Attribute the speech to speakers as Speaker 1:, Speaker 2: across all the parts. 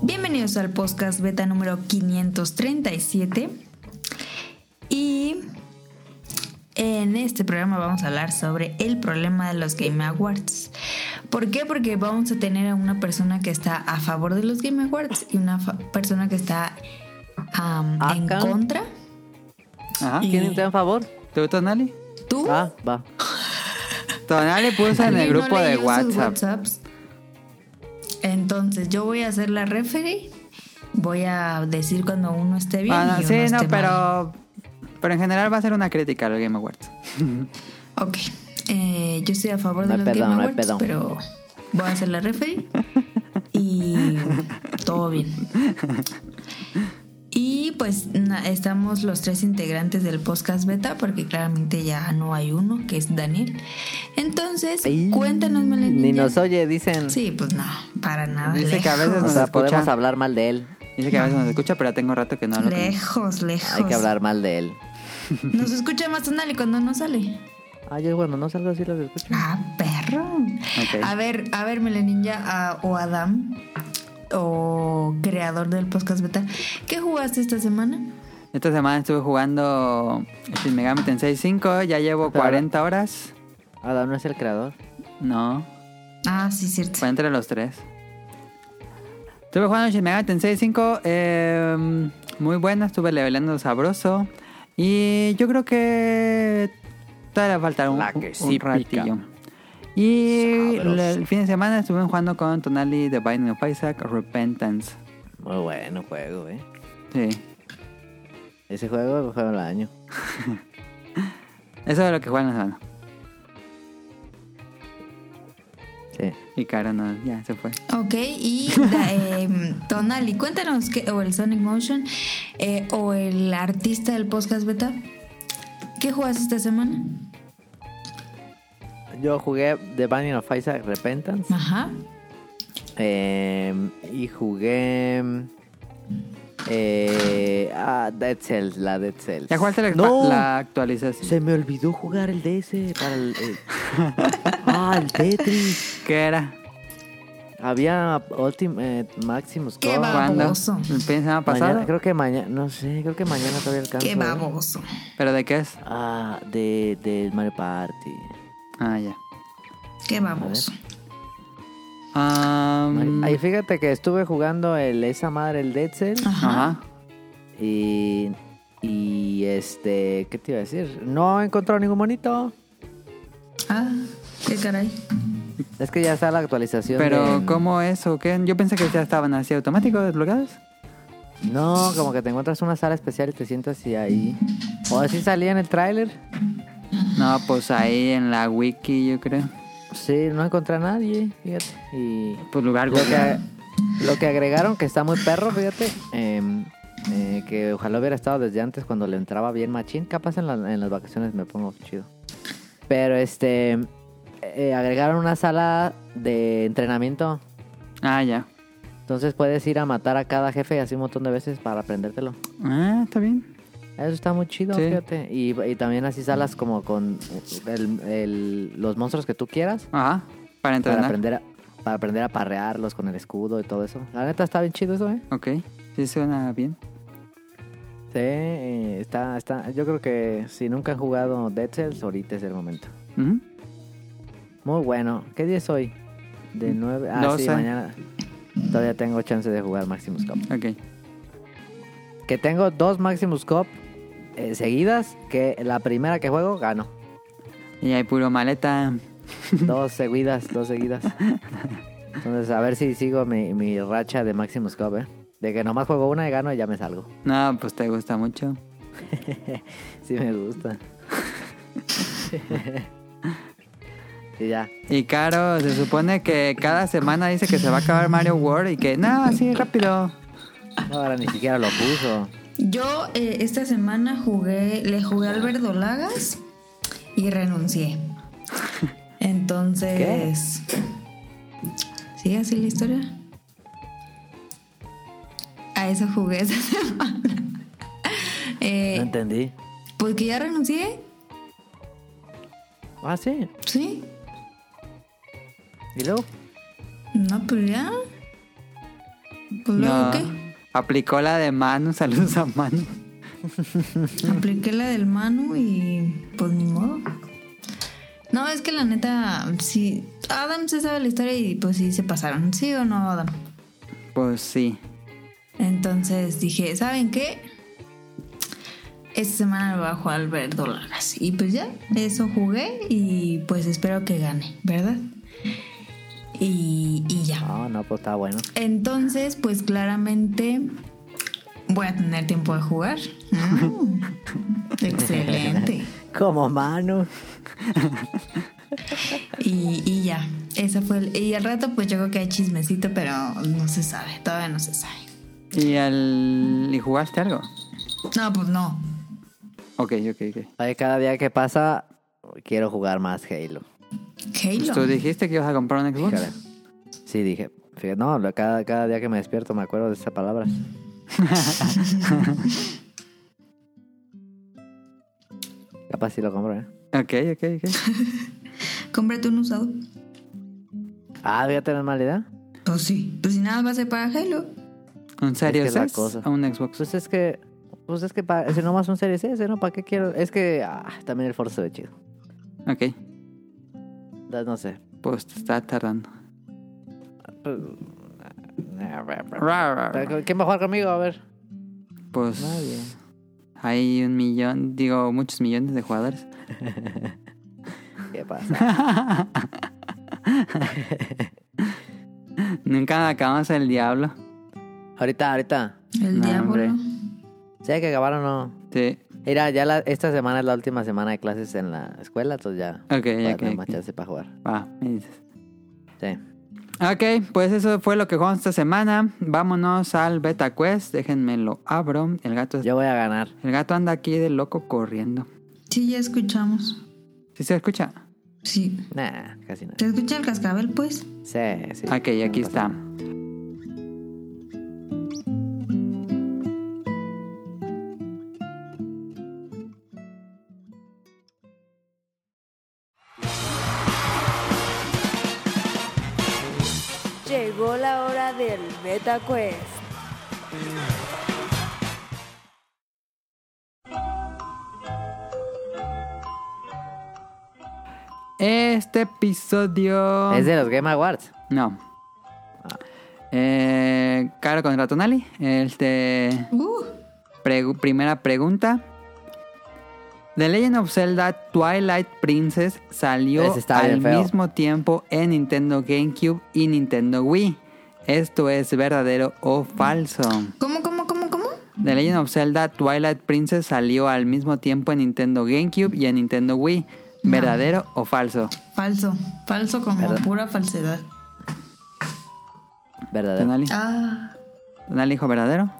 Speaker 1: bienvenidos al podcast beta número 537. Y en este programa vamos a hablar sobre el problema de los Game Awards. ¿Por qué? Porque vamos a tener a una persona que está a favor de los Game Awards y una persona que está um, en contra.
Speaker 2: Ajá. ¿Quién está en favor?
Speaker 3: ¿Te gusta Tonali?
Speaker 1: ¿Tú?
Speaker 2: Ah, va.
Speaker 3: Tonali puso en el
Speaker 1: Alguien no
Speaker 3: grupo de
Speaker 1: leyó sus
Speaker 3: WhatsApp.
Speaker 1: WhatsApps. Entonces, yo voy a hacer la referee. Voy a decir cuando uno esté bien.
Speaker 3: Bueno,
Speaker 1: y uno
Speaker 3: sí, no,
Speaker 1: esté mal.
Speaker 3: pero. Pero en general va a ser una crítica a los Game Awards.
Speaker 1: Ok. Eh, yo estoy a favor de
Speaker 2: No hay
Speaker 1: los Game
Speaker 2: perdón, no hay
Speaker 1: Awards,
Speaker 2: perdón.
Speaker 1: pero voy a hacer la referee. Y todo bien. Y pues na- estamos los tres integrantes del podcast beta, porque claramente ya no hay uno, que es Daniel. Entonces,
Speaker 2: Y-
Speaker 1: cuéntanos, Melanie.
Speaker 2: Ni nos oye, dicen.
Speaker 1: Sí, pues no, para nada.
Speaker 3: Dice que a veces
Speaker 2: o
Speaker 3: nos
Speaker 2: sea,
Speaker 3: escucha.
Speaker 2: podemos hablar mal de él.
Speaker 3: Dice que a veces nos escucha, pero ya tengo rato que no hablo. con él.
Speaker 1: Lejos, lejos.
Speaker 2: Hay que hablar mal de él.
Speaker 1: Nos escucha más Tonali cuando no sale.
Speaker 2: Ah, yo cuando no salgo así los escucho.
Speaker 1: Ah, perro.
Speaker 3: Ok.
Speaker 1: A ver, a ver, Meleninja ah, o Adam, o creador del podcast beta, ¿qué jugaste esta semana?
Speaker 3: Esta semana estuve jugando Shin Megami Tensei 5, ya llevo
Speaker 2: Claro.
Speaker 3: 40 horas.
Speaker 2: Adam no es el creador.
Speaker 3: No,
Speaker 1: Ah, sí, cierto.
Speaker 3: fue entre los tres. Estuve jugando Shin Megami Tensei 5, eh, muy buena, estuve levelando sabroso. Y yo creo que todavía faltará un,
Speaker 2: La que
Speaker 3: un
Speaker 2: sí
Speaker 3: ratillo. Y
Speaker 2: Sabroso.
Speaker 3: la- el fin de semana estuve jugando con Tonali The Binding of Isaac Repentance.
Speaker 2: Muy bueno juego, eh.
Speaker 3: Sí.
Speaker 2: Ese juego es el juego del año.
Speaker 3: Eso es lo que juegan la semana.
Speaker 2: Sí.
Speaker 3: Y cara, no, ya se fue.
Speaker 1: Ok, y da- eh, Tonali, cuéntanos, qué- o el Sonic Motion, eh, o el artista del podcast beta, ¿qué jugaste esta semana?
Speaker 2: Yo jugué The Binding of Isaac Repentance.
Speaker 1: Ajá.
Speaker 2: eh, y jugué. Eh, ah, Dead Cells, la Dead Cells.
Speaker 3: ¿Ya jugaste la, expa-
Speaker 2: ¡No!
Speaker 3: la actualización?
Speaker 2: Se me olvidó jugar el DS para el. el- ah, el Tetris.
Speaker 3: ¿Qué era?
Speaker 2: Había Ultimate Maximus
Speaker 1: Qué
Speaker 2: Gold.
Speaker 1: va-
Speaker 3: ¿Cuándo?
Speaker 1: Baboso.
Speaker 3: ¿El fin de semana pasado?
Speaker 2: Mañana, creo que mañana, no sé, creo que mañana todavía alcanzo.
Speaker 1: Qué
Speaker 2: ¿eh?
Speaker 1: baboso.
Speaker 3: ¿Pero de qué es?
Speaker 2: Ah, de, del Mario Party.
Speaker 3: Ah, ya.
Speaker 1: Qué baboso.
Speaker 3: Ah, mm,
Speaker 2: Ahí fíjate que estuve jugando el esa madre, el Dead Cell.
Speaker 1: Ajá.
Speaker 3: Ajá.
Speaker 2: Y, y este, ¿qué te iba a decir? No he encontrado ningún monito.
Speaker 1: Ah, qué caray.
Speaker 2: Es que ya está la actualización.
Speaker 3: Pero,
Speaker 2: de-
Speaker 3: ¿cómo es o qué? Yo pensé que ya estaban así automáticos, desbloqueados.
Speaker 2: No, como que te encuentras una sala especial y te sientas y ahí. O así salía en el tráiler.
Speaker 3: No, pues ahí en la wiki, yo creo.
Speaker 2: Sí, no encontré a nadie, fíjate. Y
Speaker 3: Pues lugar
Speaker 2: lo que,
Speaker 3: Google.
Speaker 2: lo que agregaron, que está muy perro, fíjate, em, eh, que ojalá hubiera estado desde antes cuando le entraba bien machín. Capaz en, la- en las vacaciones me pongo chido. Pero este, eh, agregaron una sala de entrenamiento.
Speaker 3: Ah, ya.
Speaker 2: Entonces puedes ir a matar a cada jefe así un montón de veces para aprendértelo.
Speaker 3: Ah, está bien.
Speaker 2: Eso está muy chido,
Speaker 3: Sí.
Speaker 2: fíjate. Y, y también así salas como con el- el- los monstruos que tú quieras.
Speaker 3: Ajá. Para
Speaker 2: Para
Speaker 3: entrenar.
Speaker 2: aprender, a, para aprender a parrearlos con el escudo y todo eso. La neta está bien chido eso, ¿eh?
Speaker 3: Ok. Sí, suena bien.
Speaker 2: Sí, eh, está, está. Yo creo que si nunca han jugado Dead Cells, ahorita es el momento.
Speaker 3: Ujú.
Speaker 2: Muy bueno. ¿Qué día es hoy? De 9 Ah, sí,
Speaker 3: Doce.
Speaker 2: mañana. Todavía tengo chance de jugar Maximus Cup.
Speaker 3: Ok.
Speaker 2: Que tengo dos Maximus Cup eh, seguidas, que la primera que juego gano.
Speaker 3: Y hay puro maleta.
Speaker 2: Dos seguidas, dos seguidas. Entonces, a ver si sigo mi, mi racha de Maximus Cup, ¿eh? De que nomás juego una y gano y ya me salgo.
Speaker 3: No, pues te gusta mucho.
Speaker 2: Sí, me gusta. y ya.
Speaker 3: Y Caro, se supone que cada semana dice que se va a acabar Mario World y que, no, así rápido.
Speaker 2: Ahora ni siquiera lo puso.
Speaker 1: Yo eh, esta semana jugué, le jugué al verdolagas y renuncié. Entonces, ¿sigue así la historia? A eso jugué esta semana.
Speaker 2: No
Speaker 1: Eh,
Speaker 2: entendí.
Speaker 1: pues que ya renuncié,
Speaker 2: Ah, sí.
Speaker 1: sí.
Speaker 2: ¿Y luego?
Speaker 1: No, pero ya. Pues luego,
Speaker 3: No.
Speaker 1: ¿qué?
Speaker 3: Aplicó la de Manu, saludos a Manu.
Speaker 1: Apliqué la del Manu y pues ni modo. No, es que la neta, sí, Adam se sabe la historia y pues sí se pasaron, ¿sí o no, Adam?
Speaker 3: Pues sí.
Speaker 1: Entonces dije, ¿saben qué? Esta semana lo voy a jugar al ver dólares. Y pues ya, eso jugué y pues espero que gane, ¿verdad? Y, y ya.
Speaker 2: No, no, pues está bueno.
Speaker 1: Entonces, pues claramente voy a tener tiempo de jugar. Mm, excelente.
Speaker 2: Como Manu.
Speaker 1: Y, y ya, esa fue el- y al rato pues yo creo que hay chismecito, pero no se sabe, todavía no se sabe.
Speaker 3: ¿Y, al... ¿Y jugaste algo?
Speaker 1: No, pues no.
Speaker 3: Ok, ok, ok.
Speaker 2: Oye, cada día que pasa, quiero jugar más Halo.
Speaker 1: Halo.
Speaker 3: Pues tú dijiste que ibas a comprar un Xbox.
Speaker 2: Híjole. Sí, dije. fíjate, no, lo- cada, cada día que me despierto me acuerdo de esa palabra. Capaz si lo compro, ¿eh?
Speaker 3: Ok, ok, ok.
Speaker 1: Cómprate un usado.
Speaker 2: Ah, fíjate, no es mala idea.
Speaker 1: Pues sí. Pues si nada va a ser para Halo.
Speaker 3: ¿Un Series
Speaker 2: es la
Speaker 3: X
Speaker 2: cosa.
Speaker 3: o un Xbox?
Speaker 2: Pues es que. Pues es que para, si nomás un Series S, ¿no? ¿Para qué quiero? Es que ah, también el Forza se ve chido.
Speaker 3: Ok.
Speaker 2: Entonces, No sé.
Speaker 3: Pues te está tardando. Ra, ra, ra.
Speaker 2: ¿Quién va a jugar conmigo? A ver.
Speaker 3: Pues
Speaker 2: Ah. Nadie.
Speaker 3: hay un millón, digo, muchos millones de jugadores.
Speaker 2: ¿Qué pasa?
Speaker 3: Nunca acabamos el diablo.
Speaker 2: ahorita, ahorita.
Speaker 1: El
Speaker 3: No,
Speaker 1: diablo.
Speaker 3: hombre.
Speaker 2: Si hay que acabar o no.
Speaker 3: Sí.
Speaker 2: Mira, ya la- esta semana es la última semana de clases en la escuela, entonces ya.
Speaker 3: Ok,
Speaker 2: para
Speaker 3: ok,
Speaker 2: tener más
Speaker 3: ok.
Speaker 2: chance para jugar.
Speaker 3: Va, me dices.
Speaker 2: Sí.
Speaker 3: Ok, pues eso fue lo que jugamos esta semana. Vámonos al Beta Quest. Déjenme lo abro. El gato,
Speaker 2: Yo voy a ganar.
Speaker 3: el gato anda aquí de loco corriendo.
Speaker 1: Sí, ya escuchamos.
Speaker 3: ¿Sí se escucha?
Speaker 1: Sí.
Speaker 2: Nah, casi nada.
Speaker 1: ¿Se escucha el cascabel, pues?
Speaker 2: Sí, sí.
Speaker 3: Ok, aquí está.
Speaker 4: Llegó la hora del Beta Quest.
Speaker 3: Este episodio...
Speaker 2: Es de los Game Awards.
Speaker 3: No. Eh, Caro contra Tonali. Este...
Speaker 1: Uh,
Speaker 3: Pregu- primera pregunta. The Legend of Zelda Twilight Princess salió
Speaker 2: Ese está
Speaker 3: al
Speaker 2: bien feo.
Speaker 3: mismo tiempo en Nintendo GameCube y Nintendo Wii. ¿Esto es verdadero o falso?
Speaker 1: ¿Cómo, cómo, cómo, cómo?
Speaker 3: The Legend of Zelda Twilight Princess salió al mismo tiempo en Nintendo GameCube y en Nintendo Wii. ¿Verdadero o falso?
Speaker 1: Falso. Falso como
Speaker 2: Verdad.
Speaker 1: pura falsedad.
Speaker 2: Verdadero.
Speaker 3: Tonali,
Speaker 1: Ah.
Speaker 3: Tonali dijo verdadero.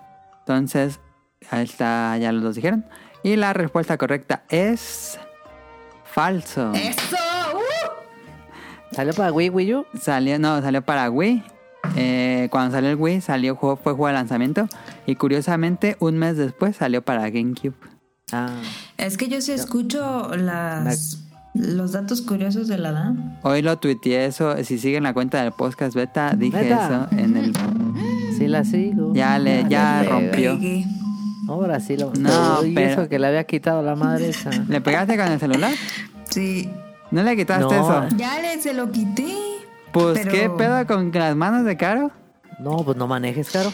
Speaker 3: Entonces, ahí está, ya los dos dijeron. Y la respuesta correcta es falso.
Speaker 1: ¡Eso! ¡Uh!
Speaker 2: ¿Salió para Wii, Wii U?
Speaker 3: Salió, no, salió para Wii. Eh, cuando salió el Wii, salió juego, fue juego de lanzamiento. Y curiosamente, un mes después salió para GameCube.
Speaker 2: Ah.
Speaker 1: Es que yo sí escucho las, los datos curiosos de la DAM.
Speaker 3: Hoy lo tuiteé eso. Si siguen la cuenta del podcast beta, dije
Speaker 2: ¿Neta?
Speaker 3: eso en el.
Speaker 2: Sí la sigo.
Speaker 3: Ya le- ya
Speaker 2: le pego.
Speaker 3: rompí. Yo.
Speaker 1: Pegué.
Speaker 2: Ahora sí lo...
Speaker 3: No,
Speaker 2: Uy,
Speaker 3: pero-
Speaker 2: eso que le había quitado la madre esa.
Speaker 3: ¿Le pegaste con el celular?
Speaker 1: Sí.
Speaker 3: ¿No le quitaste
Speaker 2: No.
Speaker 3: eso?
Speaker 1: Ya le, se lo quité.
Speaker 3: Pues,
Speaker 1: Pero-
Speaker 3: ¿qué pedo con las manos de Caro?
Speaker 2: No, pues no manejes, Caro.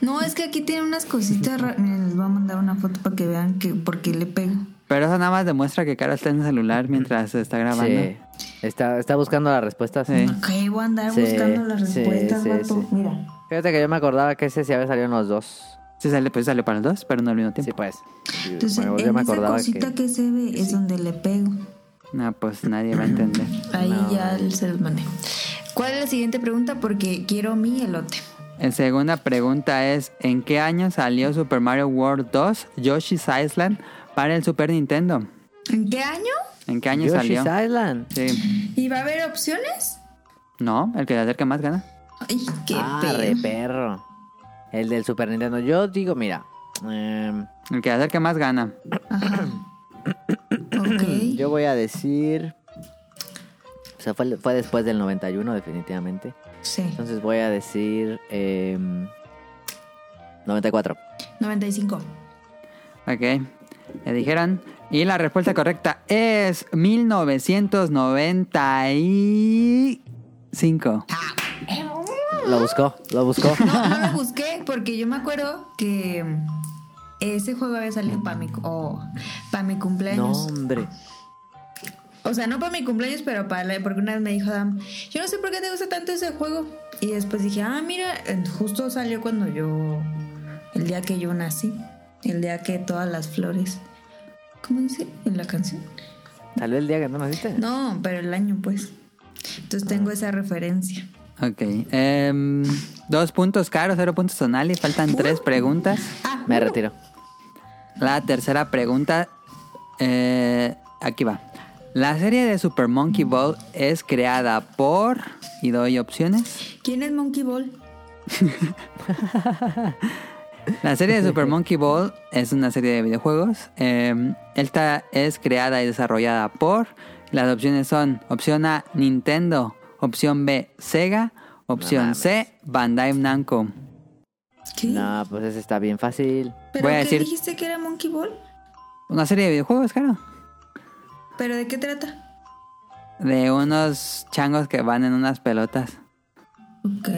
Speaker 1: No, es que aquí tiene unas cositas raras. Miren, les voy a mandar una foto para que vean que por qué le pego.
Speaker 3: Pero eso nada más demuestra que Caro está en el celular mientras se está grabando.
Speaker 2: Sí. Está, está buscando las respuestas.
Speaker 3: Sí.
Speaker 1: Ok, voy a andar
Speaker 2: Sí,
Speaker 1: buscando las
Speaker 2: sí,
Speaker 1: respuestas,
Speaker 2: sí,
Speaker 1: vato.
Speaker 2: sí.
Speaker 1: Mira.
Speaker 2: Fíjate que yo me acordaba que ese sí había salido en los dos.
Speaker 3: Sí, sale, pues salió para los dos, pero no al mismo
Speaker 2: Sí,
Speaker 3: tiempo.
Speaker 2: pues. Sí,
Speaker 1: Entonces,
Speaker 2: bueno,
Speaker 1: en esa cosita que... se ve es donde le pego.
Speaker 3: No, pues nadie va a entender.
Speaker 1: Ahí ya se los mandé. ¿Cuál es la siguiente pregunta? Porque quiero mi elote.
Speaker 3: La segunda pregunta es, ¿en qué año salió Super Mario World 2 Yoshi's Island para el Super Nintendo?
Speaker 1: ¿En qué año?
Speaker 3: ¿En qué año
Speaker 2: Yoshi's
Speaker 3: salió?
Speaker 2: Island.
Speaker 3: Sí.
Speaker 1: ¿Y va a haber opciones?
Speaker 3: No, el que le acerque más gana.
Speaker 1: Ay, qué
Speaker 2: ah,
Speaker 1: pedo.
Speaker 2: re perro. El del Super Nintendo. Yo digo, mira. em,
Speaker 3: El que le acerque más gana.
Speaker 1: Ok.
Speaker 2: yo voy a decir. O sea, fue, fue después del 91, definitivamente.
Speaker 1: Sí.
Speaker 2: Entonces voy a decir em, 94.
Speaker 1: 95.
Speaker 3: Ok, le dijeron. Y la respuesta correcta es 1995.
Speaker 2: Lo buscó, lo buscó.
Speaker 1: No, no lo busqué porque yo me acuerdo que ese juego había salido para mi, cu- oh, para mi
Speaker 2: No,
Speaker 1: cumpleaños.
Speaker 2: hombre.
Speaker 1: O sea, no para mi cumpleaños, pero para la, porque una vez me dijo Adam, yo no sé por qué te gusta tanto ese juego. Y después dije, ah, mira, eh, justo salió cuando yo, el día que yo nací, el día que todas las flores, ¿cómo dice en la canción?
Speaker 2: Salió el día que no naciste.
Speaker 1: No, pero el año pues. Entonces
Speaker 3: Ah.
Speaker 1: tengo esa referencia.
Speaker 3: Ok, em, dos puntos caros, cero puntos Sonali. Faltan tres preguntas.
Speaker 1: Ah,
Speaker 2: Me retiro.
Speaker 3: La tercera pregunta. eh, aquí va. La serie de Super Monkey Ball es creada por. Y doy opciones.
Speaker 1: ¿quién es Monkey Ball?
Speaker 3: La serie de Super Monkey Ball es una serie de videojuegos. eh, esta es creada y desarrollada por. Las opciones son: opción A, Nintendo. Opción B, Sega. Opción
Speaker 2: mames.
Speaker 3: C, Bandai Namco.
Speaker 1: ¿Qué?
Speaker 2: No, pues ese está bien fácil.
Speaker 1: ¿Pero
Speaker 3: voy a
Speaker 1: qué
Speaker 3: decir-
Speaker 1: dijiste que era Monkey Ball?
Speaker 3: Una serie de videojuegos, claro.
Speaker 1: ¿Pero de qué trata?
Speaker 3: De unos changos que van en unas pelotas.
Speaker 1: Ok,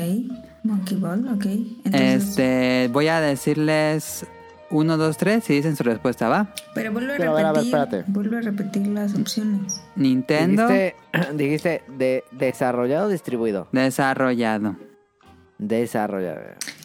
Speaker 1: Monkey Ball, ok. Entonces,
Speaker 3: Este, voy a decirles 1, 2, 3 y dicen su respuesta, ¿va?
Speaker 1: pero vuelve a
Speaker 5: Pero a ver, a ver,
Speaker 1: repetir,
Speaker 5: espérate.
Speaker 1: vuelve a repetir las opciones.
Speaker 3: Nintendo
Speaker 2: Dijiste, dijiste de, desarrollado distribuido.
Speaker 3: desarrollado.
Speaker 2: Desarrollado.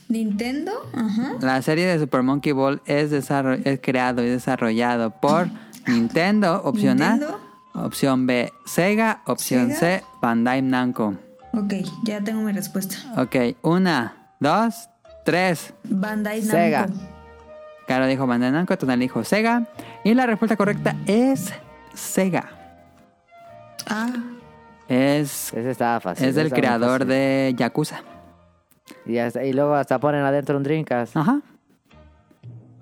Speaker 1: Nintendo, ajá.
Speaker 3: La serie de Super Monkey Ball es, desarro- es creado y desarrollado por Nintendo, opción
Speaker 1: Nintendo.
Speaker 3: A, opción B, Sega, opción
Speaker 1: Sega.
Speaker 3: C, Bandai Namco.
Speaker 1: Ok, ya tengo mi respuesta.
Speaker 3: Ok, una, dos, tres.
Speaker 1: Bandai Namco.
Speaker 2: Sega.
Speaker 3: Caro dijo Bandai Namco, Tonal dijo Sega. Y la respuesta correcta es Sega.
Speaker 1: Ah,
Speaker 3: Es,
Speaker 2: Ese estaba fácil.
Speaker 3: es del
Speaker 2: estaba
Speaker 3: creador
Speaker 2: fácil.
Speaker 3: de Yakuza.
Speaker 2: Y, hasta- y luego hasta ponen adentro un drinkas.
Speaker 3: Ajá.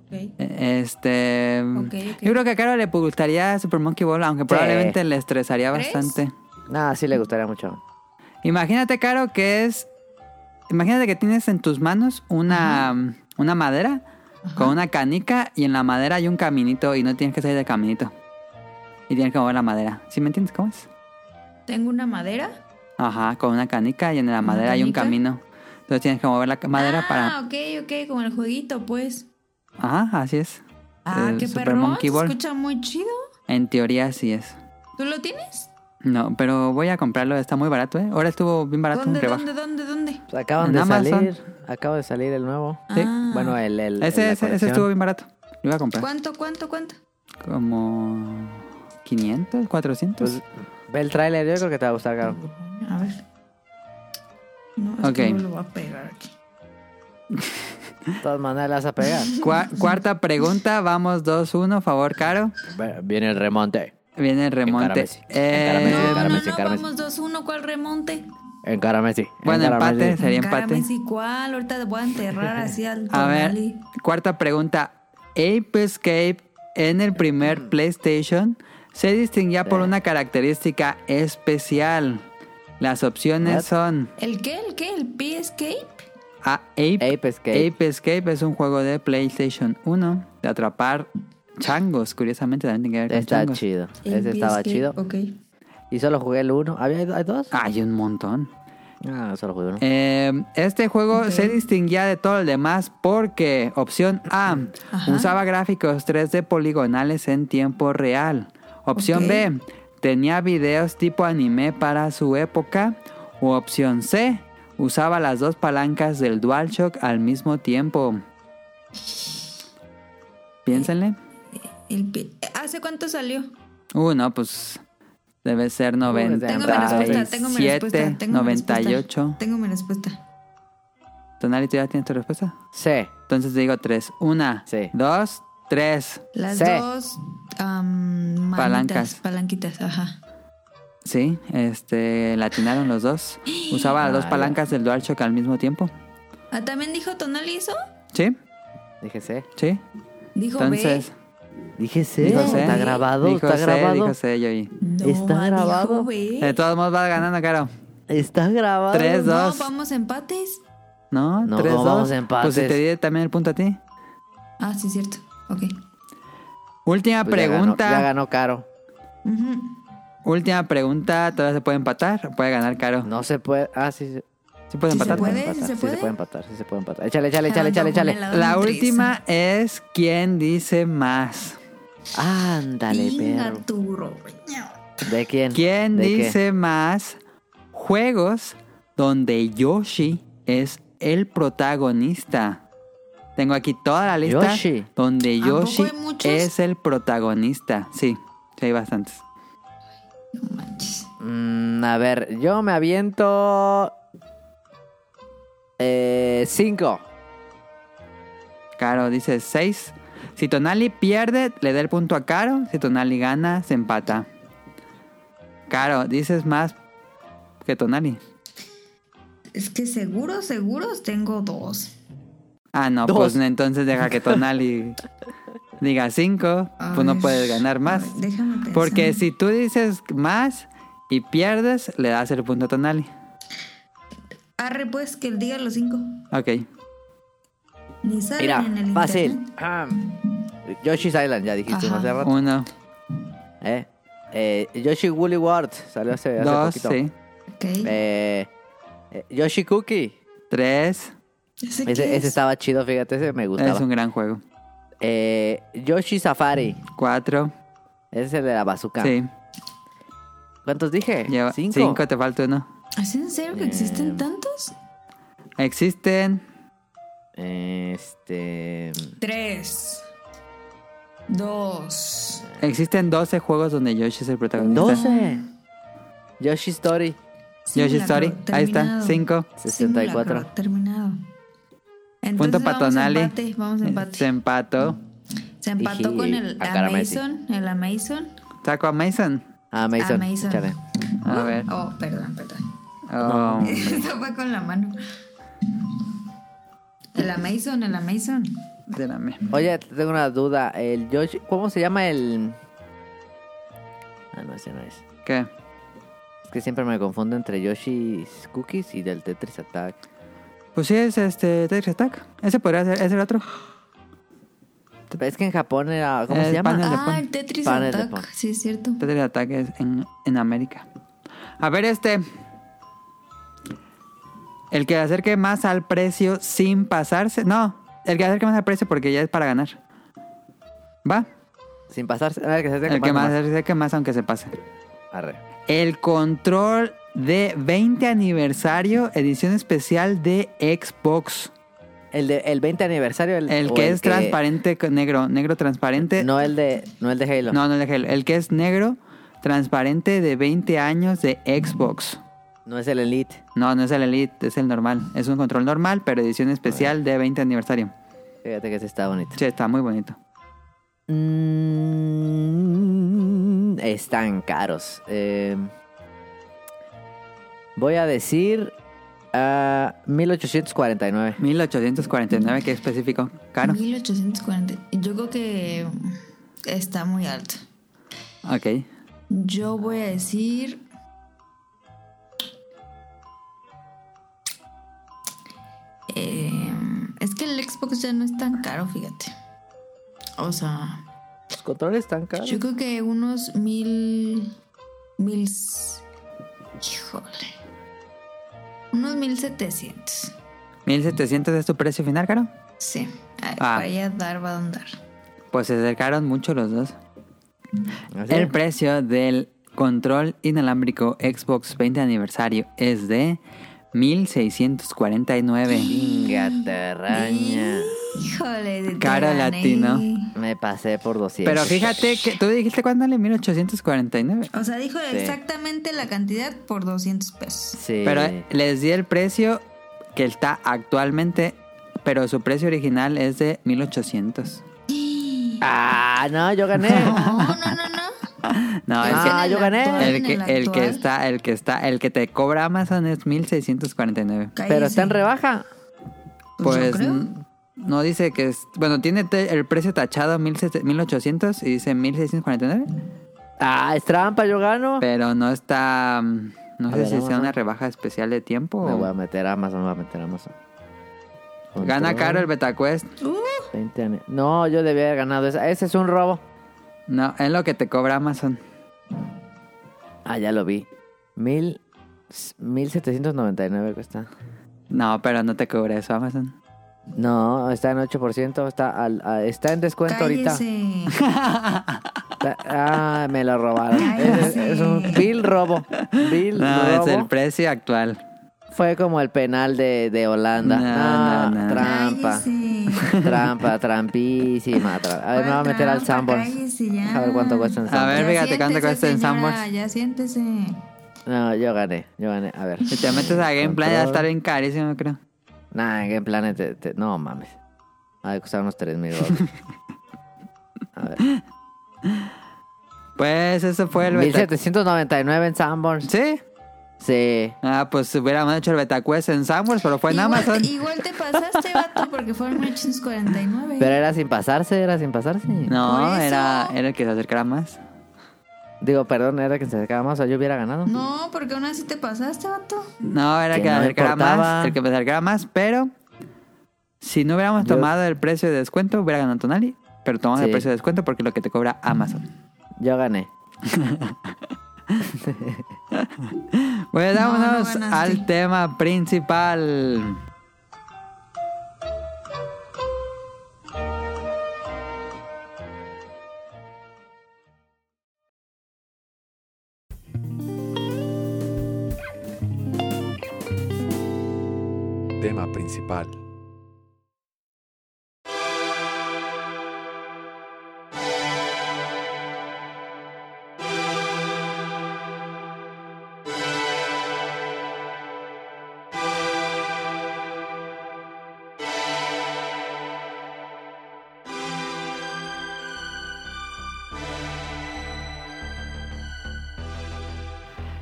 Speaker 1: ok.
Speaker 3: Este.
Speaker 1: Ok, ok.
Speaker 3: Yo creo que a Caro le gustaría Super Monkey Ball, aunque probablemente le estresaría
Speaker 1: ¿Crees?
Speaker 3: bastante.
Speaker 2: No, sí le gustaría mucho.
Speaker 3: Imagínate, Caro, que es. Imagínate que tienes en tus manos una, una madera con una canica y en la madera hay un caminito y no tienes que salir del caminito. Y tienes que mover la madera. ¿Sí me entiendes cómo es?
Speaker 1: Tengo una madera.
Speaker 3: Ajá, con una canica y en la madera hay un
Speaker 1: canica?
Speaker 3: camino. Entonces tienes que mover la ca- madera
Speaker 1: ah,
Speaker 3: para.
Speaker 1: ok, ok, como el jueguito, pues.
Speaker 3: Ajá, así es.
Speaker 1: Ah,
Speaker 3: El
Speaker 1: qué
Speaker 3: Super
Speaker 1: perrón, se
Speaker 3: Monkey Ball.
Speaker 1: escucha muy chido.
Speaker 3: En teoría así es.
Speaker 1: ¿Tú lo tienes?
Speaker 3: No, pero voy a comprarlo, está muy barato, ¿eh? Ahora estuvo bien barato en
Speaker 1: ¿Dónde,
Speaker 3: rebaja.
Speaker 1: dónde, dónde, dónde?
Speaker 2: Pues acaban
Speaker 3: En
Speaker 2: de
Speaker 3: Amazon.
Speaker 2: salir. Acaba de salir el nuevo.
Speaker 3: Sí.
Speaker 1: Ah.
Speaker 2: Bueno, el. el
Speaker 3: Ese,
Speaker 2: la
Speaker 3: ese, ese
Speaker 2: colección.
Speaker 3: estuvo bien barato. Lo iba a comprar.
Speaker 1: ¿Cuánto, cuánto, cuánto?
Speaker 3: Como 500, 400.
Speaker 2: Pues, ve el tráiler, yo creo que te va a gustar, Caro.
Speaker 1: A ver. No, es
Speaker 3: Ok.
Speaker 1: que no lo voy a pegar aquí.
Speaker 2: De todas maneras las vas a pegar.
Speaker 3: Cua- cuarta pregunta, vamos 2-1, favor, Caro.
Speaker 2: Ve- Viene el remonte.
Speaker 3: Viene el remonte.
Speaker 2: Encárame, sí. Encárame,
Speaker 3: Eh,
Speaker 2: sí,
Speaker 1: No, no,
Speaker 2: encárame,
Speaker 1: no,
Speaker 2: sí, encárame, sí.
Speaker 1: vamos 2-1, ¿cuál remonte?
Speaker 2: En cara a Messi.
Speaker 3: Bueno,
Speaker 2: cara a
Speaker 3: empate.
Speaker 2: Messi.
Speaker 3: Sería
Speaker 1: Cara,
Speaker 3: empate.
Speaker 1: Messi, ¿cuál? Ahorita te voy a enterrar así al
Speaker 3: a ver,
Speaker 1: Tonali.
Speaker 3: cuarta pregunta. Ape Escape en el
Speaker 2: Mm.
Speaker 3: primer PlayStation se distinguía por una característica especial. Las opciones
Speaker 2: What?
Speaker 3: son
Speaker 1: ¿El qué? ¿El qué? ¿El P-Escape?
Speaker 3: A, Ape,
Speaker 2: Ape Escape.
Speaker 3: Ape Escape es un juego de PlayStation 1 de atrapar changos. Curiosamente también tiene que ver con
Speaker 2: Está
Speaker 3: changos.
Speaker 2: chido.
Speaker 1: El
Speaker 2: Ese estaba
Speaker 1: P-Escape,
Speaker 2: chido.
Speaker 1: Ok.
Speaker 2: Y solo jugué el uno. ¿Había hay dos?
Speaker 3: Hay un montón.
Speaker 2: Ah, solo jugué uno.
Speaker 3: Eh, este juego
Speaker 1: Ok.
Speaker 3: se distinguía de todo el demás porque opción A
Speaker 1: Ajá.
Speaker 3: usaba gráficos 3D poligonales en tiempo real. Opción
Speaker 1: Ok.
Speaker 3: B tenía videos tipo anime para su época. O opción C usaba las dos palancas del DualShock al mismo tiempo. Piénsenle.
Speaker 1: El P- ¿Hace cuánto salió?
Speaker 3: Uh, no, pues debe
Speaker 1: Uh,
Speaker 3: ser
Speaker 1: Tengo mi respuesta, tengo mi
Speaker 3: 97,
Speaker 1: respuesta. Tengo mi respuesta.
Speaker 3: 98.
Speaker 1: Tengo mi respuesta.
Speaker 3: Tonali, ¿tú ya tienes tu respuesta?
Speaker 2: Sí.
Speaker 3: Entonces digo tres. Una,
Speaker 2: Sí.
Speaker 3: dos, tres.
Speaker 1: Las
Speaker 2: Sí.
Speaker 1: dos am, manitas,
Speaker 3: Palancas.
Speaker 1: Palanquitas, ajá.
Speaker 3: Sí, este, latinaron los dos. Usaba las dos
Speaker 2: Ah,
Speaker 3: palancas del DualShock al mismo tiempo.
Speaker 1: Ah, ¿También dijo Tonali eso?
Speaker 3: Sí,
Speaker 2: Dije sí.
Speaker 3: sí.
Speaker 1: Dijo
Speaker 3: Entonces,
Speaker 2: Dije sí.
Speaker 3: dijo C.
Speaker 2: Está grabado,
Speaker 3: Dijo
Speaker 2: está
Speaker 3: C,
Speaker 2: grabado.
Speaker 3: Dijo C, yo vi.
Speaker 1: B. No,
Speaker 2: ¿Está
Speaker 1: ma, dijo
Speaker 2: grabado?
Speaker 1: B.
Speaker 3: De todos modos vas ganando, Caro.
Speaker 1: No,
Speaker 2: Está grabado.
Speaker 3: Tres,
Speaker 1: No,
Speaker 3: dos.
Speaker 1: vamos a empates.
Speaker 3: ¿No?
Speaker 2: No,
Speaker 3: tres,
Speaker 2: no, vamos
Speaker 3: dos.
Speaker 2: a empates.
Speaker 3: Pues si te di también el punto a ti.
Speaker 1: Ah, sí, cierto. Ok.
Speaker 3: Última
Speaker 2: Pues ya ganó-
Speaker 3: pregunta.
Speaker 2: Ya ganó Caro.
Speaker 1: Ujú.
Speaker 3: Última pregunta. Todavía se puede empatar. o Puede ganar caro.
Speaker 2: No se puede. Ah, sí. sí.
Speaker 3: Sí puede
Speaker 1: Sí se
Speaker 3: empatar.
Speaker 1: puede,
Speaker 2: empatar,
Speaker 1: se
Speaker 2: sí
Speaker 1: puede.
Speaker 2: se puede empatar, sí se puede empatar. Échale, échale,
Speaker 1: Ando
Speaker 2: échale, échale,
Speaker 1: con
Speaker 2: échale.
Speaker 1: helado
Speaker 3: La
Speaker 1: en
Speaker 3: última es quién dice más.
Speaker 2: Ándale,
Speaker 1: treza.
Speaker 2: perro.
Speaker 1: Inga Turo.
Speaker 2: ¿De quién?
Speaker 3: ¿Quién
Speaker 2: ¿De qué?
Speaker 3: dice más juegos donde Yoshi es el protagonista? Tengo aquí toda la lista
Speaker 2: Yoshi.
Speaker 3: donde
Speaker 1: ¿A poco
Speaker 3: Yoshi
Speaker 1: hay muchos?
Speaker 3: es el protagonista. Sí, sí hay bastantes.
Speaker 1: No manches.
Speaker 2: Mm, a ver, yo me aviento. Eh, cinco.
Speaker 3: Caro dice 6. Si Tonali pierde, le da el punto a Caro. Si Tonali gana, se empata. Caro, dices más que Tonali.
Speaker 1: Es que seguros, seguros tengo dos.
Speaker 3: Ah, no,
Speaker 2: Dos.
Speaker 3: pues entonces deja que Tonali diga 5. Pues
Speaker 1: Ay,
Speaker 3: no puedes ganar más.
Speaker 1: ay, Déjame pensar.
Speaker 3: Porque si tú dices más y pierdes, le das el punto a Tonali.
Speaker 1: Arre, pues, que diga los cinco.
Speaker 3: Ok.
Speaker 1: Ni salen
Speaker 2: Mira,
Speaker 1: en el
Speaker 2: fácil.
Speaker 1: internet.
Speaker 2: Ah, Yoshi's Island, ya dijiste,
Speaker 1: Ajá.
Speaker 2: ¿no? Hace rato.
Speaker 3: Uno,
Speaker 2: Eh, eh, Yoshi Woolly World, salió hace, hace
Speaker 3: dos,
Speaker 2: poquito.
Speaker 3: sí.
Speaker 1: Ok.
Speaker 2: Eh, eh, Yoshi Cookie.
Speaker 3: Tres.
Speaker 1: ¿Ese
Speaker 2: Ese,
Speaker 1: qué
Speaker 2: ese
Speaker 1: es?
Speaker 2: estaba chido, fíjate, ese me gustaba.
Speaker 3: Es un gran juego.
Speaker 2: Eh, Yoshi Safari.
Speaker 3: Cuatro.
Speaker 2: Ese es el de la bazooka.
Speaker 3: Sí.
Speaker 1: eh,
Speaker 2: ¿Cuántos dije?
Speaker 3: Lleva
Speaker 2: Cinco.
Speaker 3: cinco, te falta uno.
Speaker 1: ¿Es en serio que
Speaker 2: Eh,
Speaker 1: existen tantos?
Speaker 3: Existen
Speaker 2: Este.
Speaker 1: Tres. Dos.
Speaker 3: Existen 12 juegos donde Yoshi es el protagonista.
Speaker 2: 12. Yoshi Story.
Speaker 3: Yoshi
Speaker 1: Simulacro,
Speaker 3: Story. Ahí está,
Speaker 1: terminado.
Speaker 3: 5.
Speaker 2: 64.
Speaker 1: Simulacro, terminado. Entonces
Speaker 3: Punto
Speaker 1: vamos
Speaker 3: patonale.
Speaker 1: empate, vamos a empate.
Speaker 3: Eh, Se empató.
Speaker 1: Se empató
Speaker 2: Dije,
Speaker 1: con el
Speaker 2: a cara Messi.
Speaker 1: Amazon, el Amazon.
Speaker 3: Saco a Mason.
Speaker 2: Ah, Mason.
Speaker 1: Amazon.
Speaker 2: échale.
Speaker 3: A ver.
Speaker 1: Oh, perdón, perdón.
Speaker 3: Oh,
Speaker 1: Esto fue con la mano. El Amazon, el Amazon.
Speaker 3: espérame.
Speaker 2: Oye, tengo una duda. El Yoshi. ¿Cómo se llama el.? Ah, no, ese no es.
Speaker 3: ¿Qué?
Speaker 2: Es que siempre me confundo entre Yoshi's Cookies y del Tetris Attack.
Speaker 3: Pues sí, es este Tetris Attack. Ese podría ser, es el otro.
Speaker 2: Es que en Japón era. ¿Cómo
Speaker 3: El
Speaker 2: se llama?
Speaker 3: panel de-
Speaker 1: Ah, el Tetris
Speaker 2: Panel de
Speaker 1: Attack.
Speaker 2: pon.
Speaker 1: Sí, es cierto.
Speaker 3: Tetris Attack es en, en América. A ver, este. El que acerque más al precio sin pasarse. No, el que acerque más al precio porque ya es para ganar. ¿Va?
Speaker 2: Sin pasarse. Ah, el que se
Speaker 3: El que más acerque más aunque se pase.
Speaker 2: Arre.
Speaker 3: El control de 20 aniversario, edición especial de Xbox.
Speaker 2: El, de, el 20 aniversario. El,
Speaker 3: El
Speaker 2: o
Speaker 3: que es transparente, con negro, negro transparente.
Speaker 2: No el de, no el de Halo.
Speaker 3: no, no el de Halo. El que es negro, transparente de 20 años de Xbox.
Speaker 2: No es el Elite.
Speaker 3: No, no es el Elite, es el normal. Es un control normal, pero edición especial de 20 aniversario.
Speaker 2: Fíjate que ese está bonito.
Speaker 3: Sí, está muy bonito.
Speaker 2: Mm, están caros. Eh, voy a decir ah, 1849.
Speaker 3: 1849, que específico. Caro.
Speaker 1: 1840. Yo creo que está muy alto.
Speaker 3: Ok.
Speaker 1: Yo voy a decir. Eh, es que el Xbox ya no es tan caro, fíjate. O sea,
Speaker 2: Los controles están caros.
Speaker 1: yo creo que unos mil. Mil. Híjole. Unos mil setecientos.
Speaker 3: 1700 es tu precio final, Caro.
Speaker 1: Sí. Ay,
Speaker 3: Ah.
Speaker 1: Para allá dar, va a andar.
Speaker 3: Pues se acercaron mucho los dos.
Speaker 2: Así.
Speaker 3: El precio del control inalámbrico Xbox 20 aniversario es de 1649.
Speaker 2: Gatarraña.
Speaker 1: Híjole. te
Speaker 3: Cara
Speaker 1: gané.
Speaker 3: latino.
Speaker 2: Me pasé por 200.
Speaker 3: Pero fíjate que tú dijiste cuándo le 1849.
Speaker 1: O sea, dijo exactamente la cantidad por 200 pesos.
Speaker 2: Sí.
Speaker 1: Eh,
Speaker 3: Pero eh, les di el precio que está actualmente, pero su precio original es de 1800.
Speaker 2: Ah, no, yo gané.
Speaker 1: No, no, no, no.
Speaker 3: No, es
Speaker 2: Ah,
Speaker 3: que
Speaker 2: yo gané.
Speaker 3: el que, el que está, el que está, el que te cobra Amazon es 1649.
Speaker 2: Pero está en rebaja.
Speaker 1: Pues yo
Speaker 3: Pues
Speaker 1: creo.
Speaker 3: n- no dice que es. Bueno, tiene te- el precio tachado 1700 1800 y dice 1649.
Speaker 2: Ah, es trampa, yo gano.
Speaker 3: Pero no está. mm, No
Speaker 2: A
Speaker 3: sé
Speaker 2: ver,
Speaker 3: si sea
Speaker 2: Amazon.
Speaker 3: una rebaja especial de tiempo.
Speaker 2: Me
Speaker 3: o-
Speaker 2: voy a meter a Amazon, me voy a meter a Amazon.
Speaker 3: Gana
Speaker 2: Control,
Speaker 3: caro el BetaQuest.
Speaker 2: 20 ane- No, yo debía haber ganado esa. Ese es un robo.
Speaker 3: No, es lo que te cobra Amazon.
Speaker 2: Ah, ya lo vi. Mil... 1799 cuesta.
Speaker 3: No, pero no te cobra eso Amazon.
Speaker 2: No, está en 8%. Está, al, a- está en descuento ahorita.
Speaker 1: Cállese.
Speaker 2: Está- ah, me lo robaron. es,
Speaker 1: Cállese.
Speaker 2: es un vil robo. Vil
Speaker 3: No,
Speaker 2: robo.
Speaker 3: es el precio actual.
Speaker 2: Fue como el penal de, de Holanda.
Speaker 3: No,
Speaker 2: Ah,
Speaker 3: no, no.
Speaker 2: Trampa.
Speaker 1: Cállese.
Speaker 2: Trampa, trampísima. tra- A ver, me voy a
Speaker 1: ¿Cuál
Speaker 2: meter al
Speaker 1: trampa?
Speaker 2: Sanborns.
Speaker 1: Cállese ya.
Speaker 2: A ver cuánto cuesta en
Speaker 3: A
Speaker 2: Sanborns.
Speaker 3: ver,
Speaker 1: Ya
Speaker 3: fíjate cuánto
Speaker 1: siéntese,
Speaker 3: cuesta en
Speaker 1: señora,
Speaker 3: Sanborns.
Speaker 1: Ya siéntese.
Speaker 2: No, yo gané, yo gané. A ver.
Speaker 3: Si te metes a Game Plan, ya va a estar
Speaker 2: Control.
Speaker 3: bien carísimo, creo.
Speaker 2: Nah, en Game Planet. te- te- No mames. Ha de costar unos 3 mil dólares. A ver.
Speaker 3: Pues eso fue el BetaQuest.
Speaker 2: 1799 en Sanborns.
Speaker 3: ¿Sí?
Speaker 2: Sí.
Speaker 3: Ah, pues hubiéramos hecho el BetaQuest en Samuels, pero fue en
Speaker 1: igual,
Speaker 3: Amazon.
Speaker 1: Igual te pasaste, vato, porque fue en 1849.
Speaker 2: Pero era sin pasarse, era sin pasarse.
Speaker 3: No,
Speaker 1: Por eso.
Speaker 3: era, era el que se acercara más.
Speaker 2: Digo, perdón, era que se acercaba más o yo hubiera ganado.
Speaker 1: No, porque aún así te pasaste, vato.
Speaker 3: No, era
Speaker 2: Que
Speaker 3: el que se
Speaker 2: no me
Speaker 3: acercara más.
Speaker 2: importaba.
Speaker 3: El que me acercara más, pero si no hubiéramos
Speaker 2: Yo-
Speaker 3: tomado el precio de descuento, hubiera ganado Tonali. Pero tomamos el
Speaker 2: Sí.
Speaker 3: precio de descuento porque es lo que te cobra Amazon.
Speaker 2: Yo gané.
Speaker 3: Bueno,
Speaker 1: No, no
Speaker 3: Pues, vámonos
Speaker 1: ganaste.
Speaker 3: al tema principal.
Speaker 5: Tema principal.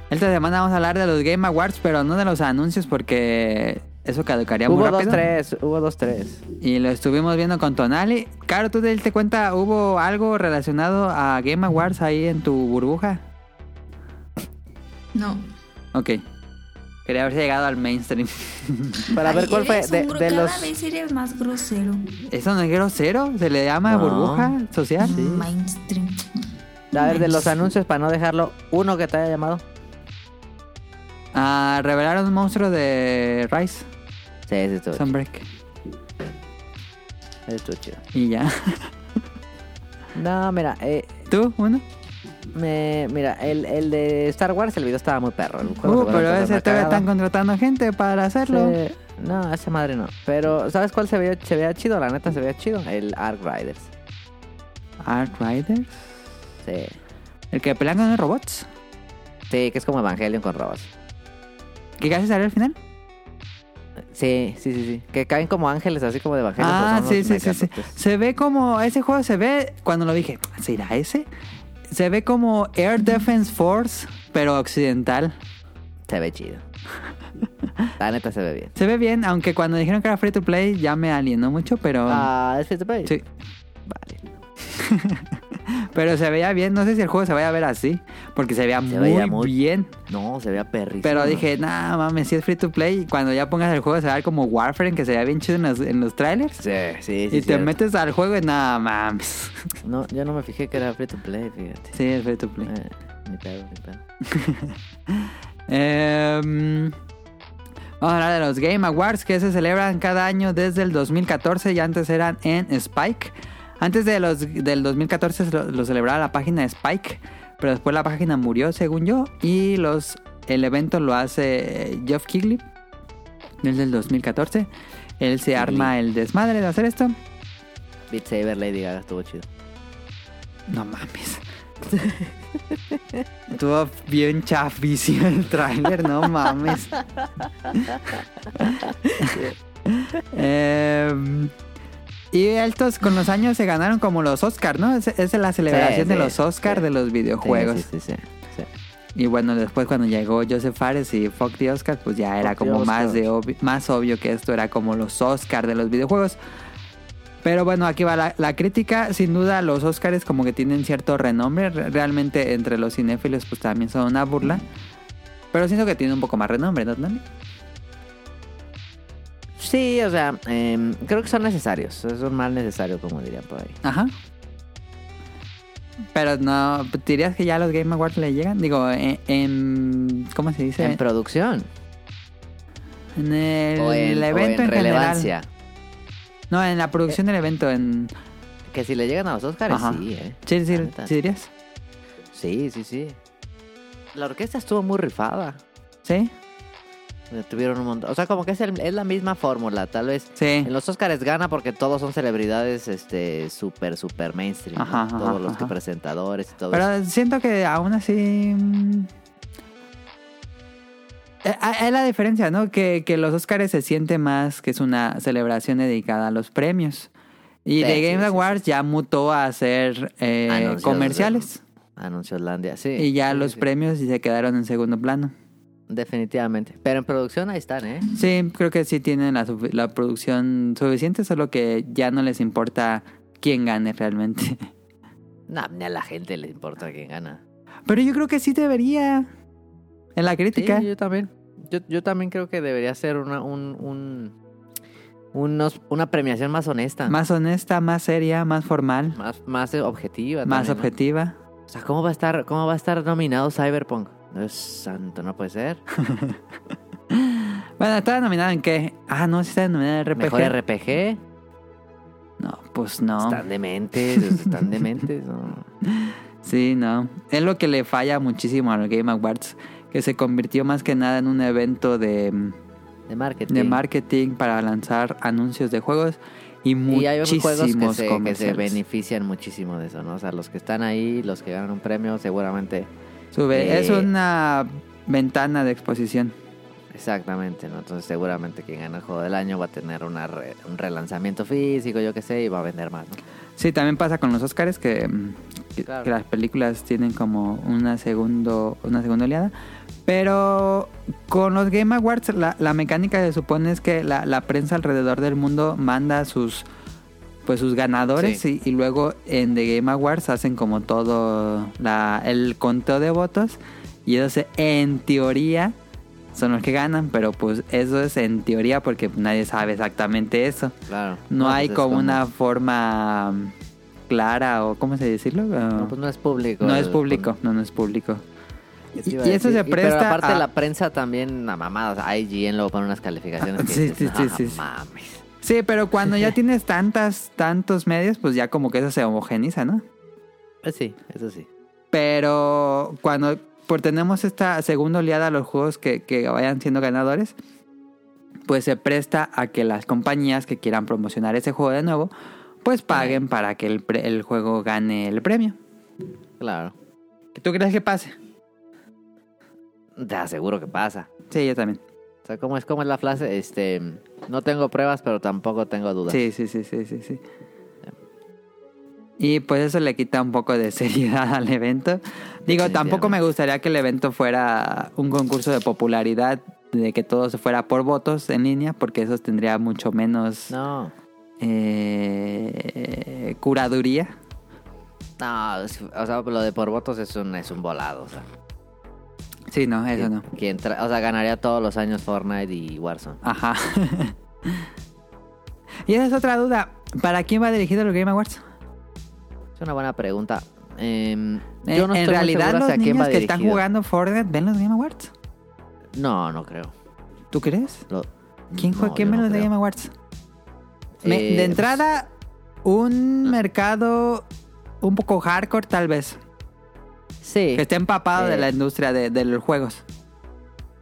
Speaker 3: Esta semana vamos a hablar de los Game Awards, pero no de los anuncios porque eso caducaría muy
Speaker 2: Hubo dos,
Speaker 3: rápido.
Speaker 2: tres, hubo dos, tres.
Speaker 3: Y lo estuvimos viendo con Tonali. Caro, ¿tú te diste cuenta? ¿Hubo algo relacionado a Game Awards ahí en tu burbuja?
Speaker 1: No.
Speaker 3: Ok. Quería haberse llegado al mainstream.
Speaker 2: Para
Speaker 1: Ay,
Speaker 2: ver cuál fue
Speaker 1: eres un
Speaker 2: de,
Speaker 1: gro-
Speaker 2: de
Speaker 1: cada
Speaker 2: los.
Speaker 1: vez eres más grosero.
Speaker 3: ¿Eso no es grosero? ¿Se le llama
Speaker 2: No.
Speaker 3: burbuja
Speaker 2: Ah,
Speaker 3: social?
Speaker 1: Mainstream.
Speaker 2: A ver, de los anuncios para no dejarlo. Uno que te haya llamado.
Speaker 3: Ah, revelaron un monstruo de Rice,
Speaker 2: Sí, sí, estuvo chido.
Speaker 3: Sunbreak.
Speaker 2: Ese estuvo chido.
Speaker 3: Y ya.
Speaker 2: No, mira, eh,
Speaker 3: ¿Tú? ¿Uno?
Speaker 2: me- mira, el, el de Star Wars, el video estaba muy perro. El juego
Speaker 3: Uh,
Speaker 2: seguramente
Speaker 3: pero
Speaker 2: es
Speaker 3: ese
Speaker 2: una
Speaker 3: todavía
Speaker 2: cagada.
Speaker 3: están contratando gente para hacerlo.
Speaker 2: Sí, No, esa madre no. Pero, ¿sabes cuál se veía, se veía chido? La neta se veía chido. El Ark Riders.
Speaker 3: Art Riders.
Speaker 2: Sí.
Speaker 3: El que pelean con los robots.
Speaker 2: Sí, que es como Evangelion con robots.
Speaker 3: ¿Qué casi salió al final?
Speaker 2: Sí, sí, sí, sí. Que caen como ángeles, así como de Evangelion. pero
Speaker 3: Ah,
Speaker 2: son
Speaker 3: sí,
Speaker 2: unos
Speaker 3: sí, sí, sí.
Speaker 2: mecatotes.
Speaker 3: Se ve como. Ese juego se ve. Cuando lo dije, ¿será ese? Se ve como Air Defense Force, pero occidental.
Speaker 2: Se ve chido. La neta se ve bien.
Speaker 3: Se ve bien, aunque cuando dijeron que era free to play ya me alienó mucho, pero.
Speaker 2: Ah, ¿es free to play?
Speaker 3: Sí.
Speaker 2: Vale.
Speaker 3: Pero se veía bien. No sé si el juego se vaya a ver así, porque se veía,
Speaker 2: Se
Speaker 3: muy,
Speaker 2: veía muy-
Speaker 3: bien.
Speaker 2: No, se veía perrísimo.
Speaker 3: Pero dije, nah, mames, si es free to play. Cuando ya pongas el juego, se va a ver como Warframe, que se veía bien chido en los, en los trailers.
Speaker 2: Sí, sí, sí.
Speaker 3: y te
Speaker 2: cierto.
Speaker 3: metes al juego y nada, mames.
Speaker 2: No, yo no me fijé que era free to play, fíjate.
Speaker 3: Sí, es free to play.
Speaker 2: Eh, ni pedo, ni pedo.
Speaker 3: Em, vamos a hablar de los Game Awards que se celebran cada año desde el 2014 y antes eran en Spike. Antes de los, del 2014 se lo, lo celebraba la página Spike, pero después la página murió, según yo, y los, el evento lo hace eh, Geoff Keighley desde el 2014. Él se arma el desmadre de hacer esto.
Speaker 2: Beat Saber Lady Gaga estuvo chido.
Speaker 3: No mames. Estuvo bien chafísimo el tráiler, no mames. Em, y estos con los años se ganaron como los Oscars, ¿no? Es, es la celebración
Speaker 2: Sí,
Speaker 3: de
Speaker 2: sí,
Speaker 3: los Oscars
Speaker 2: sí.
Speaker 3: de los videojuegos.
Speaker 2: Sí, sí, sí. sí, sí.
Speaker 3: Y bueno, después cuando llegó Joseph Fares y Fuck the Oscars, pues ya era
Speaker 2: Fuck the
Speaker 3: como más,
Speaker 2: Oscars.
Speaker 3: de obvi- más obvio que esto era como los Oscars de los videojuegos. Pero bueno, aquí va la, la crítica. Sin duda, los Oscars como que tienen cierto renombre. Re- Realmente entre los cinéfilos, pues también son una burla. Pero siento que tiene un poco más renombre, ¿no, Nami?
Speaker 2: Sí, o sea, em, creo que son necesarios. Es un mal necesario, como dirían por ahí.
Speaker 3: Ajá. Pero no, ¿dirías que ya los Game Awards le llegan? Digo, en... en- ¿Cómo se dice?
Speaker 2: En producción.
Speaker 3: En el,
Speaker 2: o en, o
Speaker 3: evento
Speaker 2: en
Speaker 3: en,
Speaker 2: relevancia.
Speaker 3: general. No, en la producción del evento, en...
Speaker 2: Que si le llegan a los Oscars,
Speaker 3: Ajá.
Speaker 2: sí, ¿eh?
Speaker 3: Sí, sí,
Speaker 2: La neta.
Speaker 3: sí dirías?
Speaker 2: Sí, sí, sí. La orquesta estuvo muy rifada.
Speaker 3: ¿Sí?
Speaker 2: Tuvieron un montón. O sea, como que es, el- es la misma fórmula, tal vez.
Speaker 3: Sí.
Speaker 2: En los Oscars gana porque todos son celebridades este súper, súper mainstream. ¿no?
Speaker 3: Ajá, ajá,
Speaker 2: todos los que
Speaker 3: ajá.
Speaker 2: presentadores y todo eso.
Speaker 3: Pero siento que aún así... mm, eh, ah, Es la diferencia, ¿no? Que, que los Oscars se siente más que es una celebración dedicada a los premios. Y
Speaker 2: Sí,
Speaker 3: The
Speaker 2: sí,
Speaker 3: Game
Speaker 2: sí,
Speaker 3: Awards ya mutó a ser eh,
Speaker 2: Anuncios de-
Speaker 3: comerciales.
Speaker 2: Anunció Hollandia, sí.
Speaker 3: Y ya
Speaker 2: Sí,
Speaker 3: los
Speaker 2: sí,
Speaker 3: premios se quedaron en segundo plano.
Speaker 2: Definitivamente. Pero en producción ahí están, ¿eh?
Speaker 3: Sí, creo que sí tienen la, sufi- la producción suficiente, solo que ya no les importa quién gane realmente.
Speaker 2: Nah, ni a la gente le importa quién gana.
Speaker 3: Pero yo creo que sí debería. En la
Speaker 2: Sí,
Speaker 3: crítica.
Speaker 2: yo también. Yo, yo también creo que debería ser una, un, un- unos- una premiación más honesta.
Speaker 3: Más honesta, más seria, más formal,
Speaker 2: Más, más objetiva. también,
Speaker 3: más
Speaker 2: ¿no?
Speaker 3: objetiva.
Speaker 2: O sea, ¿cómo va a estar, cómo va a estar nominado Cyberpunk? Dios santo, no puede ser.
Speaker 3: Bueno, estaba nominada en qué? Ah, no, sí estaba nominada en RPG.
Speaker 2: Mejor RPG.
Speaker 3: No, pues no.
Speaker 2: Están dementes, están dementes. no.
Speaker 3: Sí, no. Es lo que le falla muchísimo al Game Awards, que se convirtió más que nada en un evento de,
Speaker 2: De marketing.
Speaker 3: de marketing para lanzar anuncios de juegos y
Speaker 2: Y hay
Speaker 3: muchísimos
Speaker 2: juegos que se, que se
Speaker 3: comerciales.
Speaker 2: benefician muchísimo de eso, ¿no? O sea, los que están ahí, los que ganan un premio, seguramente.
Speaker 3: Sube-
Speaker 2: Eh.
Speaker 3: Es una ventana de exposición.
Speaker 2: Exactamente, ¿no? Entonces seguramente quien gana el juego del año va a tener una re- un relanzamiento físico, yo qué sé, y va a vender más, ¿no?
Speaker 3: Sí, también pasa con los Oscars que, mm, que-
Speaker 2: Claro.
Speaker 3: que las películas tienen como una segundo una segunda oleada. Pero con los Game Awards la, la mecánica se supone es que la, la prensa alrededor del mundo manda sus pues sus ganadores y, y luego en The Game Awards hacen como todo la- el conteo de votos y entonces en teoría son los que ganan, pero pues eso es en teoría porque nadie sabe exactamente eso.
Speaker 2: Claro.
Speaker 3: No hay
Speaker 2: pues es
Speaker 3: como, una forma mm, clara o cómo se decirlo. Ah,
Speaker 2: No, pues no es público.
Speaker 3: no
Speaker 2: el-
Speaker 3: es público, no, no es público.
Speaker 2: Yo te
Speaker 3: Y-
Speaker 2: iba a
Speaker 3: y eso
Speaker 2: decir,
Speaker 3: se presta
Speaker 2: pero aparte
Speaker 3: a-
Speaker 2: la prensa también, la mamada. O sea, IGN luego pone unas calificaciones.
Speaker 3: Ah,
Speaker 2: que
Speaker 3: sí,
Speaker 2: dices,
Speaker 3: sí, sí,
Speaker 2: "No
Speaker 3: sí, sí".
Speaker 2: mames".
Speaker 3: Sí, pero cuando ya tienes tantas, tantos medios, pues ya como que eso se homogeniza, ¿no?
Speaker 2: Pues sí, eso sí.
Speaker 3: Pero cuando por tenemos esta segunda oleada a los juegos que, que vayan siendo ganadores, pues se presta a que las compañías que quieran promocionar ese juego de nuevo, pues paguen para que el, pre- el juego gane el premio.
Speaker 2: Claro.
Speaker 3: ¿Tú crees que pase?
Speaker 2: Te aseguro que pasa.
Speaker 3: Sí, yo también.
Speaker 2: O sea, ¿cómo es, cómo es la frase? Este, no tengo pruebas, pero tampoco tengo dudas.
Speaker 3: Sí, sí, sí, sí, sí, sí. Y pues eso le quita un poco de seriedad al evento. Digo, tampoco me gustaría que el evento fuera un concurso de popularidad, de que todo se fuera por votos en línea, porque eso tendría mucho menos
Speaker 2: No.
Speaker 3: eh, curaduría.
Speaker 2: No, es- o sea, lo de por votos es un, es un volado, o sea.
Speaker 3: Sí, no, eso
Speaker 2: Quien-
Speaker 3: no.
Speaker 2: quien tra- o sea, ganaría todos los años Fortnite y Warzone.
Speaker 3: Ajá. y esa es otra duda. ¿Para quién va dirigido los Game Awards?
Speaker 2: Es una buena pregunta. Em,
Speaker 3: Eh,
Speaker 2: yo no
Speaker 3: en
Speaker 2: estoy muy
Speaker 3: realidad
Speaker 2: seguro
Speaker 3: los
Speaker 2: hacia quién
Speaker 3: niños
Speaker 2: va
Speaker 3: que están
Speaker 2: dirigido.
Speaker 3: jugando Fortnite ven los Game Awards.
Speaker 2: No, no creo.
Speaker 3: ¿Tú crees?
Speaker 2: Lo-
Speaker 3: ¿Quién juega?
Speaker 2: No,
Speaker 3: ¿Quién
Speaker 2: yo
Speaker 3: me
Speaker 2: no
Speaker 3: los de
Speaker 2: creo.
Speaker 3: Game Awards? Me-
Speaker 2: Eh, Ah.
Speaker 3: de entrada, un mercado un poco hardcore, tal vez.
Speaker 2: Sí,
Speaker 3: Que esté empapado de
Speaker 2: Eh.
Speaker 3: la industria de, de los juegos.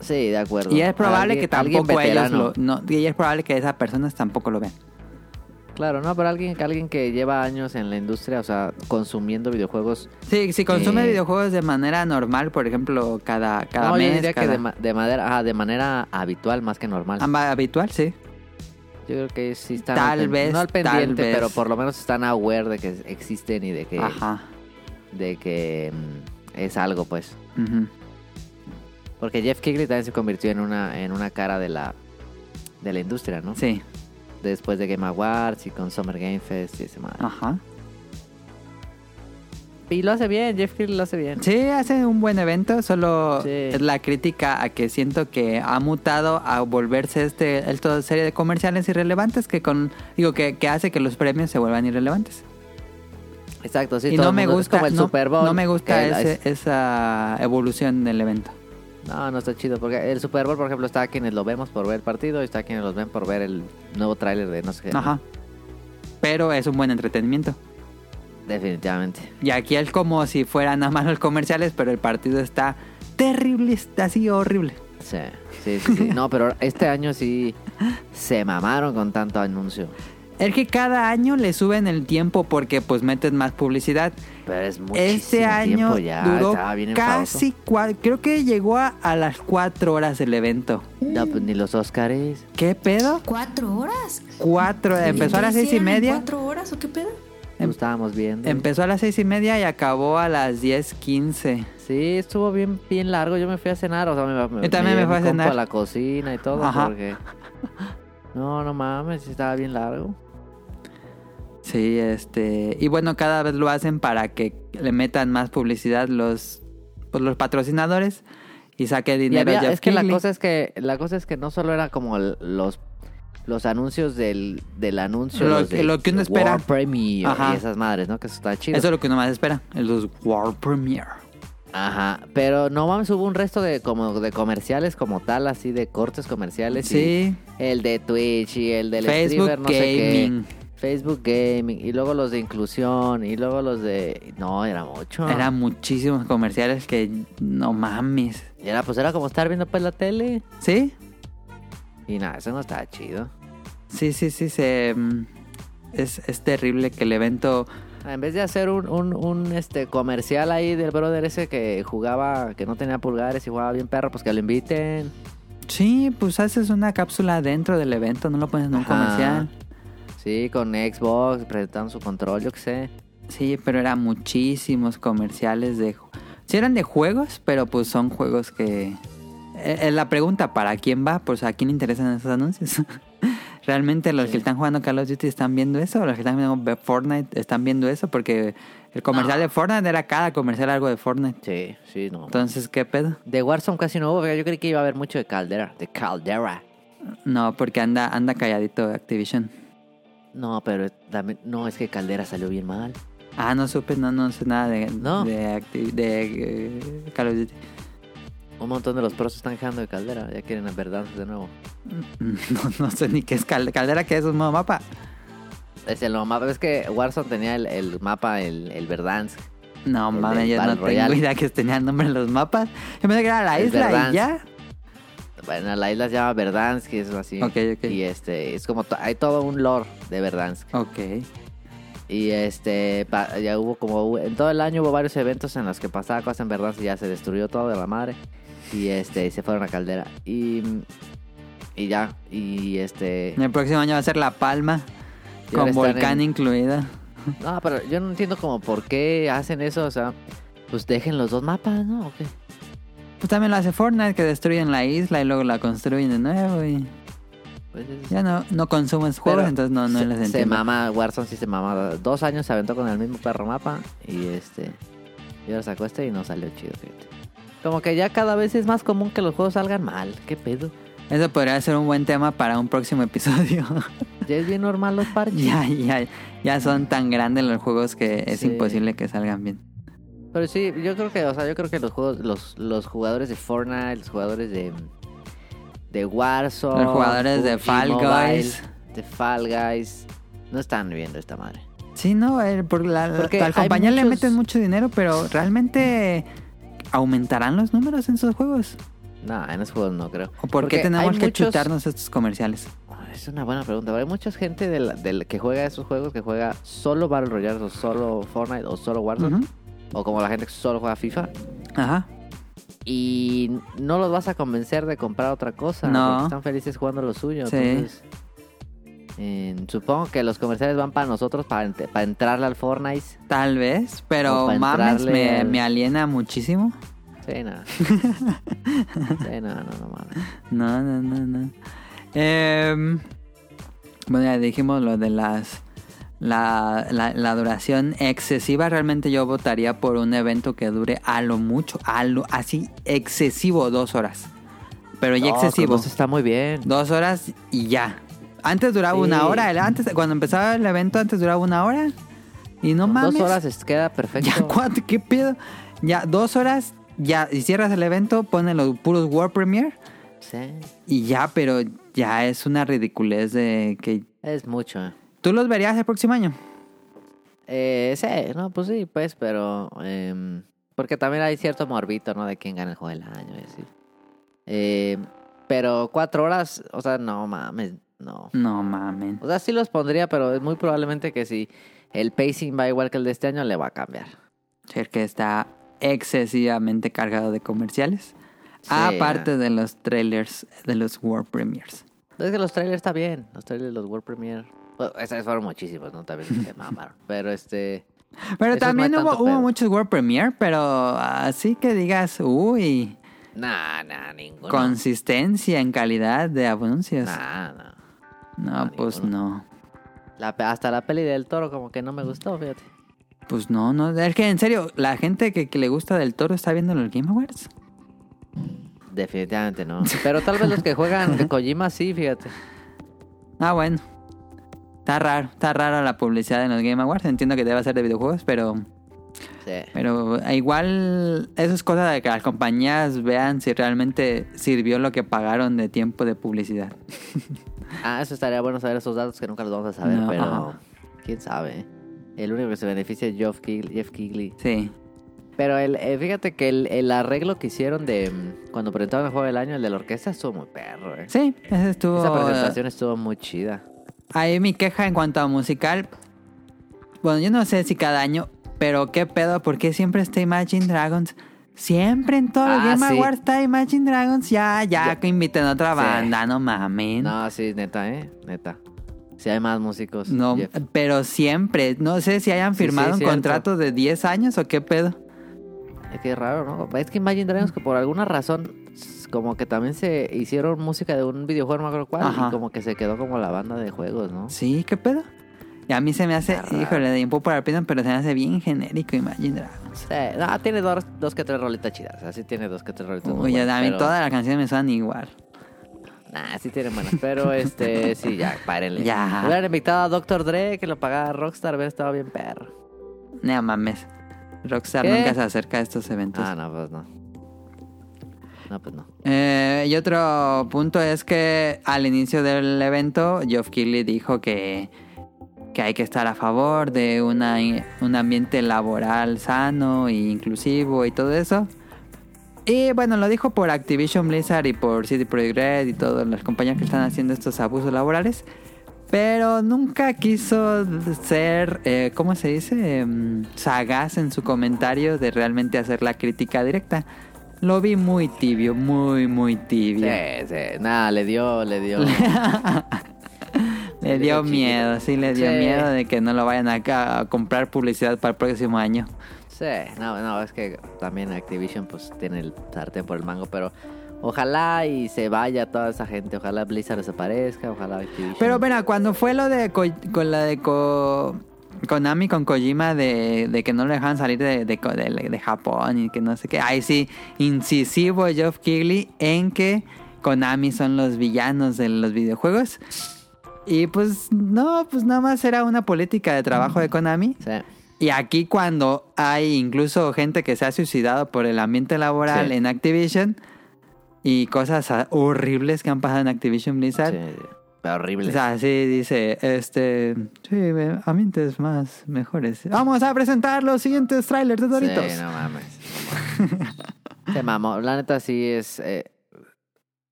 Speaker 2: sí, de acuerdo.
Speaker 3: Y es probable
Speaker 2: Alguien-
Speaker 3: que
Speaker 2: alguien
Speaker 3: tampoco ellos
Speaker 2: veterano.
Speaker 3: lo. No, y es probable que esas personas tampoco lo vean.
Speaker 2: Claro, no, pero alguien, alguien que lleva años en la industria, o sea, consumiendo videojuegos.
Speaker 3: Sí, si consume
Speaker 2: Eh.
Speaker 3: videojuegos de manera normal, por ejemplo, cada, cada
Speaker 2: no, yo
Speaker 3: mes.
Speaker 2: diría que
Speaker 3: cada-
Speaker 2: de, ma- de madera, ajá, de manera habitual más que normal.
Speaker 3: amba- habitual, sí.
Speaker 2: Yo creo que sí están. al
Speaker 3: Tal
Speaker 2: pen-
Speaker 3: vez,
Speaker 2: No al
Speaker 3: tal
Speaker 2: pendiente,
Speaker 3: vez.
Speaker 2: pero por lo menos están aware de que existen y de que,
Speaker 3: Ajá.
Speaker 2: de que mm, es algo, pues.
Speaker 3: Ujú.
Speaker 2: Porque Jeff Kigley también se convirtió en una, en una cara de la, de la industria, ¿no?
Speaker 3: Sí, Ah.
Speaker 2: Después de Game Awards y con Summer Game Fest y ese madre.
Speaker 3: ajá.
Speaker 2: Y lo hace bien, Jeff Keighley lo hace bien.
Speaker 3: Sí, hace un buen evento, solo
Speaker 2: Sí.
Speaker 3: es la crítica a que siento que ha mutado a volverse este esta serie de comerciales irrelevantes que con digo que, que hace que los premios se vuelvan irrelevantes.
Speaker 2: Exacto, sí.
Speaker 3: y
Speaker 2: todo
Speaker 3: no
Speaker 2: el
Speaker 3: me
Speaker 2: mundo- es
Speaker 3: gusta
Speaker 2: como el
Speaker 3: no,
Speaker 2: Super Bowl.
Speaker 3: no me gusta
Speaker 2: que la-
Speaker 3: ese- esa evolución del evento.
Speaker 2: No, no está chido, porque el Super Bowl, por ejemplo, está a quienes lo vemos por ver el partido y está a quienes los ven por ver el nuevo tráiler de no sé qué.
Speaker 3: Ajá. Pero es un buen entretenimiento.
Speaker 2: Definitivamente.
Speaker 3: Y aquí es como si fueran nada más los comerciales, pero el partido está terrible, está así horrible.
Speaker 2: Sí, sí, sí, sí. No, pero este año sí se mamaron con tanto anuncio.
Speaker 3: Es que cada año le suben el tiempo porque pues meten más publicidad.
Speaker 2: Pero es muchísimo
Speaker 3: Este año
Speaker 2: tiempo ya.
Speaker 3: duró
Speaker 2: estaba bien enfadoso.
Speaker 3: casi cua- creo que llegó a, a las cuatro horas el evento.
Speaker 2: No, pues ni los Oscars.
Speaker 3: ¿Qué pedo?
Speaker 1: ¿Cuatro horas?
Speaker 3: Cuatro, empezó a
Speaker 1: qué
Speaker 3: las seis y
Speaker 1: hicieron en
Speaker 3: media,
Speaker 1: ¿Cuatro horas o qué pedo?
Speaker 3: Em-
Speaker 2: Lo estábamos viendo.
Speaker 3: empezó a las seis y media y acabó a las diez quince.
Speaker 2: Sí, estuvo bien, bien largo. Yo me fui a cenar, o sea, me, me,
Speaker 3: Yo también me
Speaker 2: llevé
Speaker 3: fui a
Speaker 2: mi compa
Speaker 3: cenar.
Speaker 2: a la cocina y todo,
Speaker 3: Ajá.
Speaker 2: porque... No, no mames, sí estaba bien largo.
Speaker 3: Sí, este. Y bueno, cada vez lo hacen para que le metan más publicidad los, pues, los patrocinadores y saque
Speaker 2: Y
Speaker 3: dinero.
Speaker 2: había-
Speaker 3: Jeff
Speaker 2: es que la
Speaker 3: Keighley.
Speaker 2: cosa es que la cosa es que no solo era como el- los los anuncios del, del anuncio
Speaker 3: Lo-
Speaker 2: los de
Speaker 3: lo que uno espera.
Speaker 2: World Premiere
Speaker 3: Ajá.
Speaker 2: y esas madres, ¿no? Que eso está chido.
Speaker 3: Eso es lo que uno más espera: los World Premiere.
Speaker 2: Ajá, pero no mames, hubo un resto de como de comerciales como tal, así de cortes comerciales.
Speaker 3: Sí.
Speaker 2: y el de Twitch y el del
Speaker 3: Facebook
Speaker 2: streamer, no sé qué.
Speaker 3: Gaming.
Speaker 2: Facebook Gaming y luego los de inclusión y luego los de no, era mucho.
Speaker 3: Eran muchísimos comerciales que no mames.
Speaker 2: Era pues era como estar viendo pues la tele
Speaker 3: ¿Sí?
Speaker 2: y nada, eso no estaba chido.
Speaker 3: Sí, sí, sí, se. mm, Es, es terrible que el evento.
Speaker 2: En vez de hacer un, un, un, este comercial ahí del brother ese que jugaba, que no tenía pulgares y jugaba bien perro, pues que lo inviten.
Speaker 3: Sí, pues haces una cápsula dentro del evento, no lo pones en un
Speaker 2: Ajá.
Speaker 3: comercial.
Speaker 2: Sí, con Xbox, presentando su control, yo qué sé.
Speaker 3: Sí, pero eran muchísimos comerciales de... ju- Sí eran de juegos, pero pues son juegos que... Eh, eh, la pregunta, ¿para quién va? Pues a quién interesan esos anuncios. ¿Realmente los que están jugando Call of Duty están viendo eso? ¿O los que están viendo Fortnite están viendo eso? Porque el comercial de Fortnite era cada comercial algo de Fortnite.
Speaker 2: Sí, sí, no.
Speaker 3: Entonces, ¿qué pedo?
Speaker 2: De Warzone casi no hubo, porque yo creí que iba a haber mucho de Caldera, de Caldera.
Speaker 3: No, porque anda, anda calladito Activision.
Speaker 2: No, pero también, no, es que Caldera salió bien mal.
Speaker 3: Ah, no supe, no, no sé nada de,
Speaker 2: No.
Speaker 3: de, Acti- de, eh, Call of Duty.
Speaker 2: Un montón de los pros están dejando de Caldera, ya quieren verdad de nuevo.
Speaker 3: No, no sé ni qué es Cal- Caldera, que es un nuevo mapa.
Speaker 2: Es el nuevo mapa, es que Warzone tenía el, el mapa, el, el Verdansk.
Speaker 3: No
Speaker 2: El del
Speaker 3: mames, yo no
Speaker 2: Battle Royale.
Speaker 3: tengo idea que tenían nombre en los mapas. Yo pensé que era la
Speaker 2: El
Speaker 3: isla
Speaker 2: Verdansk.
Speaker 3: y ya.
Speaker 2: Bueno, la isla se llama Verdansk y es así.
Speaker 3: Ok, ok.
Speaker 2: Y este, es como, to- hay todo un lore de Verdansk.
Speaker 3: Ok.
Speaker 2: Y este, pa- ya hubo como, en todo el año hubo varios eventos en los que pasaba cosas en Verdansk y ya se destruyó todo de la madre. Y este, y se fueron a Caldera. Y, y ya, y este...
Speaker 3: En el próximo año va a ser La Palma,
Speaker 2: y ahora
Speaker 3: con
Speaker 2: están
Speaker 3: volcán
Speaker 2: en-
Speaker 3: incluida.
Speaker 2: No, pero yo no entiendo como por qué hacen eso, o sea, pues dejen los dos mapas, ¿no? ¿O qué?
Speaker 3: Pues también lo hace Fortnite, que destruyen la isla y luego la construyen de nuevo. Y
Speaker 2: Pues es-
Speaker 3: ya no, no consumen juegos,
Speaker 2: Pero
Speaker 3: entonces no, no
Speaker 2: se,
Speaker 3: les
Speaker 2: se
Speaker 3: entiendo.
Speaker 2: mama, Warzone sí se mama. Dos años se aventó con el mismo perro mapa y este. Y ahora sacó este y no salió chido, fíjate. Como que ya cada vez es más común que los juegos salgan mal. ¿Qué pedo?
Speaker 3: Eso podría ser un buen tema para un próximo episodio.
Speaker 2: Ya es bien normal los parches.
Speaker 3: ya, ya, ya son tan grandes los juegos que es
Speaker 2: Sí.
Speaker 3: imposible que salgan bien.
Speaker 2: Pero sí, yo creo que, o sea, yo creo que los juegos, los, los jugadores de Fortnite, los jugadores de. de Warzone.
Speaker 3: Los jugadores de
Speaker 2: PUBG
Speaker 3: Fall
Speaker 2: Mobile,
Speaker 3: Guys.
Speaker 2: De Fall Guys. No están viendo esta madre.
Speaker 3: Sí, no, el- por la,
Speaker 2: Porque
Speaker 3: al
Speaker 2: hay
Speaker 3: compañía le
Speaker 2: muchos-
Speaker 3: meten mucho dinero, pero realmente aumentarán los números en sus juegos.
Speaker 2: No, en los juegos no creo.
Speaker 3: ¿O por qué
Speaker 2: Porque hay
Speaker 3: tenemos que
Speaker 2: muchos-
Speaker 3: chutarnos estos comerciales?
Speaker 2: Ah, Es una buena pregunta. pero Hay mucha gente del del que juega esos juegos que juega solo Battle Royale o solo Fortnite o solo Warzone.
Speaker 3: Ujú.
Speaker 2: O como la gente que solo juega FIFA.
Speaker 3: Ajá.
Speaker 2: Y no los vas a convencer de comprar otra cosa.
Speaker 3: No.
Speaker 2: porque están felices jugando lo suyo.
Speaker 3: Sí.
Speaker 2: entonces, eh, supongo que los comerciales van para nosotros, para, ent- para entrarle al Fortnite.
Speaker 3: Tal vez, pero
Speaker 2: O para
Speaker 3: mames,
Speaker 2: entrarle
Speaker 3: me,
Speaker 2: al-
Speaker 3: me aliena muchísimo.
Speaker 2: Sí, nada. sí, no, no, no mames.
Speaker 3: No, no, no, no. Em, bueno, ya dijimos lo de las la, la- la duración excesiva, realmente yo votaría por un evento que dure a lo mucho, a lo, así excesivo dos horas. Pero ya
Speaker 2: No, con
Speaker 3: excesivo.
Speaker 2: dos está muy bien.
Speaker 3: Dos horas y ya. Antes duraba
Speaker 2: Sí.
Speaker 3: una hora. el- Antes, cuando empezaba el evento, antes duraba una hora. Y no
Speaker 2: Con
Speaker 3: mames.
Speaker 2: Dos horas es- queda perfecto.
Speaker 3: Ya, ¿cuánto? ¿Qué pedo? Ya, dos horas. Ya, y cierras el evento, ponen los puros World Premiere.
Speaker 2: Sí.
Speaker 3: Y ya, pero ya es una ridiculez de que...
Speaker 2: Es mucho. eh.
Speaker 3: ¿Tú los verías el próximo año?
Speaker 2: Eh, sí, no, pues sí, pues, pero... em, porque también hay cierto morbito, ¿no? De quién gana el juego del año y así. Eh, pero cuatro horas, o sea, no mames, no.
Speaker 3: No, mamen.
Speaker 2: O sea, sí los pondría, pero es muy probablemente que si el pacing va igual que el de este año, le va a cambiar.
Speaker 3: Ser que está excesivamente cargado de comerciales.
Speaker 2: Sí.
Speaker 3: Ah, aparte de los trailers de los World Premiers.
Speaker 2: ah. Es que los trailers está bien. Los trailers, los World Premiere. Bueno, esas fueron muchísimos, ¿no? También se mamaron. Pero este.
Speaker 3: Pero
Speaker 2: Esos no
Speaker 3: también
Speaker 2: hay
Speaker 3: hubo,
Speaker 2: tanto
Speaker 3: hubo
Speaker 2: pedo.
Speaker 3: muchos World Premiere, pero así que digas, uy,
Speaker 2: Nah, nah, ninguno.
Speaker 3: consistencia en calidad de anuncios.
Speaker 2: Nah, nah.
Speaker 3: no,
Speaker 2: no,
Speaker 3: pues no.
Speaker 2: La pe- hasta la peli del toro, como que no me gustó, fíjate.
Speaker 3: Pues no, no. Es que en serio, la gente que, que le gusta del toro está viendo los Game Awards.
Speaker 2: Definitivamente no. Pero tal vez los que juegan de Kojima sí, fíjate.
Speaker 3: Ah, bueno. Está raro, está rara la publicidad en los Game Awards. Entiendo que debe ser de videojuegos, pero
Speaker 2: Sí.
Speaker 3: Pero igual eso es cosa de que las compañías vean si realmente sirvió lo que pagaron de tiempo de publicidad.
Speaker 2: Ah, eso estaría bueno saber esos datos que nunca los vamos a saber,
Speaker 3: No,
Speaker 2: pero.
Speaker 3: ajá.
Speaker 2: Quién sabe. El único que se beneficia es Jeff Keighley. Jeff Keighley.
Speaker 3: Sí.
Speaker 2: Pero el, eh, fíjate que el, el arreglo que hicieron de. mm, Cuando presentaron el juego del año, el de la orquesta estuvo muy perro, eh.
Speaker 3: Sí, ese estuvo... eh,
Speaker 2: Esa presentación estuvo muy chida.
Speaker 3: Ahí mi queja en cuanto a musical. Bueno, yo no sé si cada año, pero qué pedo, porque siempre está Imagine Dragons. Siempre en todos los
Speaker 2: Ah,
Speaker 3: Game
Speaker 2: sí.
Speaker 3: Awards está Imagine Dragons. Ya, ya,
Speaker 2: Ya.
Speaker 3: que inviten a otra
Speaker 2: Sí.
Speaker 3: banda, no mamen.
Speaker 2: No, sí, neta, ¿eh? Neta. Si hay más músicos.
Speaker 3: No,
Speaker 2: Jeff.
Speaker 3: pero siempre. No sé si hayan
Speaker 2: pues, Sí, sí,
Speaker 3: firmado un
Speaker 2: cierto.
Speaker 3: contrato de 10 años o qué pedo.
Speaker 2: Es que es raro, ¿no? Es que Imagine Dragons que por alguna razón s- como que también se hicieron música de un videojuego, no me acuerdo cuál,
Speaker 3: Ajá.
Speaker 2: y como que se quedó como la banda de juegos, ¿no?
Speaker 3: Sí, ¿qué pedo? Y a mí se me hace,
Speaker 2: Está raro.
Speaker 3: híjole, de un para opinión, pero se me hace bien genérico Imagine Dragons.
Speaker 2: Sí, no, tiene dos, dos que tres rolitas chidas. Así tiene dos que tres rolitas. muy
Speaker 3: Uy,
Speaker 2: buenas,
Speaker 3: a mí
Speaker 2: pero-
Speaker 3: todas las canciones me suenan igual.
Speaker 2: Nah, sí tiene buenas. Pero este, sí, ya, párenle.
Speaker 3: Ya.
Speaker 2: Hubieran invitado a Dr. Dre, que lo pagaba Rockstar, hubiera estado bien perro.
Speaker 3: No mames. Rockstar
Speaker 2: ¿Qué?
Speaker 3: nunca se acerca a estos eventos.
Speaker 2: Ah, no, pues no. No, pues no.
Speaker 3: Eh, y otro punto es que al inicio del evento, Geoff Keighley dijo que, que hay que estar a favor de una, un ambiente laboral sano e inclusivo y todo eso. Y bueno, lo dijo por Activision Blizzard y por City Projekt Red y todas las compañías que están haciendo estos abusos laborales. Pero nunca quiso ser, eh, ¿cómo se dice? Em, sagaz en su comentario de realmente hacer la crítica directa. Lo vi muy tibio, muy, muy tibio.
Speaker 2: Sí, sí. Nada, le dio, le dio.
Speaker 3: Le dio miedo, sí, le dio
Speaker 2: Sí.
Speaker 3: miedo de que no lo vayan acá a comprar publicidad para el próximo año.
Speaker 2: Sí, no, no, es que también Activision pues tiene el sartén por el mango, pero ojalá y se vaya toda esa gente, ojalá Blizzard desaparezca, ojalá Activision.
Speaker 3: Pero mira, cuando fue lo de Ko- con la de Ko- Konami con Kojima de, de que no lo dejaban salir de, de Ko- de- de Japón y que no sé qué. Ahí sí, incisivo Geoff Keighley en que Konami son los villanos de los videojuegos. Y pues no, pues nada más era una política de trabajo de Konami.
Speaker 2: Sí,
Speaker 3: Y aquí cuando hay incluso gente que se ha suicidado por el ambiente laboral
Speaker 2: Sí.
Speaker 3: en Activision y cosas ah, horribles que han pasado en Activision Blizzard.
Speaker 2: sí, pero horrible.
Speaker 3: O sea, sí dice, este, sí, me- ambientes más mejores. Vamos a presentar los siguientes trailers de Doritos.
Speaker 2: Sí, no mames. Se mamó, la neta sí es... eh,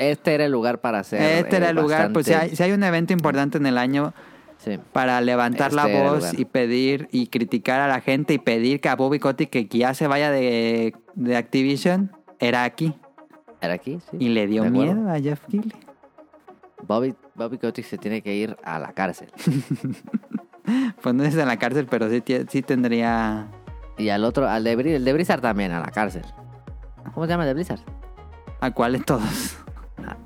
Speaker 2: este era el lugar para hacer...
Speaker 3: este era
Speaker 2: eh,
Speaker 3: el lugar, pues si hay,
Speaker 2: bastante-
Speaker 3: si hay un evento importante en el año
Speaker 2: Sí.
Speaker 3: para levantar la
Speaker 2: Este era el
Speaker 3: voz
Speaker 2: lugar.
Speaker 3: y pedir y criticar a la gente y pedir que a Bobby Kotick que ya se vaya de, de Activision, era aquí.
Speaker 2: ¿Era aquí? Sí.
Speaker 3: Y le dio
Speaker 2: De acuerdo.
Speaker 3: miedo a Jeff Keighley.
Speaker 2: Bobby, Bobby Kotick se tiene que ir a la cárcel.
Speaker 3: Pues no es en la cárcel, pero sí, tie- sí tendría...
Speaker 2: Y al otro, al de, Bri- el de Blizzard también, a la cárcel. ¿Cómo se llama el de Blizzard?
Speaker 3: ¿A cuáles todos?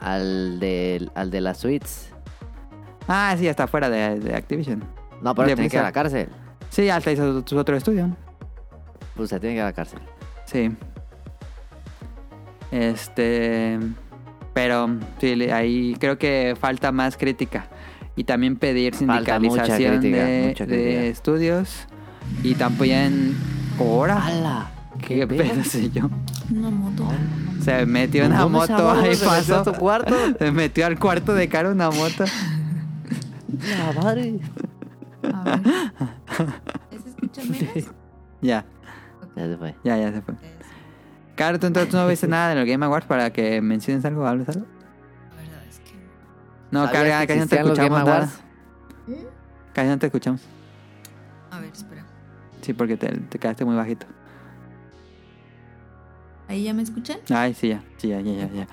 Speaker 2: A- Al de, al de las suites.
Speaker 3: Ah, sí, hasta fuera de, de Activision.
Speaker 2: No, pero
Speaker 3: De
Speaker 2: se tiene que ir a la
Speaker 3: Blizzard.
Speaker 2: cárcel.
Speaker 3: Sí, hasta hizo su otro estudio.
Speaker 2: Pues se tiene que ir a la cárcel.
Speaker 3: Sí. Este. Pero sí, le- ahí creo que falta más crítica. Y también pedir
Speaker 2: Falta mucha
Speaker 3: sindicalización
Speaker 2: crítica,
Speaker 3: de,
Speaker 2: mucha
Speaker 3: de
Speaker 2: crítica.
Speaker 3: estudios. Y también. ¡Hora!
Speaker 2: ¡Hala!
Speaker 3: ¿Qué, pedo sé yo?
Speaker 1: Una moto.
Speaker 3: Se metió una
Speaker 2: ¿Cómo esa
Speaker 3: moto
Speaker 2: morra
Speaker 3: ahí
Speaker 2: se metió
Speaker 3: pasó.
Speaker 2: a tu cuarto?
Speaker 3: Se metió al cuarto de cara una moto.
Speaker 2: ¡La madre!
Speaker 1: A ver. ¿Se escucha menos?
Speaker 3: ya,
Speaker 2: Ya se fue.
Speaker 3: ya, ya se fue. Caro, ¿tú entonces no viste nada de los Game Awards para que menciones algo, hables algo?
Speaker 1: La verdad es que
Speaker 3: No,
Speaker 2: ¿Sabías
Speaker 3: Caro,
Speaker 2: que
Speaker 3: ya casi no te
Speaker 2: existían los Game
Speaker 3: escuchamos nada.
Speaker 2: Awards?
Speaker 3: Casi no te escuchamos.
Speaker 1: A ver, espera.
Speaker 3: Sí, porque te, te quedaste muy bajito.
Speaker 1: ¿Ahí ya me escuchan?
Speaker 3: Ay, sí, ya, sí, ya, ya, ya. ya.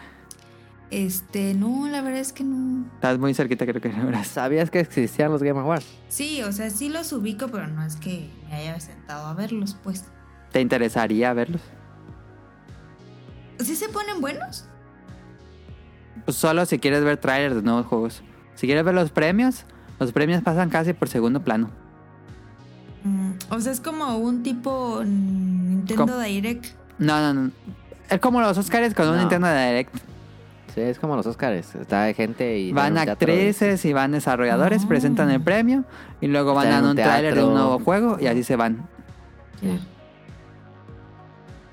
Speaker 1: Este, no, la verdad es que no.
Speaker 3: Estás muy cerquita, creo que ahora sí.
Speaker 2: ¿Sabías que existían los Game Awards?
Speaker 1: Sí, o sea, sí los ubico, pero no es que me haya sentado a verlos, pues.
Speaker 3: ¿Te interesaría verlos?
Speaker 1: ¿Sí se ponen buenos?
Speaker 3: Pues solo si quieres ver trailers de nuevos juegos. Si quieres ver los premios, los premios pasan casi por segundo plano.
Speaker 1: Mm, o sea, es como un tipo Nintendo
Speaker 3: ¿Cómo?
Speaker 1: Direct.
Speaker 3: No, no, no. Es como los Oscars con un
Speaker 2: No.
Speaker 3: Nintendo Direct.
Speaker 2: Sí, es como los Oscars. Está de gente y...
Speaker 3: Van
Speaker 2: en un teatro
Speaker 3: actrices y van desarrolladores,
Speaker 1: Ah.
Speaker 3: presentan el premio y luego van
Speaker 2: Están en
Speaker 3: dando
Speaker 2: un
Speaker 3: un tráiler de un
Speaker 2: teatro.
Speaker 3: nuevo juego y así se van.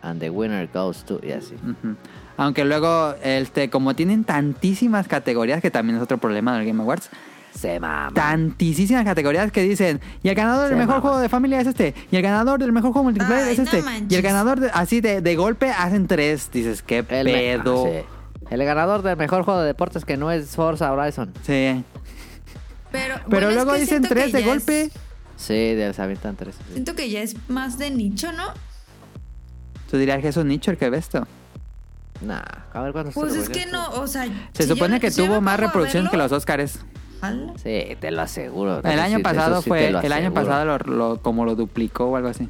Speaker 2: And the winner goes to... Y así.
Speaker 3: Ujú. Aunque luego, este, como tienen tantísimas categorías, que también es otro problema del Game Awards,
Speaker 2: Se mama.
Speaker 3: tantísimas categorías que dicen, y el ganador del
Speaker 2: Se
Speaker 3: mejor
Speaker 2: maman.
Speaker 3: juego de familia es este, y el ganador del mejor juego multiplayer
Speaker 1: Ay,
Speaker 3: es
Speaker 1: no
Speaker 3: este, y
Speaker 1: manches.
Speaker 3: el ganador de- así de, de golpe hacen tres, dices, qué
Speaker 2: El me-
Speaker 3: pedo.
Speaker 2: Ah, sí. El ganador del mejor juego de deportes que no es Forza Horizon.
Speaker 3: sí.
Speaker 1: Pero,
Speaker 3: Pero
Speaker 1: bueno, es
Speaker 3: luego
Speaker 1: que
Speaker 3: dicen
Speaker 1: siento que
Speaker 3: tres de
Speaker 1: ya es-
Speaker 3: golpe.
Speaker 2: Sí, de los avientan tres.
Speaker 1: siento que ya es más de nicho, ¿no?
Speaker 3: Tú dirías que es un nicho el que ves esto.
Speaker 2: Nah, a ver cuántos
Speaker 1: Pues es
Speaker 2: reuniones
Speaker 1: que
Speaker 2: tuvo.
Speaker 1: no, o sea.
Speaker 3: Se
Speaker 1: si
Speaker 3: supone
Speaker 1: yo-
Speaker 3: que
Speaker 1: si yo
Speaker 3: tuvo
Speaker 1: me
Speaker 3: más
Speaker 1: pongo a
Speaker 3: reproducciones que
Speaker 1: verlo,
Speaker 3: los Oscars.
Speaker 1: ojalá.
Speaker 2: Sí, te lo aseguro.
Speaker 3: El
Speaker 2: Eso
Speaker 3: año
Speaker 2: sí-
Speaker 3: pasado
Speaker 2: eso sí
Speaker 3: fue,
Speaker 2: te lo
Speaker 3: el año
Speaker 2: aseguro.
Speaker 3: pasado lo, lo- como lo duplicó o algo así.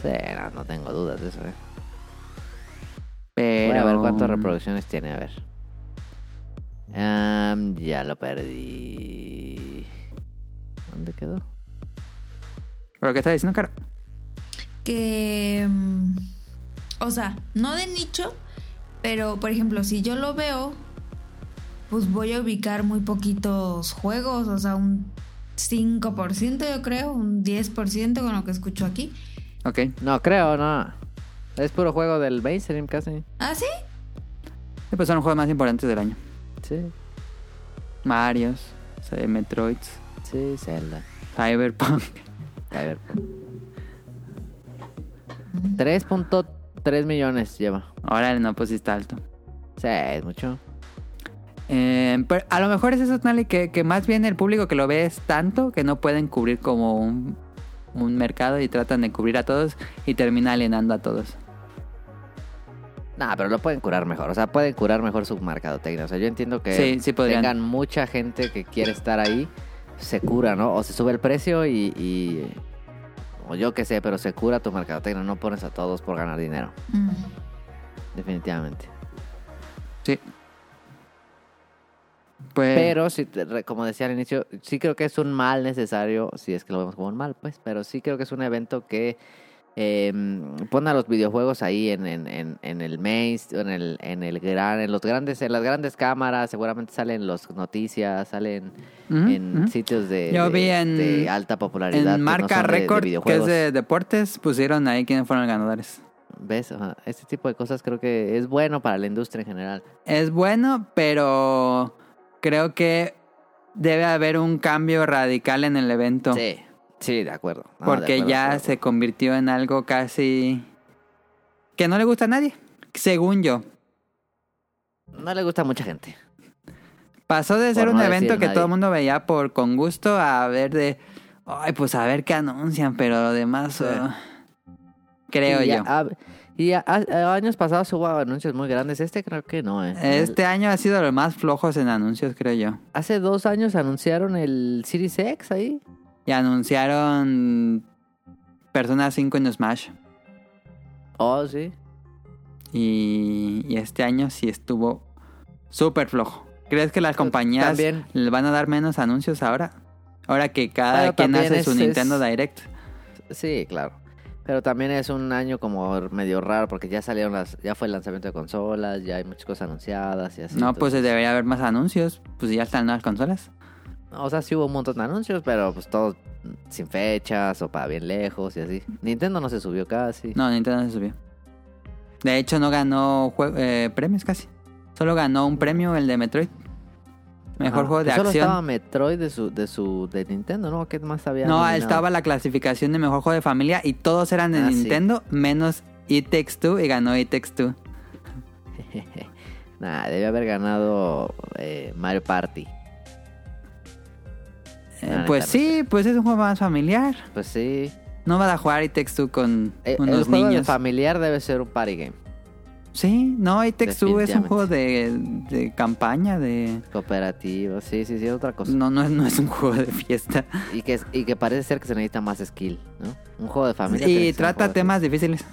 Speaker 2: Sí, no, no tengo dudas de eso, eh.
Speaker 3: Pero
Speaker 2: Voy a ver
Speaker 3: mm.
Speaker 2: cuántas reproducciones tiene, a ver. Am, ya lo perdí. ¿Dónde quedó?
Speaker 3: ¿Pero qué está diciendo, Caro?
Speaker 1: que. mm, O sea, no de nicho, pero por ejemplo, si yo lo veo, pues voy a ubicar muy poquitos juegos, o sea, un 5% yo creo, un 10% con lo que escucho aquí.
Speaker 3: Ok.
Speaker 2: No, creo, no. Es puro juego del mainstream casi.
Speaker 1: ¿Ah, sí?
Speaker 3: Sí, Pues son los juegos más importantes del año.
Speaker 2: Sí,
Speaker 3: Marios, eh, Metroids,
Speaker 2: sí, Zelda.
Speaker 3: Cyberpunk.
Speaker 2: Cyberpunk. 3.3 millones lleva.
Speaker 3: Órale, no, pues sí está alto.
Speaker 2: Sí, es mucho.
Speaker 3: Eh, pero a lo mejor es eso, Tonali, que, que más bien el público que lo ve es tanto que no pueden cubrir como un, un mercado y tratan de cubrir a todos y termina alienando a todos.
Speaker 2: Nah, pero lo pueden curar mejor. O sea, pueden curar mejor su mercadotecnia. O sea, yo entiendo que
Speaker 3: Sí, sí podrían.
Speaker 2: tengan mucha gente que quiere estar ahí. Se cura, ¿no? O se sube el precio y... y- o yo qué sé, pero se cura tu mercadotecnia. No pones a todos por ganar dinero.
Speaker 1: Mm.
Speaker 2: Definitivamente.
Speaker 3: Sí. Pues,
Speaker 2: Pero, sí, te- re- como decía al inicio, sí creo que es un mal necesario, si es que lo vemos como un mal, pues, pero sí creo que es un evento que eh, pone a los videojuegos ahí en, en, en, en el main, en el, en el gran, en los grandes, en las grandes cámaras, seguramente salen las noticias, salen
Speaker 3: Ujú,
Speaker 2: en
Speaker 3: ujú.
Speaker 2: sitios de,
Speaker 3: Yo
Speaker 2: de-
Speaker 3: vi en-
Speaker 2: de alta popularidad. que
Speaker 3: en
Speaker 2: no
Speaker 3: marca
Speaker 2: son de- de
Speaker 3: récord, que es
Speaker 2: videojuegos.
Speaker 3: de deportes, pusieron ahí quiénes fueron los ganadores.
Speaker 2: ¿Ves? Ajá. Este tipo de cosas creo que es bueno para la industria en general.
Speaker 3: es bueno, pero creo que debe haber un cambio radical en el evento.
Speaker 2: Sí, sí, de acuerdo. No, de
Speaker 3: porque
Speaker 2: acuerdo,
Speaker 3: ya
Speaker 2: de acuerdo.
Speaker 3: se convirtió en algo casi que no le gusta a nadie, según yo.
Speaker 2: No le gusta a mucha gente.
Speaker 3: Pasó de ser
Speaker 2: Por
Speaker 3: un
Speaker 2: no
Speaker 3: evento
Speaker 2: decir
Speaker 3: que
Speaker 2: nadie.
Speaker 3: todo el mundo veía por con gusto a ver de, ay, pues a ver qué anuncian, pero lo demás oh, creo
Speaker 2: y ya ah,
Speaker 3: yo.
Speaker 2: hab- y ya ha- eh, años pasados hubo anuncios muy grandes. Este creo que no, ¿eh?
Speaker 3: Este año ha sido de los más flojos en anuncios, creo yo.
Speaker 2: Hace dos años anunciaron el Series X ahí.
Speaker 3: Y anunciaron Persona 5 en Smash.
Speaker 2: Oh, sí.
Speaker 3: Y, y este año sí estuvo súper flojo. ¿Crees que las compañías
Speaker 2: Pues, También.
Speaker 3: le van a dar menos anuncios ahora? Ahora que cada
Speaker 2: Pero
Speaker 3: quien
Speaker 2: también
Speaker 3: hace su
Speaker 2: es-
Speaker 3: Nintendo
Speaker 2: es-
Speaker 3: Direct.
Speaker 2: Sí, claro. Pero también es un año como medio raro porque ya salieron las, ya fue el lanzamiento de consolas, ya hay muchas cosas anunciadas y así.
Speaker 3: No, pues
Speaker 2: entonces-
Speaker 3: debería haber más anuncios. Pues ya están nuevas consolas.
Speaker 2: O sea, sí hubo un montón de anuncios, pero pues todos sin fechas o para bien lejos y así. Nintendo no se subió casi.
Speaker 3: No, Nintendo se subió. De hecho, no ganó jue- eh, premios casi. Solo ganó un premio, el de Metroid. Mejor
Speaker 2: Ah,
Speaker 3: juego de
Speaker 2: pues Solo
Speaker 3: acción.
Speaker 2: estaba Metroid de su, de su, de Nintendo, ¿no? ¿Qué más había?
Speaker 3: No,
Speaker 2: nominado?
Speaker 3: estaba la clasificación de mejor juego de familia y todos eran de
Speaker 2: Ah, sí.
Speaker 3: Nintendo, menos It Takes Two y ganó It Takes Two. Eh,
Speaker 2: Ah, Nah, debe haber ganado eh, Mario Party.
Speaker 3: Eh,
Speaker 2: Ah,
Speaker 3: pues
Speaker 2: neta,
Speaker 3: sí, pues es un juego más familiar.
Speaker 2: Pues sí.
Speaker 3: No van a jugar It Takes Two con
Speaker 2: Eh, El,
Speaker 3: unos
Speaker 2: juego de
Speaker 3: niños.
Speaker 2: familiar debe ser un party game.
Speaker 3: Sí, no, It Takes Two es un juego de, de campaña, de...
Speaker 2: Cooperativo, sí, sí, sí, es otra cosa.
Speaker 3: No, no es, no es un juego de fiesta.
Speaker 2: Y, que, y que parece ser que se necesita más skill, ¿no? Un juego de familia. tiene
Speaker 3: Y
Speaker 2: que ser un
Speaker 3: trata
Speaker 2: juego de-
Speaker 3: temas difíciles.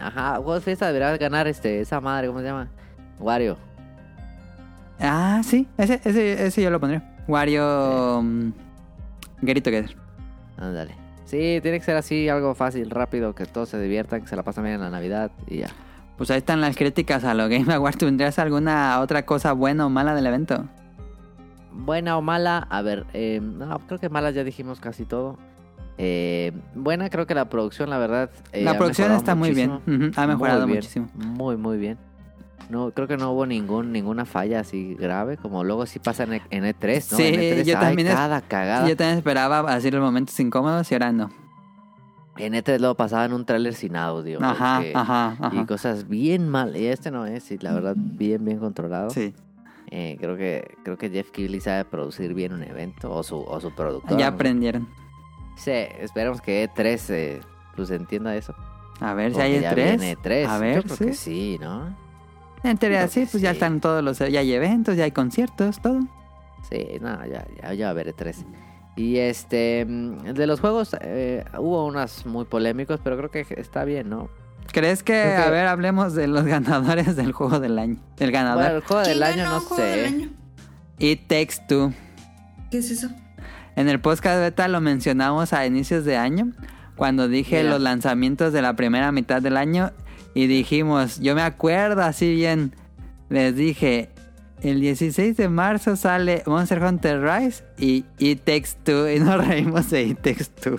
Speaker 2: Ajá, juego de fiesta debería ganar este, esa madre, ¿cómo se llama? Wario.
Speaker 3: Ah, sí, ese, ese, ese yo lo pondría. Wario... mm, Get It Together.
Speaker 2: Ándale. Sí, tiene que ser así, algo fácil, rápido, que todos se diviertan, que se la pasen bien en la Navidad y ya.
Speaker 3: Pues ahí están las críticas a lo Game Awards. ¿Tendrías alguna otra cosa buena o mala del evento?
Speaker 2: Buena o mala, a ver, eh, no, creo que mala ya dijimos casi todo. Eh, buena, creo que la producción, la verdad. eh,
Speaker 3: la
Speaker 2: ha
Speaker 3: producción
Speaker 2: mejorado
Speaker 3: está
Speaker 2: muchísimo.
Speaker 3: muy bien. Ujú, Ha
Speaker 2: Muy
Speaker 3: mejorado
Speaker 2: bien,
Speaker 3: muchísimo.
Speaker 2: Muy, muy bien. No, creo que no hubo ningún, ninguna falla así grave, como luego sí pasa en, E- en E3, ¿no?
Speaker 3: Sí,
Speaker 2: en E3
Speaker 3: yo
Speaker 2: hay
Speaker 3: también es-
Speaker 2: cada cagada.
Speaker 3: Yo también esperaba hacer los momentos incómodos y ahora no.
Speaker 2: En E3 luego pasaban un tráiler sin audio.
Speaker 3: Ajá,
Speaker 2: este,
Speaker 3: ajá,
Speaker 2: Y
Speaker 3: ajá.
Speaker 2: cosas bien mal. Y este no es, y la verdad, bien, bien controlado.
Speaker 3: Sí.
Speaker 2: Eh, creo que creo que Jeff Keighley sabe producir bien un evento o su, o su productor.
Speaker 3: Ya aprendieron.
Speaker 2: Sí, esperemos que E3 eh, pues entienda eso.
Speaker 3: A ver si
Speaker 2: Porque
Speaker 3: hay
Speaker 2: ya
Speaker 3: el 3.
Speaker 2: viene E3.
Speaker 3: A
Speaker 2: Yo
Speaker 3: ver,
Speaker 2: creo
Speaker 3: sí.
Speaker 2: que sí, ¿no?
Speaker 3: En teoría
Speaker 2: Creo
Speaker 3: sí,
Speaker 2: que
Speaker 3: pues ya
Speaker 2: sí.
Speaker 3: están todos los... Ya hay eventos, ya hay conciertos, todo.
Speaker 2: Sí, no, ya, ya, ya va a haber E3. Y este, mm, de los juegos, eh, hubo unas muy polémicos, pero creo que está bien, ¿no?
Speaker 3: ¿Crees que,
Speaker 2: Creo que-
Speaker 3: a ver, hablemos de los ganadores del juego del año? El ganador.
Speaker 2: Bueno, el juego
Speaker 1: ¿Quién
Speaker 2: del año
Speaker 1: ganó
Speaker 2: no
Speaker 1: juego del
Speaker 2: sé.
Speaker 1: año?
Speaker 3: It Takes Two.
Speaker 1: ¿Qué es eso?
Speaker 3: En el podcast beta lo mencionamos a inicios de año, cuando dije
Speaker 2: Mira.
Speaker 3: los lanzamientos de la primera mitad del año y dijimos, yo me acuerdo así bien, les dije, el 16 de marzo sale Monster Hunter Rise y It Takes Two y nos reímos de It Takes Two.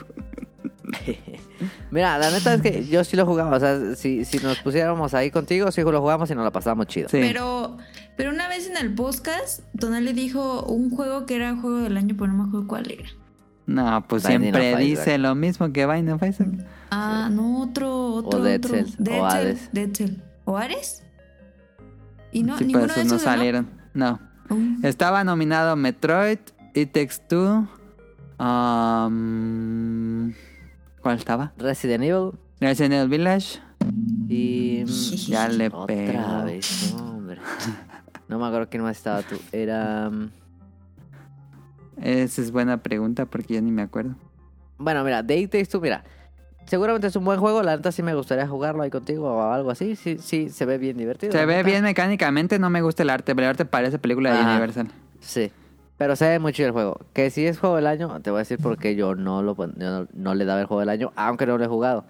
Speaker 2: Mira, la neta es que yo sí lo jugaba, o sea, si, si nos pusiéramos ahí contigo, sí lo jugamos y nos la pasamos chido.
Speaker 3: Sí.
Speaker 1: Pero, pero una vez en el podcast, Tonali dijo un juego que era juego del año, pero no me acuerdo cuál era.
Speaker 3: No, pues
Speaker 2: Binding of
Speaker 3: siempre
Speaker 2: Isaac.
Speaker 3: dice lo mismo que Binding of Isaac.
Speaker 1: Ah, no, otro, otro.
Speaker 2: Dead
Speaker 1: otro.
Speaker 2: Cells, o
Speaker 1: Dead Cell,
Speaker 2: Hades.
Speaker 1: Dead Cell. ¿O Ares? Y no,
Speaker 3: sí,
Speaker 1: ninguno
Speaker 3: pero
Speaker 2: pues,
Speaker 1: de
Speaker 3: esos
Speaker 1: esos
Speaker 3: no
Speaker 1: ganó.
Speaker 3: salieron. No.
Speaker 1: Oh.
Speaker 3: Estaba nominado Metroid, It Takes Two. um, ¿Cuál estaba?
Speaker 2: Resident Evil
Speaker 3: Resident Evil Village.
Speaker 2: y... mm,
Speaker 3: Ya le
Speaker 2: Otra
Speaker 3: pegó.
Speaker 2: vez, no, hombre. No me acuerdo quién más estaba tú. Era... mm,
Speaker 3: Esa es buena pregunta porque yo ni me acuerdo.
Speaker 2: Bueno, mira, Day Takes Two, mira. Seguramente es un buen juego, la neta sí me gustaría jugarlo ahí contigo o algo así. Sí, sí, se ve bien divertido.
Speaker 3: Se
Speaker 2: la
Speaker 3: ve
Speaker 2: neta.
Speaker 3: bien mecánicamente, no me gusta el arte, pero el arte parece película de
Speaker 2: Ajá.
Speaker 3: Universal.
Speaker 2: Sí. Pero se ve muy chido el juego. Que si es juego del año, te voy a decir por qué yo no, lo, pon- yo no, no le daba el juego del año, aunque no lo he jugado.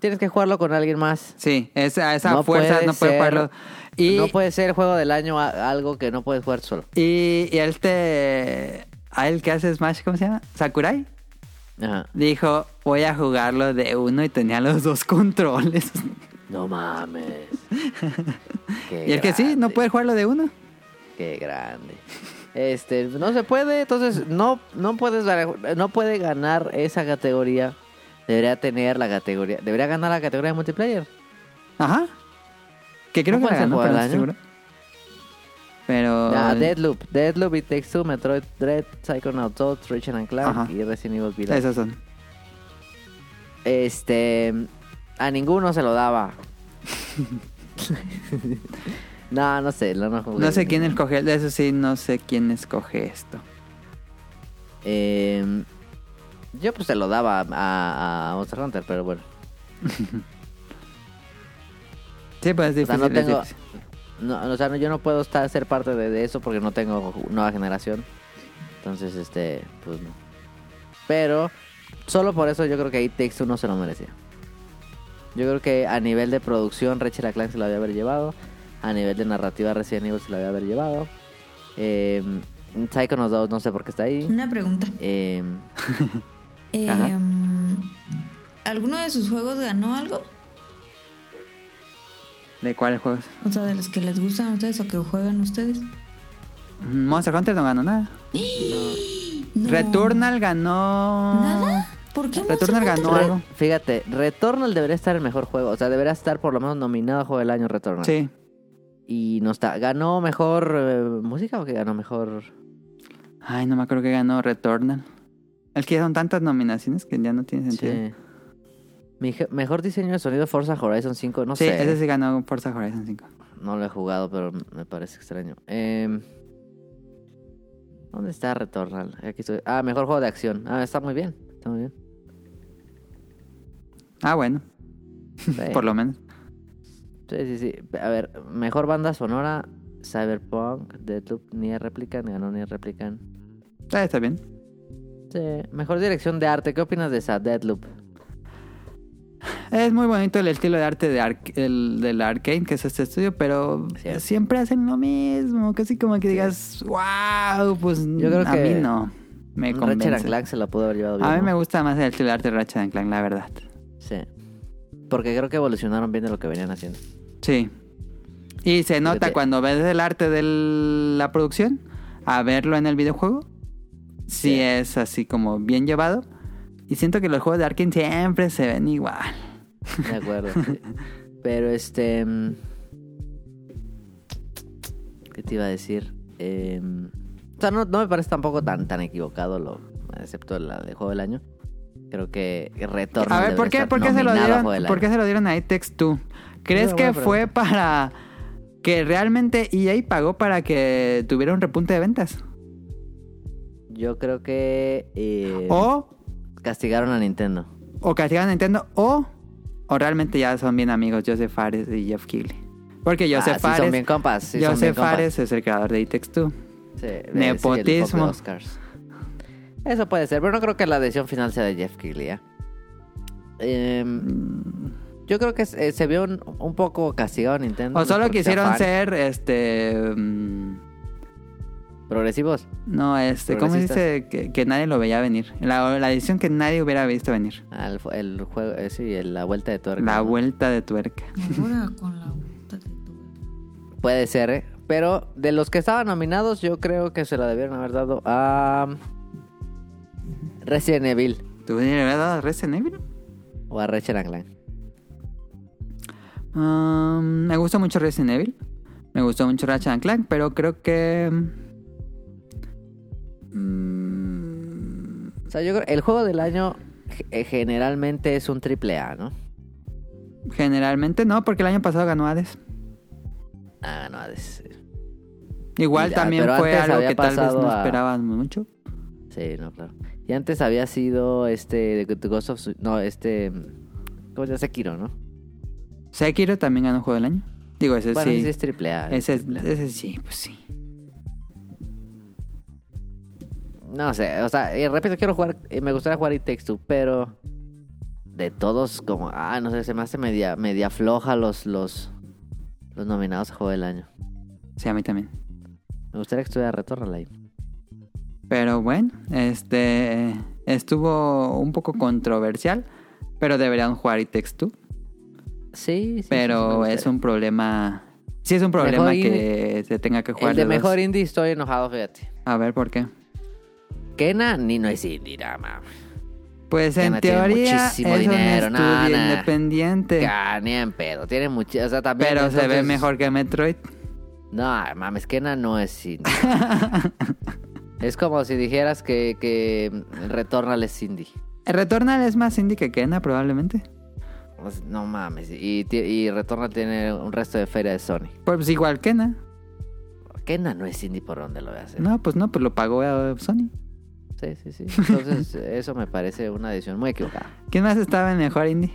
Speaker 2: Tienes que jugarlo con alguien más.
Speaker 3: Sí, esa, esa
Speaker 2: No
Speaker 3: fuerza
Speaker 2: puede
Speaker 3: no puede
Speaker 2: ser-
Speaker 3: jugarlo. Y,
Speaker 2: No puede ser el juego del año a- algo que no puedes jugar solo.
Speaker 3: y, y este. A el que hace Smash, ¿cómo se llama? ¿Sakurai?
Speaker 2: Ajá.
Speaker 3: Dijo, voy a jugarlo de uno y tenía los dos controles.
Speaker 2: No mames. Qué
Speaker 3: y el que sí, no
Speaker 2: grande.
Speaker 3: puede jugarlo de uno.
Speaker 2: Qué grande. Este, no se puede, entonces no, no puedes ganar- no puede ganar esa categoría. Debería tener la categoría, debería ganar la categoría de multiplayer.
Speaker 3: Ajá. Que creo
Speaker 2: ¿No
Speaker 3: que
Speaker 2: puede
Speaker 3: la
Speaker 2: ser
Speaker 3: ganó,
Speaker 2: juego
Speaker 3: pero no
Speaker 2: del
Speaker 3: estoy
Speaker 2: año?
Speaker 3: seguro. Pero.
Speaker 2: Ah, Deadloop, Deadloop y Takes Two, Metroid Dread, Psychonauts 2, Ratchet and Clank
Speaker 3: Ajá.
Speaker 2: y Resident Evil Village.
Speaker 3: esos son.
Speaker 2: Este, a ninguno se lo daba. no, no sé, no, no jugué
Speaker 3: No sé quién
Speaker 2: ninguno.
Speaker 3: escoge, de eso sí, no sé quién escoge esto.
Speaker 2: Eh, yo pues se lo daba a, a Monster Hunter, pero bueno.
Speaker 3: Sí, pues es
Speaker 2: O sea,
Speaker 3: difícil.
Speaker 2: no
Speaker 3: es
Speaker 2: tengo-
Speaker 3: difícil.
Speaker 2: No, o sea, no, yo no puedo estar, ser parte de, de eso porque no tengo ju- nueva generación. Entonces, este, pues no. Pero, solo por eso yo creo que ahí Takes Two no se lo merecía. Yo creo que a nivel de producción, Rachel Clank se la había haber llevado. A nivel de narrativa, Resident Evil se la había haber llevado. Eh, Psychonauts 2 no sé por qué está ahí.
Speaker 1: Una pregunta.
Speaker 2: Eh,
Speaker 1: Eh,
Speaker 2: Ajá.
Speaker 1: ¿Alguno de sus juegos ganó algo?
Speaker 3: ¿De cuáles juegos?
Speaker 1: O sea, de los que les gustan a ustedes o que juegan ustedes.
Speaker 3: Mm, Monster Hunter no ganó nada.
Speaker 1: No.
Speaker 3: Returnal ganó.
Speaker 1: ¿Nada? ¿Por qué Monster
Speaker 3: Returnal
Speaker 1: Hunter
Speaker 3: ganó
Speaker 2: Re-
Speaker 3: algo.
Speaker 2: Fíjate, Returnal debería estar el mejor juego. O sea, debería estar por lo menos nominado a juego del año Returnal.
Speaker 3: Sí.
Speaker 2: Y no está. ¿Ganó mejor eh, música o que ganó mejor?
Speaker 3: Ay, no me acuerdo que ganó Returnal. Es que ya son tantas nominaciones que ya no tiene sentido. Sí,
Speaker 2: Sí. Mije- Mejor diseño de sonido Forza Horizon 5. No sé.
Speaker 3: ese sí ganó Forza Horizon 5.
Speaker 2: No lo he jugado, pero me parece extraño. Em, ¿Dónde está Returnal? Aquí estoy. Ah, mejor juego de acción. Ah, está muy bien. Está muy bien.
Speaker 3: Ah, bueno,
Speaker 2: Sí.
Speaker 3: por lo menos.
Speaker 2: Sí, sí, sí. A ver, mejor banda sonora, Cyberpunk, Deadloop, ni Replican, ganó ni Replican.
Speaker 3: Ah, está bien.
Speaker 2: Sí, mejor dirección de arte. ¿Qué opinas de esa Deadloop?
Speaker 3: Es muy bonito el estilo de arte de Arc- el, del Arcane, que es este estudio, pero
Speaker 2: Cierto.
Speaker 3: siempre hacen lo mismo. Casi como que digas, wow, pues
Speaker 2: Yo creo
Speaker 3: a
Speaker 2: que
Speaker 3: mí no. Me
Speaker 2: Ratchet and
Speaker 3: convence.
Speaker 2: Clank se la pudo haber llevado bien.
Speaker 3: A mí
Speaker 2: ¿no?
Speaker 3: me gusta más el estilo de arte de Ratchet and Clank, la verdad.
Speaker 2: Sí. Porque creo que evolucionaron bien de lo que venían haciendo.
Speaker 3: Sí. Y se nota
Speaker 2: Fíjate.
Speaker 3: cuando ves el arte de la producción a verlo en el videojuego. Si
Speaker 2: Sí.
Speaker 3: es así como bien llevado. Y siento que los juegos de Arkane siempre se ven igual.
Speaker 2: De acuerdo. sí. Pero este. mm, ¿Qué te iba a decir? Eh, o sea, no, no me parece tampoco tan, tan equivocado, lo, excepto la de juego del año. Creo que Retorno.
Speaker 3: a ver, ¿por qué, por qué se lo dieron, ¿por qué se lo dieron a E Atex 2? ¿Crees
Speaker 2: Una
Speaker 3: que
Speaker 2: buena
Speaker 3: fue para que realmente EA pagó para que tuviera un repunte de ventas?
Speaker 2: Yo creo que. eh,
Speaker 3: O,
Speaker 2: Castigaron a Nintendo.
Speaker 3: o castigaron a Nintendo, o, o realmente ya son bien amigos Joseph Fares y Jeff Keighley. Porque
Speaker 2: Ah,
Speaker 3: Joseph
Speaker 2: sí,
Speaker 3: Fares.
Speaker 2: son bien compas. sí, son bien
Speaker 3: Joseph
Speaker 2: compas.
Speaker 3: Fares es el creador de E Itex 2.
Speaker 2: Sí, de-
Speaker 3: Nepotismo.
Speaker 2: sí, el pop de Oscars. Eso puede ser, pero no creo que la decisión final sea de Jeff Keighley. ¿eh? Em, yo creo que se, se vio un, un poco castigado Nintendo.
Speaker 3: O solo
Speaker 2: porque
Speaker 3: quisieron
Speaker 2: sea fan.
Speaker 3: ser, este... mm,
Speaker 2: Progresivos.
Speaker 3: No, este, ¿cómo se dice? Que, que nadie lo veía venir. La, la edición que nadie hubiera visto venir.
Speaker 2: Ah, el, fu- el juego, eh, sí, el- la vuelta de tuerca.
Speaker 3: La
Speaker 2: ¿no?
Speaker 3: vuelta de tuerca.
Speaker 1: Ahora con la vuelta de tu-
Speaker 2: Puede ser, ¿eh? Pero de los que estaban nominados, yo creo que se la debieron haber dado a. Resident Evil
Speaker 3: ¿Tú le hubieras dado Resident Evil?
Speaker 2: o a Ratchet and Clank.
Speaker 3: Um, me gustó mucho Resident Evil. Me gustó mucho Ratchet and Clank, pero creo que... mm,
Speaker 2: O sea, yo creo el juego del año ge- eh, generalmente es un triple A, ¿no?
Speaker 3: generalmente no, porque el año pasado ganó Hades.
Speaker 2: Ah, no, ha de ser.
Speaker 3: Igual
Speaker 2: Ya,
Speaker 3: también
Speaker 2: ah, pero
Speaker 3: fue
Speaker 2: antes
Speaker 3: algo
Speaker 2: había
Speaker 3: que tal vez
Speaker 2: pasado
Speaker 3: no
Speaker 2: a-
Speaker 3: esperaban mucho.
Speaker 2: Sí, no, claro. Y antes había sido este The Ghost of Tsu- no, este ¿cómo se llama? Sekiro, ¿no?
Speaker 3: Sekiro también ganó Juego del Año. Digo, ese
Speaker 2: bueno,
Speaker 3: sí.
Speaker 2: ese es triple A.
Speaker 3: ese, es-
Speaker 2: triple A.
Speaker 3: ese sí, pues sí.
Speaker 2: No sé, o sea, eh, repito, quiero jugar, eh, me gustaría jugar It Takes Two, pero de todos como ah, no sé, se me hace media media floja los los los nominados a juego del año.
Speaker 3: Sí, a mí también.
Speaker 2: Me gustaría que estuviera Returnal ahí.
Speaker 3: Pero bueno, este estuvo un poco controversial, pero deberían jugar It Takes Two.
Speaker 2: Sí, sí, sí, sí, me
Speaker 3: pero
Speaker 2: gustaría.
Speaker 3: es un problema. Sí, es un problema
Speaker 2: Mejor y-
Speaker 3: que se tenga que jugar.
Speaker 2: el de
Speaker 3: dos.
Speaker 2: mejor indie estoy enojado, fíjate.
Speaker 3: A ver por qué.
Speaker 2: Kena ni no es indie, nada más.
Speaker 3: Pues
Speaker 2: Que
Speaker 3: en
Speaker 2: no tiene
Speaker 3: teoría es
Speaker 2: muchísimo
Speaker 3: un
Speaker 2: dinero,
Speaker 3: estudio
Speaker 2: no, no.
Speaker 3: independiente,
Speaker 2: Ya, ni en pedo. Tiene mucho. O sea, también.
Speaker 3: pero se ve
Speaker 2: entonces-
Speaker 3: mejor que Metroid.
Speaker 2: No, mames, Kena no es indie. es como si dijeras que, que Returnal es indie.
Speaker 3: Returnal es más indie que Kena probablemente.
Speaker 2: O sea, No mames. Y, ti- y Returnal tiene un resto de feria de Sony.
Speaker 3: Pues igual Kena.
Speaker 2: Kena no es indie por donde lo veas. eh.
Speaker 3: No, pues no, pues lo pagó eh, Sony.
Speaker 2: Sí, sí, sí. Entonces, eso me parece una decisión muy equivocada.
Speaker 3: ¿Quién más estaba en mejor indie?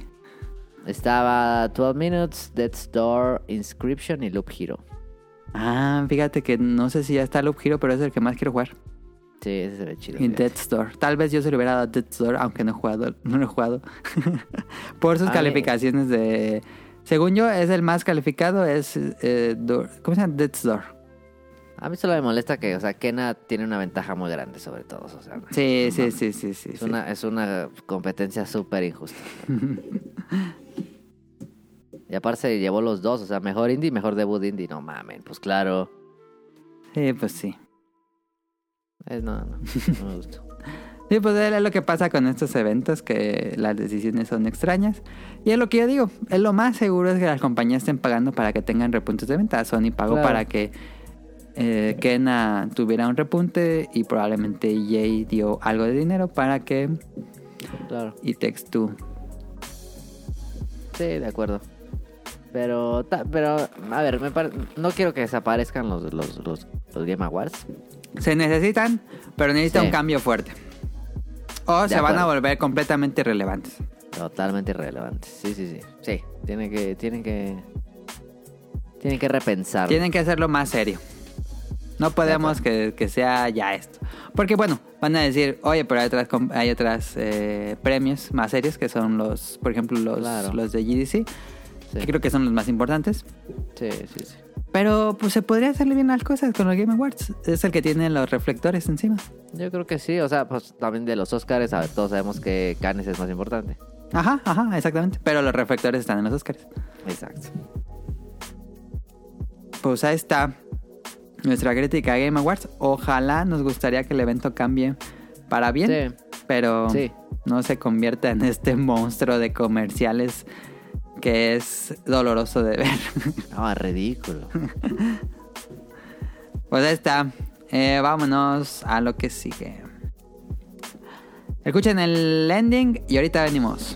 Speaker 2: Estaba 12 Minutes, Death's Door, Inscription y Loop Hero.
Speaker 3: Ah, fíjate que no sé si ya está Loop Hero, pero es el que más quiero jugar.
Speaker 2: Sí, ese se ve chido.
Speaker 3: Y
Speaker 2: fíjate.
Speaker 3: Dead Store. Tal vez yo se lo hubiera dado a Dead Store, aunque no he jugado. No lo he jugado. Por sus
Speaker 2: Ah,
Speaker 3: calificaciones de. Según yo, es el más calificado. Es. eh, Door- ¿Cómo se llama? Dead Store.
Speaker 2: A mí solo me molesta que, o sea, Kena tiene una ventaja muy grande sobre todos. O sea, no-
Speaker 3: Sí,
Speaker 2: no
Speaker 3: sí,
Speaker 2: mames.
Speaker 3: sí, sí, sí.
Speaker 2: Es
Speaker 3: sí.
Speaker 2: una, es una competencia súper injusta. y aparte se llevó los dos, o sea, mejor indie, mejor debut indie. No mamen, pues claro.
Speaker 3: Sí, pues sí.
Speaker 2: Eh, no, no, no me gustó.
Speaker 3: Sí, pues es lo que pasa con estos eventos, que las decisiones son extrañas. Y es lo que yo digo, es lo más seguro es que las compañías estén pagando para que tengan repuntes de venta. Sony pagó
Speaker 2: Claro.
Speaker 3: para que eh, Kena tuviera un repunte y probablemente EA dio algo de dinero para que
Speaker 2: Claro.
Speaker 3: y Text 2.
Speaker 2: Sí, de acuerdo. Pero, ta- pero a ver, me pare- no quiero que desaparezcan los, los, los, los Game Awards.
Speaker 3: Se necesitan, pero necesita
Speaker 2: Sí.
Speaker 3: un cambio fuerte. O
Speaker 2: De
Speaker 3: se van a
Speaker 2: acuerdo.
Speaker 3: volver completamente irrelevantes.
Speaker 2: Totalmente irrelevantes. Sí, sí, sí. Sí, tienen que, tienen que, tienen que repensar.
Speaker 3: Tienen que hacerlo más serio. No podemos que, que sea ya esto. Porque bueno, van a decir, oye, pero hay otras, com- hay otras eh, premios más serios que son los, por ejemplo, los,
Speaker 2: Claro.
Speaker 3: los de GDC, que
Speaker 2: Sí,
Speaker 3: creo que son los más importantes.
Speaker 2: sí, sí. sí.
Speaker 3: Pero pues se podría hacerle bien las cosas con los Game Awards. Es el que tiene los reflectores encima.
Speaker 2: Yo creo que sí, o sea, pues también de los Oscars, a ver, todos sabemos que Cannes es más importante.
Speaker 3: Ajá, ajá, exactamente. Pero los reflectores están en los Oscars.
Speaker 2: Exacto.
Speaker 3: Pues ahí está nuestra crítica a Game Awards. Ojalá nos gustaría que el evento cambie para bien.
Speaker 2: Sí,
Speaker 3: pero
Speaker 2: Sí.
Speaker 3: no se convierta en este monstruo de comerciales que es doloroso de ver.
Speaker 2: no, es ridículo.
Speaker 3: Pues ahí está. Eh, vámonos a lo que sigue. Escuchen el ending y ahorita venimos.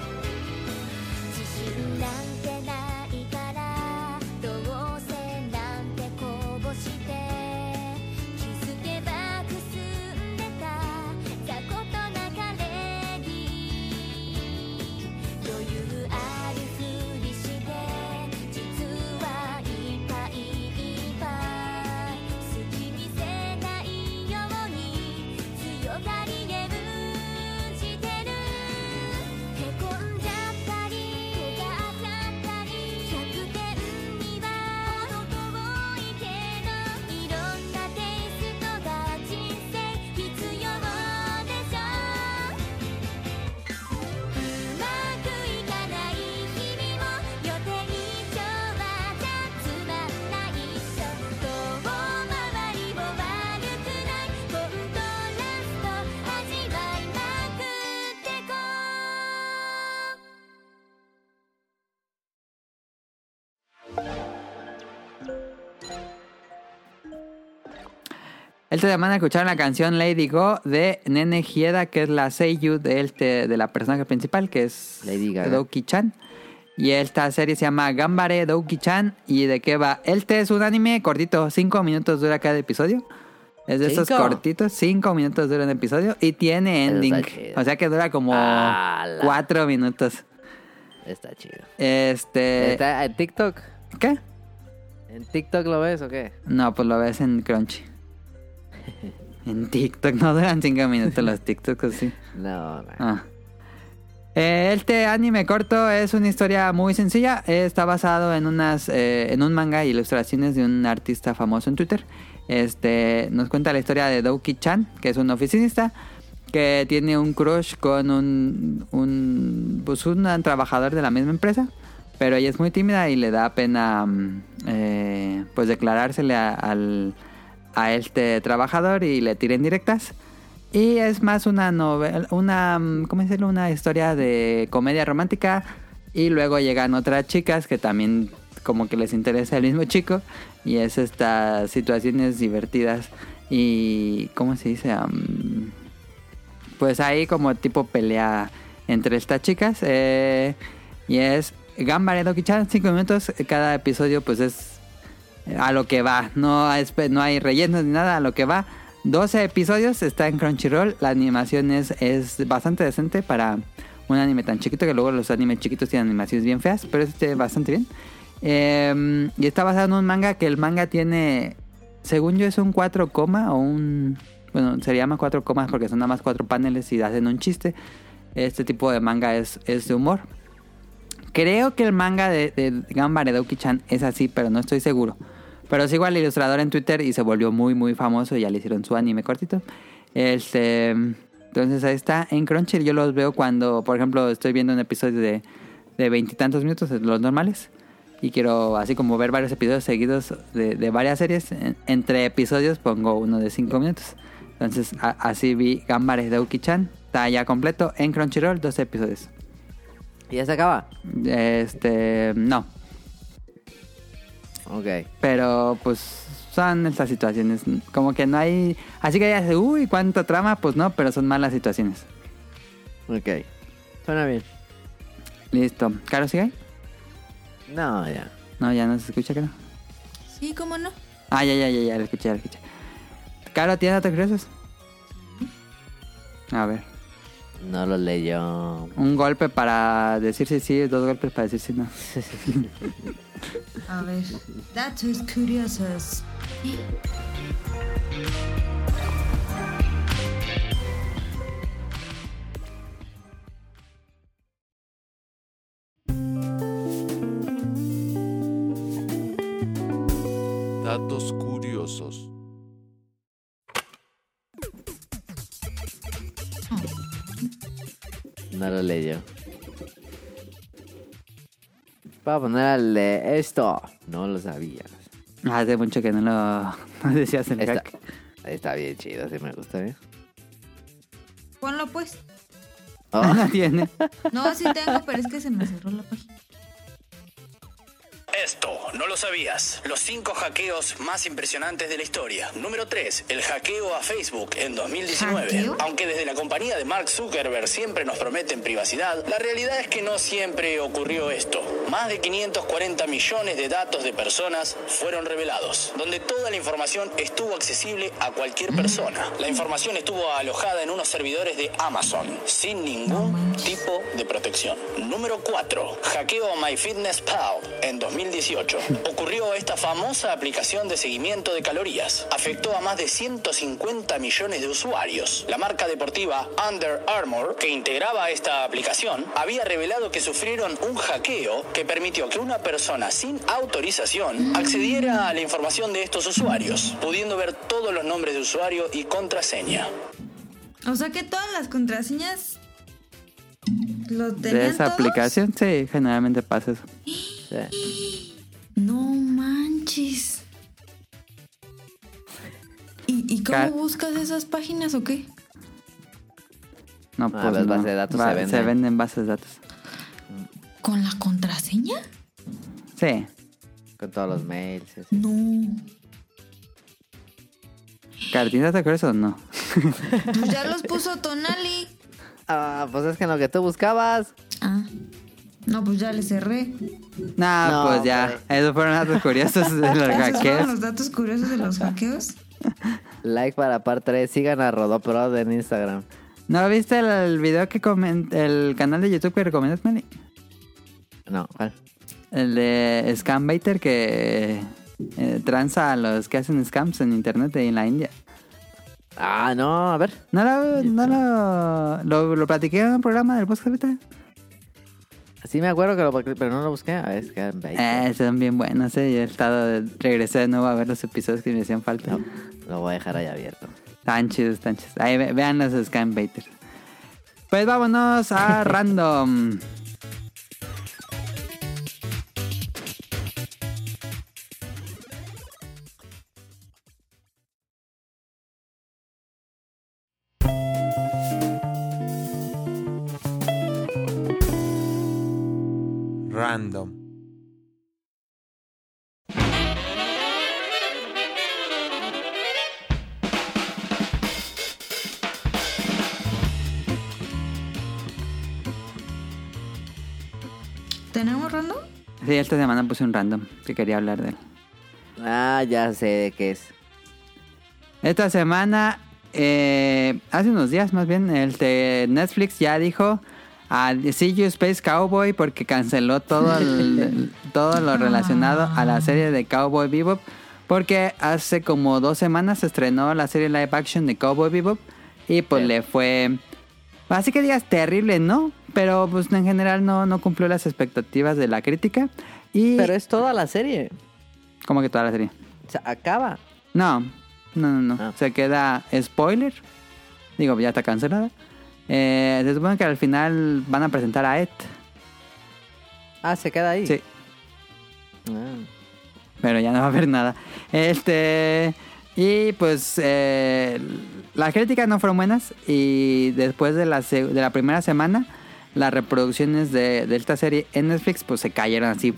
Speaker 6: 「自信なんてないから」「どうせなんてこぼして」「気づけばくすんでた雑魚と流れに」「余裕あるふりして」「実はいっぱいいっぱい」「好きにせないように強がり眠してる」「へこんじゃったり」「尖ったり」「100点には程遠いけど」「いろんなテイストが人生必要でしょ」「うまくいかない日々も予定調和じゃつまんないっしょ」「遠回りも悪くない」「コントラスト味わいまくってこう」
Speaker 3: Esta semana escucharon la canción Lady Go de Nene Hieda, que es la seiyuu de, él, de de la personaje principal, que es
Speaker 2: Lady Gaga.
Speaker 3: Douki-chan. Y esta serie se llama Gambare Douki-chan. ¿Y de qué va? Este es un anime cortito, 5 minutos dura cada episodio. Es de esos
Speaker 2: ¿Cinco?
Speaker 3: cortitos, 5 minutos dura un episodio y tiene
Speaker 2: Eso está
Speaker 3: ending.
Speaker 2: chido.
Speaker 3: O sea que dura como
Speaker 2: ¡Hala!
Speaker 3: 4 minutos.
Speaker 2: Está chido.
Speaker 3: Este.
Speaker 2: ¿Está en TikTok?
Speaker 3: ¿Qué?
Speaker 2: ¿En TikTok lo ves o qué?
Speaker 3: No, pues lo ves en Crunchy. en TikTok, no duran 5 minutos los TikToks así.
Speaker 2: No, no.
Speaker 3: Ah. Eh, Este anime corto es una historia muy sencilla. Eh, Está basado en unas eh, en un manga e ilustraciones de un artista famoso en Twitter. Este nos cuenta la historia de Douki Chan, que es un oficinista que tiene un crush con un un, pues, un trabajador de la misma empresa, pero ella es muy tímida y le da pena mm, eh, pues declarársele a- al a este trabajador y le tiren directas. Y es más una novela, una, mm, ¿cómo decirlo? Una historia de comedia romántica. Y luego llegan otras chicas que también como que les interesa el mismo chico. Y es estas situaciones divertidas y, ¿cómo se dice? Am, pues hay como tipo pelea entre estas chicas. eh, y es Gambare Doki-chan, 5 minutos. Cada episodio pues es a lo que va. No, hay espe- no hay rellenos ni nada, a lo que va. 12 episodios, está en Crunchyroll. La animación es, es bastante decente para un anime tan chiquito, que luego los animes chiquitos tienen animaciones bien feas, pero este bastante bien. Eh, y está basado en un manga que el manga tiene, según yo es un 4 coma o un... Bueno, se llama 4 comas porque son nada más 4 paneles y hacen un chiste. Este tipo de manga es, es de humor. Creo que el manga de, de Gambare Douki-chan es así, pero no estoy seguro. Pero sigo al ilustrador en Twitter y se volvió muy, muy famoso. y Ya le hicieron su anime cortito. Este, entonces ahí está. En Crunchyroll yo los veo cuando, por ejemplo, estoy viendo un episodio de de veintitantos minutos, los normales. Y quiero así como ver varios episodios seguidos de, de varias series. En- entre episodios pongo uno de cinco minutos. Entonces a- así vi Gambare Douki-chan. Está ya completo en Crunchyroll, 12 episodios.
Speaker 2: Y ya se acaba.
Speaker 3: Este, no.
Speaker 2: Ok.
Speaker 3: Pero pues son estas situaciones. Como que no hay. Así que digas, uy, cuánto trama, pues no, pero son malas situaciones.
Speaker 2: Ok. Suena bien.
Speaker 3: Listo. ¿Caro sigue ahí?
Speaker 2: No, ya.
Speaker 3: No, ya no se escucha, Caro.
Speaker 1: Sí, cómo no.
Speaker 3: Ah, ya, ya, ya, ya, la escuché, la escuché. Caro, ¿tienes datos curiosos? A ver.
Speaker 2: No lo leyó.
Speaker 3: Un golpe para decir si sí, dos golpes para decir si no.
Speaker 1: A ver. Datos curiosos.
Speaker 5: Datos curiosos.
Speaker 2: No lo leyó. Voy a poner al de esto. No lo sabía.
Speaker 3: Ah, Hace mucho que no lo no decías en el
Speaker 2: Está,
Speaker 3: hack.
Speaker 2: está bien chido, sí me gusta ¿eh? bien.
Speaker 1: Ponlo pues.
Speaker 2: Oh,
Speaker 3: No tiene.
Speaker 1: No, sí tengo, pero es que se me cerró la página.
Speaker 7: Esto, no lo sabías. Los cinco hackeos más impresionantes de la historia. Número 3. El hackeo a Facebook en 2019.
Speaker 1: ¿Hackeo?
Speaker 7: Aunque desde la compañía de Mark Zuckerberg siempre nos prometen privacidad, la realidad es que no siempre ocurrió esto. Más de 540 millones de datos de personas fueron revelados, donde toda la información estuvo accesible a cualquier persona. La información estuvo alojada en unos servidores de Amazon, sin ningún tipo de protección. Número 4. Hackeo a MyFitnessPal en 2018. Ocurrió esta famosa aplicación de seguimiento de calorías. Afectó a más de 150 millones de usuarios. La marca deportiva Under Armour, que integraba esta aplicación, había revelado que sufrieron un hackeo que permitió que una persona sin autorización accediera a la información de estos usuarios, pudiendo ver todos los nombres de usuario y contraseña.
Speaker 1: O sea que todas las contraseñas. ¿Los tenían
Speaker 3: De esa
Speaker 1: todos?
Speaker 3: aplicación, sí, generalmente pasa eso.
Speaker 2: sí.
Speaker 1: No manches. ¿Y, y cómo
Speaker 3: Ca-
Speaker 1: buscas esas páginas o qué?
Speaker 3: No,
Speaker 2: Ah,
Speaker 3: pues
Speaker 2: las
Speaker 3: no.
Speaker 2: bases de datos se venden.
Speaker 3: Se venden bases de datos.
Speaker 1: ¿Con la contraseña?
Speaker 3: Sí.
Speaker 2: Con todos los mails. sí, sí.
Speaker 1: No.
Speaker 3: Caro, ¿tienes datos curiosos o no?
Speaker 1: Pues ya los puso Tonali.
Speaker 2: Ah, pues es que en lo que tú buscabas.
Speaker 1: Ah. No, pues ya le cerré.
Speaker 3: Nah,
Speaker 2: No,
Speaker 3: pues ya. Esos fueron datos curiosos de los
Speaker 1: ¿Esos fueron los
Speaker 3: hackeos.
Speaker 1: datos curiosos de los hackeos?
Speaker 2: Like para par 3. Sigan a Rodopro en Instagram.
Speaker 3: ¿No viste el, el video que comen- el canal de YouTube que recomendaste, Meli?
Speaker 2: No, ¿cuál?
Speaker 3: El de Scambaiter que eh, tranza a los que hacen scams en internet en la India.
Speaker 2: Ah, no, a ver.
Speaker 3: No lo, no lo, lo, lo platiqué en un programa del podcast ahorita.
Speaker 2: Sí me acuerdo que lo pero no lo busqué. A ver, es que eran 20.
Speaker 3: Eh, son bien buenos, sí. Yo he estado, regresé de nuevo a ver los episodios que me hacían falta.
Speaker 2: No, lo voy a dejar ahí abierto.
Speaker 3: Están chidos, están chidos. Ahí ve- vean los Scambaiters. Pues vámonos a random.
Speaker 8: random.
Speaker 1: ¿Tenemos random?
Speaker 3: Sí, esta semana puse un random que quería hablar de él.
Speaker 2: Ah, ya sé de qué es.
Speaker 3: Esta semana, eh, hace unos días más bien, el de Netflix ya dijo a See You Space Cowboy porque canceló todo, el- todo lo relacionado a la serie de Cowboy Bebop. Porque hace como dos semanas se estrenó la serie live action de Cowboy Bebop y pues
Speaker 2: Sí.
Speaker 3: le fue... Así que digas terrible, ¿no? Pero pues en general no, no cumplió las expectativas de la crítica. Y...
Speaker 2: Pero es toda la serie.
Speaker 3: Como que toda la serie.
Speaker 2: Se acaba.
Speaker 3: No, no, no, no.
Speaker 2: Ah.
Speaker 3: Se queda spoiler. Digo, ya está cancelada. Eh, se supone que al final van a presentar a Ed.
Speaker 2: Ah, se queda ahí.
Speaker 3: Sí,
Speaker 2: Ah.
Speaker 3: pero ya no va a haber nada. Este. Y pues. eh, las críticas no fueron buenas. Y después de la, se- de la primera semana, las reproducciones de, de esta serie en Netflix, pues se cayeron así.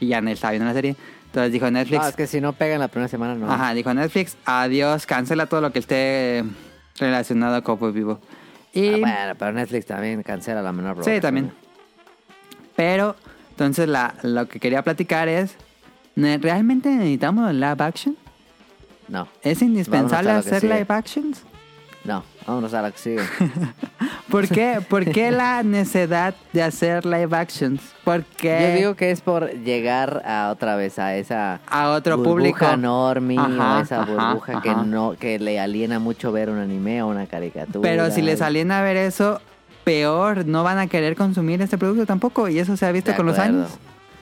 Speaker 3: Y ya no estaba viendo la serie. Entonces dijo Netflix.
Speaker 2: Ah, es que si no pega en la primera semana, no. Ah,
Speaker 3: Ajá, dijo Netflix, adiós, cancela todo lo que esté relacionado con Cowboy Vivo.
Speaker 2: Ah,
Speaker 3: Y,
Speaker 2: bueno, pero Netflix también cancela la menor
Speaker 3: sí,
Speaker 2: provocación.
Speaker 3: también. Pero, entonces la, lo que quería platicar es, ¿ne- ¿realmente necesitamos live action?
Speaker 2: No,
Speaker 3: ¿Es
Speaker 2: Vámonos
Speaker 3: indispensable
Speaker 2: a lo que
Speaker 3: hacer
Speaker 2: sigue.
Speaker 3: live actions?
Speaker 2: no. Vámonos a la que sigue.
Speaker 3: ¿Por qué, ¿Por qué la necesidad de hacer live actions? Porque
Speaker 2: Yo digo que es por llegar a otra vez a esa
Speaker 3: a otro
Speaker 2: burbuja
Speaker 3: público...
Speaker 2: enorme,
Speaker 3: Ajá,
Speaker 2: a esa
Speaker 3: ajá,
Speaker 2: burbuja que
Speaker 3: ajá.
Speaker 2: no que le aliena mucho ver un anime o una caricatura.
Speaker 3: Pero si les salen a ver eso, peor, no van a querer consumir este producto tampoco. Y eso se ha visto
Speaker 2: De
Speaker 3: con los
Speaker 2: acuerdo,
Speaker 3: años.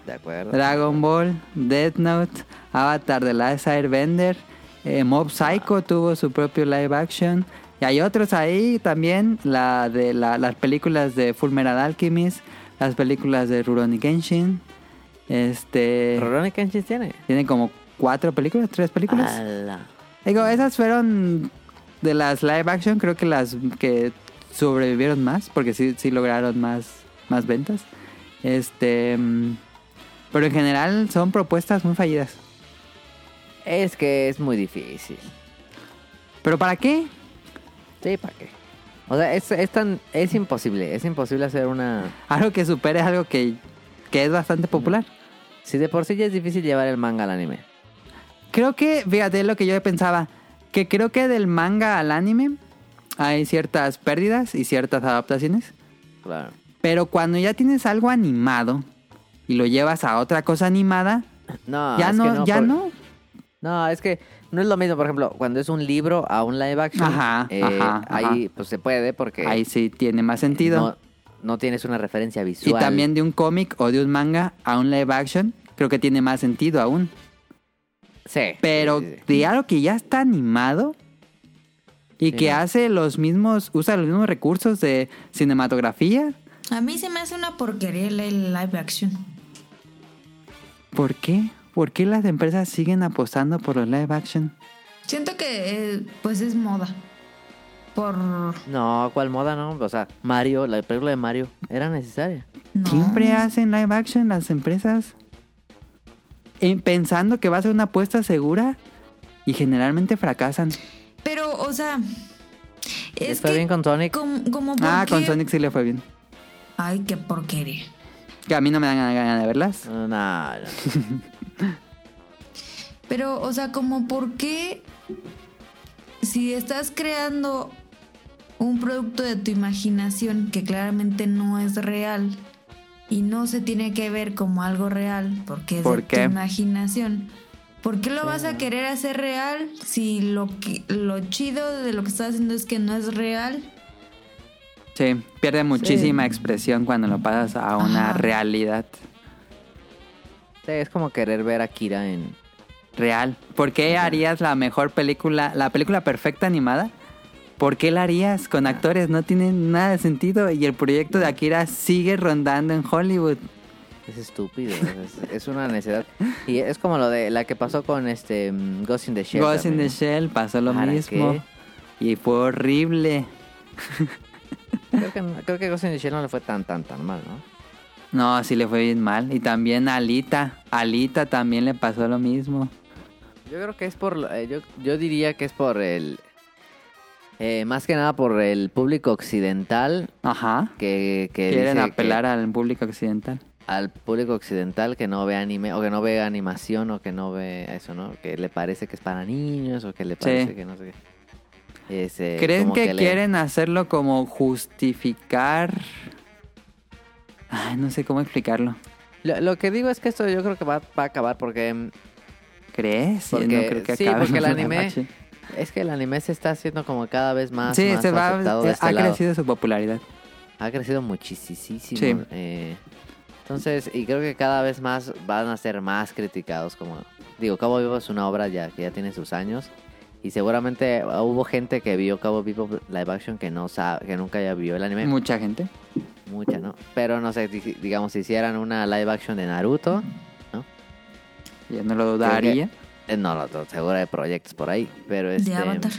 Speaker 2: De acuerdo.
Speaker 3: Dragon Ball, Death Note, Avatar The Last Airbender, eh, Mob Psycho tuvo su propio live action. Y hay otros ahí también, la de la- las películas de Fullmetal Alchemist, las películas de Rurouni Kenshin. Este
Speaker 2: ¿Rurouni Kenshin tiene?
Speaker 3: tiene como cuatro películas, tres películas.
Speaker 2: Ala.
Speaker 3: Digo, esas fueron de las live action, creo que las que sobrevivieron más, porque sí, sí lograron más, más ventas. Este. mm, Pero en general son propuestas muy fallidas.
Speaker 2: Es que es muy difícil.
Speaker 3: ¿Pero para qué?
Speaker 2: Sí, ¿para qué? O sea, es, es tan es imposible, es imposible hacer una
Speaker 3: Algo que supere algo que, que es bastante popular.
Speaker 2: si de por sí ya es difícil llevar el manga al anime.
Speaker 3: Creo que, fíjate lo que yo pensaba, que creo que del manga al anime hay ciertas pérdidas y ciertas adaptaciones.
Speaker 2: Claro.
Speaker 3: Pero cuando ya tienes algo animado y lo llevas a otra cosa animada,
Speaker 2: No,
Speaker 3: ya
Speaker 2: Ah, es que
Speaker 3: no, ya
Speaker 2: por-
Speaker 3: no.
Speaker 2: No, es que no es lo mismo, por ejemplo, cuando es un libro a un live action,
Speaker 3: Ajá,
Speaker 2: eh,
Speaker 3: ajá,
Speaker 2: ahí pues se puede porque
Speaker 3: Ahí sí tiene más sentido.
Speaker 2: No, no tienes una referencia
Speaker 3: y
Speaker 2: visual.
Speaker 3: también de un cómic o de un manga a un live action, creo que tiene más sentido aún.
Speaker 2: Sí.
Speaker 3: Pero
Speaker 2: sí, sí, sí.
Speaker 3: de algo que ya está animado y
Speaker 2: Sí,
Speaker 3: que
Speaker 2: no.
Speaker 3: hace los mismos, usa los mismos recursos de cinematografía,
Speaker 1: A mí se me hace una porquería el live action.
Speaker 3: ¿por qué? ¿Por qué las empresas siguen apostando por los live action?
Speaker 1: Siento que eh, pues es moda. Por no.
Speaker 2: No, ¿cuál moda no? O sea, Mario, la película de Mario era necesaria.
Speaker 3: Siempre hacen live action las empresas en- pensando que va a ser una apuesta segura y generalmente fracasan.
Speaker 1: Pero, o sea, es
Speaker 2: ¿Está
Speaker 1: que
Speaker 2: bien con Sonic?
Speaker 1: com- como
Speaker 3: Ah,
Speaker 1: porque-
Speaker 3: con Sonic sí le fue bien.
Speaker 1: Ay, qué porquería.
Speaker 3: Que a mí no me dan ganas de verlas.
Speaker 2: No, no.
Speaker 1: Pero, o sea, como por qué si estás creando un producto de tu imaginación que claramente no es real y no se tiene que ver como algo real porque es
Speaker 3: ¿Por
Speaker 1: de
Speaker 3: qué?
Speaker 1: tu imaginación. ¿Por qué lo vas a querer hacer real si lo que- lo chido de lo que estás haciendo es que no es real?
Speaker 3: Sí, pierde muchísima expresión cuando lo pasas a una
Speaker 1: Ajá.
Speaker 3: realidad
Speaker 2: Sí, es como querer ver a Kira en...
Speaker 3: real. ¿Por qué harías la mejor película, la película perfecta animada? ¿Por qué la harías con actores? No tiene nada de sentido y el proyecto de Akira sigue rondando en Hollywood.
Speaker 2: Es estúpido, es, es una necesidad. Y es como lo de la que pasó con este mm, Ghost in the Shell.
Speaker 3: Ghost in
Speaker 2: también.
Speaker 3: the Shell pasó lo
Speaker 2: ¿Para
Speaker 3: mismo y fue horrible.
Speaker 2: Creo que, no- creo que Ghost in the Shell no le fue tan, tan, tan mal, ¿no?
Speaker 3: No, sí le fue bien mal. Y también a Alita. A Alita también le pasó lo mismo.
Speaker 2: Yo creo que es por... lo- eh, yo, yo diría que es por el... eh, más que nada por el público occidental
Speaker 3: Ajá.
Speaker 2: que... que
Speaker 3: Quieren
Speaker 2: dice que-
Speaker 3: apelar al público occidental.
Speaker 2: al público occidental que no ve anime o que no ve animación o que no ve eso, ¿no? Que le parece que es para niños o que le parece que no sé qué. Ese,
Speaker 3: ¿Creen
Speaker 2: Eh, como
Speaker 3: que,
Speaker 2: le-
Speaker 3: quieren hacerlo como justificar? Ay, no sé cómo explicarlo.
Speaker 2: Lo, lo que digo es que esto yo creo que va, va a acabar porque mm,
Speaker 3: ¿Crees? Yo
Speaker 2: Porque-
Speaker 3: no creo que
Speaker 2: sí,
Speaker 3: acabe
Speaker 2: porque el
Speaker 3: la
Speaker 2: anime
Speaker 3: noche.
Speaker 2: es que el anime se está haciendo como cada vez más,
Speaker 3: sí,
Speaker 2: más
Speaker 3: se va,
Speaker 2: aceptado de
Speaker 3: eh,
Speaker 2: este
Speaker 3: ha
Speaker 2: lado.
Speaker 3: crecido su popularidad.
Speaker 2: Ha crecido muchísimo.
Speaker 3: Sí.
Speaker 2: eh, entonces, y creo que cada vez más van a ser más criticados. Como digo, Cabo Vivo es una obra ya que ya tiene sus años. Y seguramente ah, hubo gente que vio Cabo Vivo live action que no sabe, que nunca ya vio el anime.
Speaker 3: Mucha gente.
Speaker 2: Mucha, ¿no? Pero no sé, di- digamos, si hicieran una live action de Naruto,
Speaker 3: Yo no lo dudaría.
Speaker 2: eh, no, no, no, seguro hay proyectos por ahí. Pero este.
Speaker 1: De Avatar.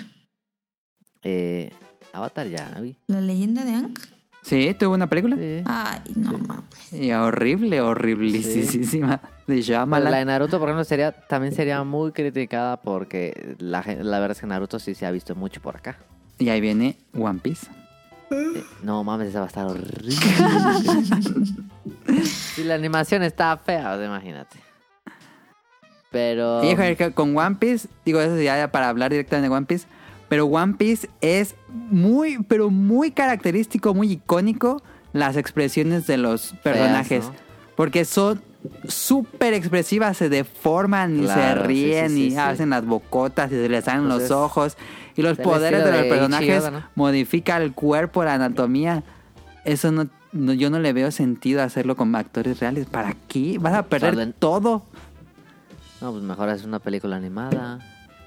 Speaker 2: eh, Avatar ya, vi.
Speaker 1: La leyenda de Ang.
Speaker 3: Sí, tuvo una película.
Speaker 2: Sí.
Speaker 1: Ay, no mames.
Speaker 3: Y horrible, horriblísima. De
Speaker 2: Pero
Speaker 3: Shyamalan.
Speaker 2: La de Naruto, por ejemplo, sería, también sería muy criticada porque la, gen- la verdad es que Naruto sí se ha visto mucho por acá.
Speaker 3: Y ahí viene One Piece.
Speaker 2: No mames, esa va a estar horrible. Si la animación está fea, o sea, imagínate. Pero.
Speaker 3: Y joder, que con One Piece, digo eso ya para hablar directamente de One Piece, pero One Piece es muy, pero muy característico, muy icónico las expresiones de los personajes.
Speaker 2: ¿no?
Speaker 3: Porque son súper expresivas, se deforman y
Speaker 2: Claro,
Speaker 3: se
Speaker 2: sí,
Speaker 3: ríen
Speaker 2: sí, sí,
Speaker 3: y
Speaker 2: sí.
Speaker 3: hacen las bocotas y se les salen
Speaker 2: Pues
Speaker 3: los
Speaker 2: es
Speaker 3: ojos. Y los
Speaker 2: del
Speaker 3: poderes de
Speaker 2: estilo
Speaker 3: los
Speaker 2: de
Speaker 3: personajes
Speaker 2: Ichigo, ¿no?
Speaker 3: modifica el cuerpo, la anatomía. Eso no, no- yo no le veo sentido hacerlo con actores reales. ¿Para qué? Vas a perder
Speaker 2: Salen-
Speaker 3: todo.
Speaker 2: No, pues mejor es una película animada.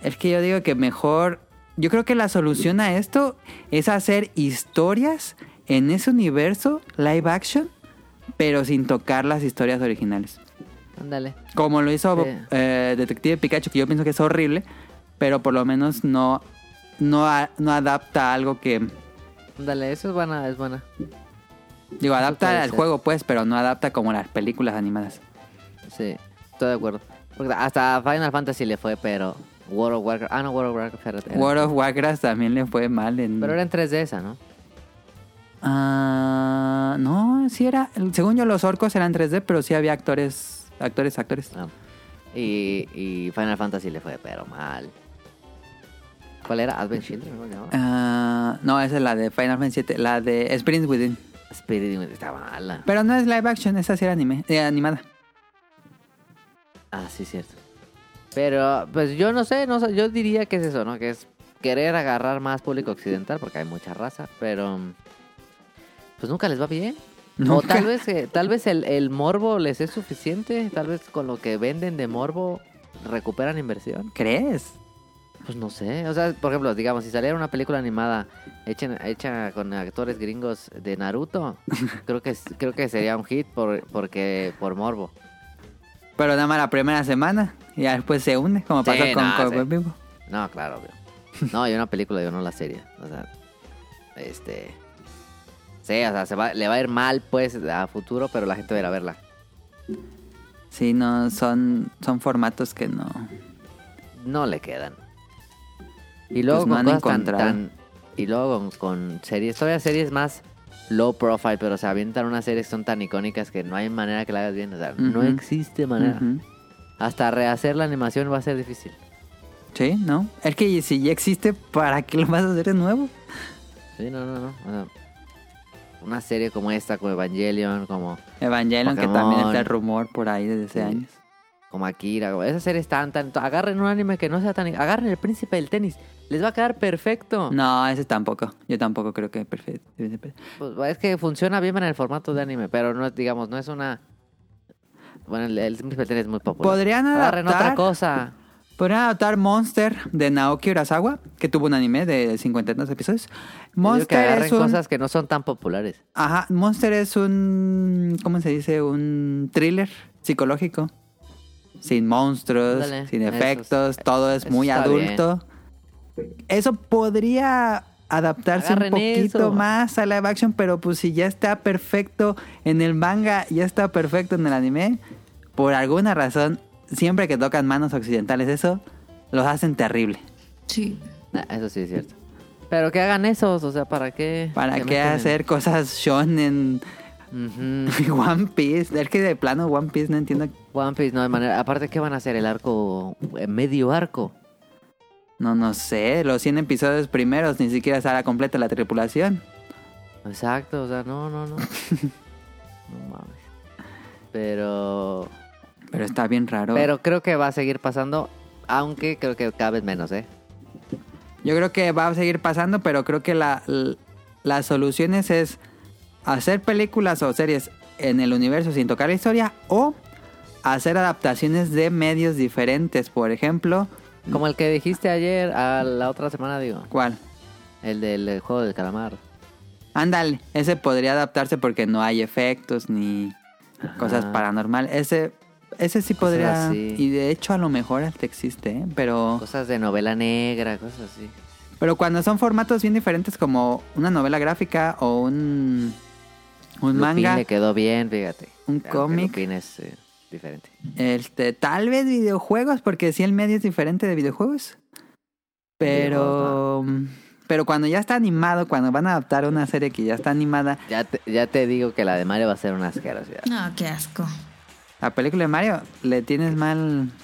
Speaker 3: Es que yo digo que mejor. Yo creo que la solución a esto es hacer historias en ese universo live action, pero sin tocar las historias originales.
Speaker 2: Ándale.
Speaker 3: Como lo hizo
Speaker 2: Sí.
Speaker 3: eh, Detective Pikachu, que yo pienso que es horrible, pero por lo menos no, no, a- no adapta a algo que.
Speaker 2: Ándale, eso es buena, es buena.
Speaker 3: Digo,
Speaker 2: puede
Speaker 3: adapta al
Speaker 2: ser.
Speaker 3: juego, pues, pero no adapta como las películas animadas.
Speaker 2: Sí, estoy de acuerdo. Porque hasta Final Fantasy le fue, pero. World of Warcraft. Ah, no, World of Warcraft. era- era-
Speaker 3: World of Warcraft también le fue mal en.
Speaker 2: Pero era en 3D esa, ¿no?
Speaker 3: Ah, no, sí era. Según yo, los orcos eran 3D, pero sí había actores. Actores, actores.
Speaker 2: Ah. Y, y Final Fantasy le fue, pero mal. ¿Cuál era? Advent Children, ¿no? No.
Speaker 3: Ah, no, esa es la de Final Fantasy VII, la de Experience Within.
Speaker 2: Spirit Demon, está mala.
Speaker 3: Pero no es live action, esa sí era anime, eh, animada.
Speaker 2: Ah, sí, cierto. Pero, pues yo no sé, no sé, yo diría que es eso, ¿no? Que es querer agarrar más público occidental, porque hay mucha raza, pero. Pues nunca les va bien. O
Speaker 3: Nunca.
Speaker 2: tal vez, eh, tal vez el, el morbo les es suficiente, tal vez con lo que venden de morbo recuperan inversión.
Speaker 3: ¿Crees?
Speaker 2: Pues no sé, o sea, por ejemplo, digamos, si saliera una película animada hecha, en- hecha con actores gringos de Naruto, creo que es- creo que sería un hit por porque por morbo.
Speaker 3: Pero nada más la primera semana y ya después se hunde, como
Speaker 2: Sí,
Speaker 3: pasó con
Speaker 2: no,
Speaker 3: Cowboy
Speaker 2: sí.
Speaker 3: Bebop.
Speaker 2: No, claro, obvio. No, y una película, yo no la serie, o sea, este Sí, o sea, se va- le va a ir mal pues a futuro, pero la gente va a ir a verla.
Speaker 3: Sí, no, son, son formatos que no.
Speaker 2: No le quedan. Y luego
Speaker 3: Pues no
Speaker 2: con
Speaker 3: han
Speaker 2: cosas tan-
Speaker 3: encontrado.
Speaker 2: tan- y luego con, con series, todavía series más low profile, pero se avientan unas series que son tan icónicas que no hay manera que la hagas bien, o sea, no
Speaker 3: Ujú.
Speaker 2: existe manera.
Speaker 3: Ujú.
Speaker 2: Hasta rehacer la animación va a ser difícil.
Speaker 3: Sí, no. Es que si ya existe, ¿para qué lo vas a hacer de nuevo?
Speaker 2: Sí, no, no, no. o sea, una serie como esta, como Evangelion, como,
Speaker 3: Evangelion, que
Speaker 2: Pokémon.
Speaker 3: también está el rumor por ahí desde hace
Speaker 2: Sí.
Speaker 3: años.
Speaker 2: como Akira, como- esas series tan, tan, agarren un anime que no sea tan, agarren el príncipe del tenis, les va a quedar perfecto.
Speaker 3: No, ese tampoco. Yo tampoco creo que perfecto.
Speaker 2: Pues, es que funciona bien en el formato de anime, pero no, es, digamos, no es una. Bueno, el, el Príncipe del Tenis es muy popular.
Speaker 3: Podrían
Speaker 2: Agarren
Speaker 3: adaptar-
Speaker 2: otra cosa.
Speaker 3: Podrían adaptar Monster de Naoki Urasawa, que tuvo un anime de 50 y tantos episodios.
Speaker 2: Monster que
Speaker 3: Monster
Speaker 2: agarren
Speaker 3: es un...
Speaker 2: cosas que no son tan populares.
Speaker 3: Ajá, Monster es un... ¿Cómo se dice? Un thriller psicológico. Sin monstruos,
Speaker 2: Ándale,
Speaker 3: sin
Speaker 2: eso es-
Speaker 3: efectos, todo es
Speaker 2: eso
Speaker 3: muy
Speaker 2: está
Speaker 3: adulto. Eso podría adaptarse
Speaker 2: Agarren
Speaker 3: un poquito
Speaker 2: eso.
Speaker 3: más a live action, pero pues si ya está perfecto en el manga, ya está perfecto en el anime, por alguna razón, siempre que tocan manos occidentales eso, los hacen terrible.
Speaker 1: Sí.
Speaker 2: Nah, eso sí es cierto. Pero que hagan esos, o sea, ¿para qué?
Speaker 3: ¿Para
Speaker 2: se
Speaker 3: qué
Speaker 2: meten en-
Speaker 3: hacer cosas shonen?
Speaker 2: Ujú.
Speaker 3: One Piece, es que de plano One Piece no entiendo.
Speaker 2: One Piece, no hay manera. Aparte, ¿qué van a hacer? ¿El arco? eh, ¿Medio arco?
Speaker 3: No, no sé, los 100 episodios primeros ni siquiera sale completa la tripulación.
Speaker 2: Exacto, o sea, no, no, no. no mames. Pero.
Speaker 3: Pero está bien raro.
Speaker 2: Pero creo que va a seguir pasando, aunque creo que cada vez menos, ¿eh?
Speaker 3: Yo creo que va a seguir pasando, pero creo que la, l- las soluciones es hacer películas o series en el universo sin tocar la historia o hacer adaptaciones de medios diferentes. Por ejemplo,
Speaker 2: Como el que dijiste ayer, a la otra semana, digo.
Speaker 3: ¿cuál?
Speaker 2: El del eh, juego del calamar.
Speaker 3: Ándale, ese podría adaptarse porque no hay efectos ni cosas
Speaker 2: Ajá.
Speaker 3: paranormales. Ese, ese sí
Speaker 2: Cosas
Speaker 3: podría.
Speaker 2: así.
Speaker 3: Y de hecho, a lo mejor hasta existe, ¿eh? pero.
Speaker 2: Cosas de novela negra, cosas así.
Speaker 3: Pero cuando son formatos bien diferentes como una novela gráfica o un, un
Speaker 2: Lupin
Speaker 3: manga,
Speaker 2: le quedó bien, fíjate.
Speaker 3: Un
Speaker 2: Aunque
Speaker 3: cómic.
Speaker 2: Lupin es eh, diferente.
Speaker 3: este, tal vez videojuegos, porque sí el medio es diferente de videojuegos. Pero, pero cuando ya está animado, cuando van a adaptar una serie que ya está animada,
Speaker 2: Ya te, ya te digo que la de Mario va a ser una asquerosidad.
Speaker 1: No, qué asco.
Speaker 3: la película de Mario le tienes mal.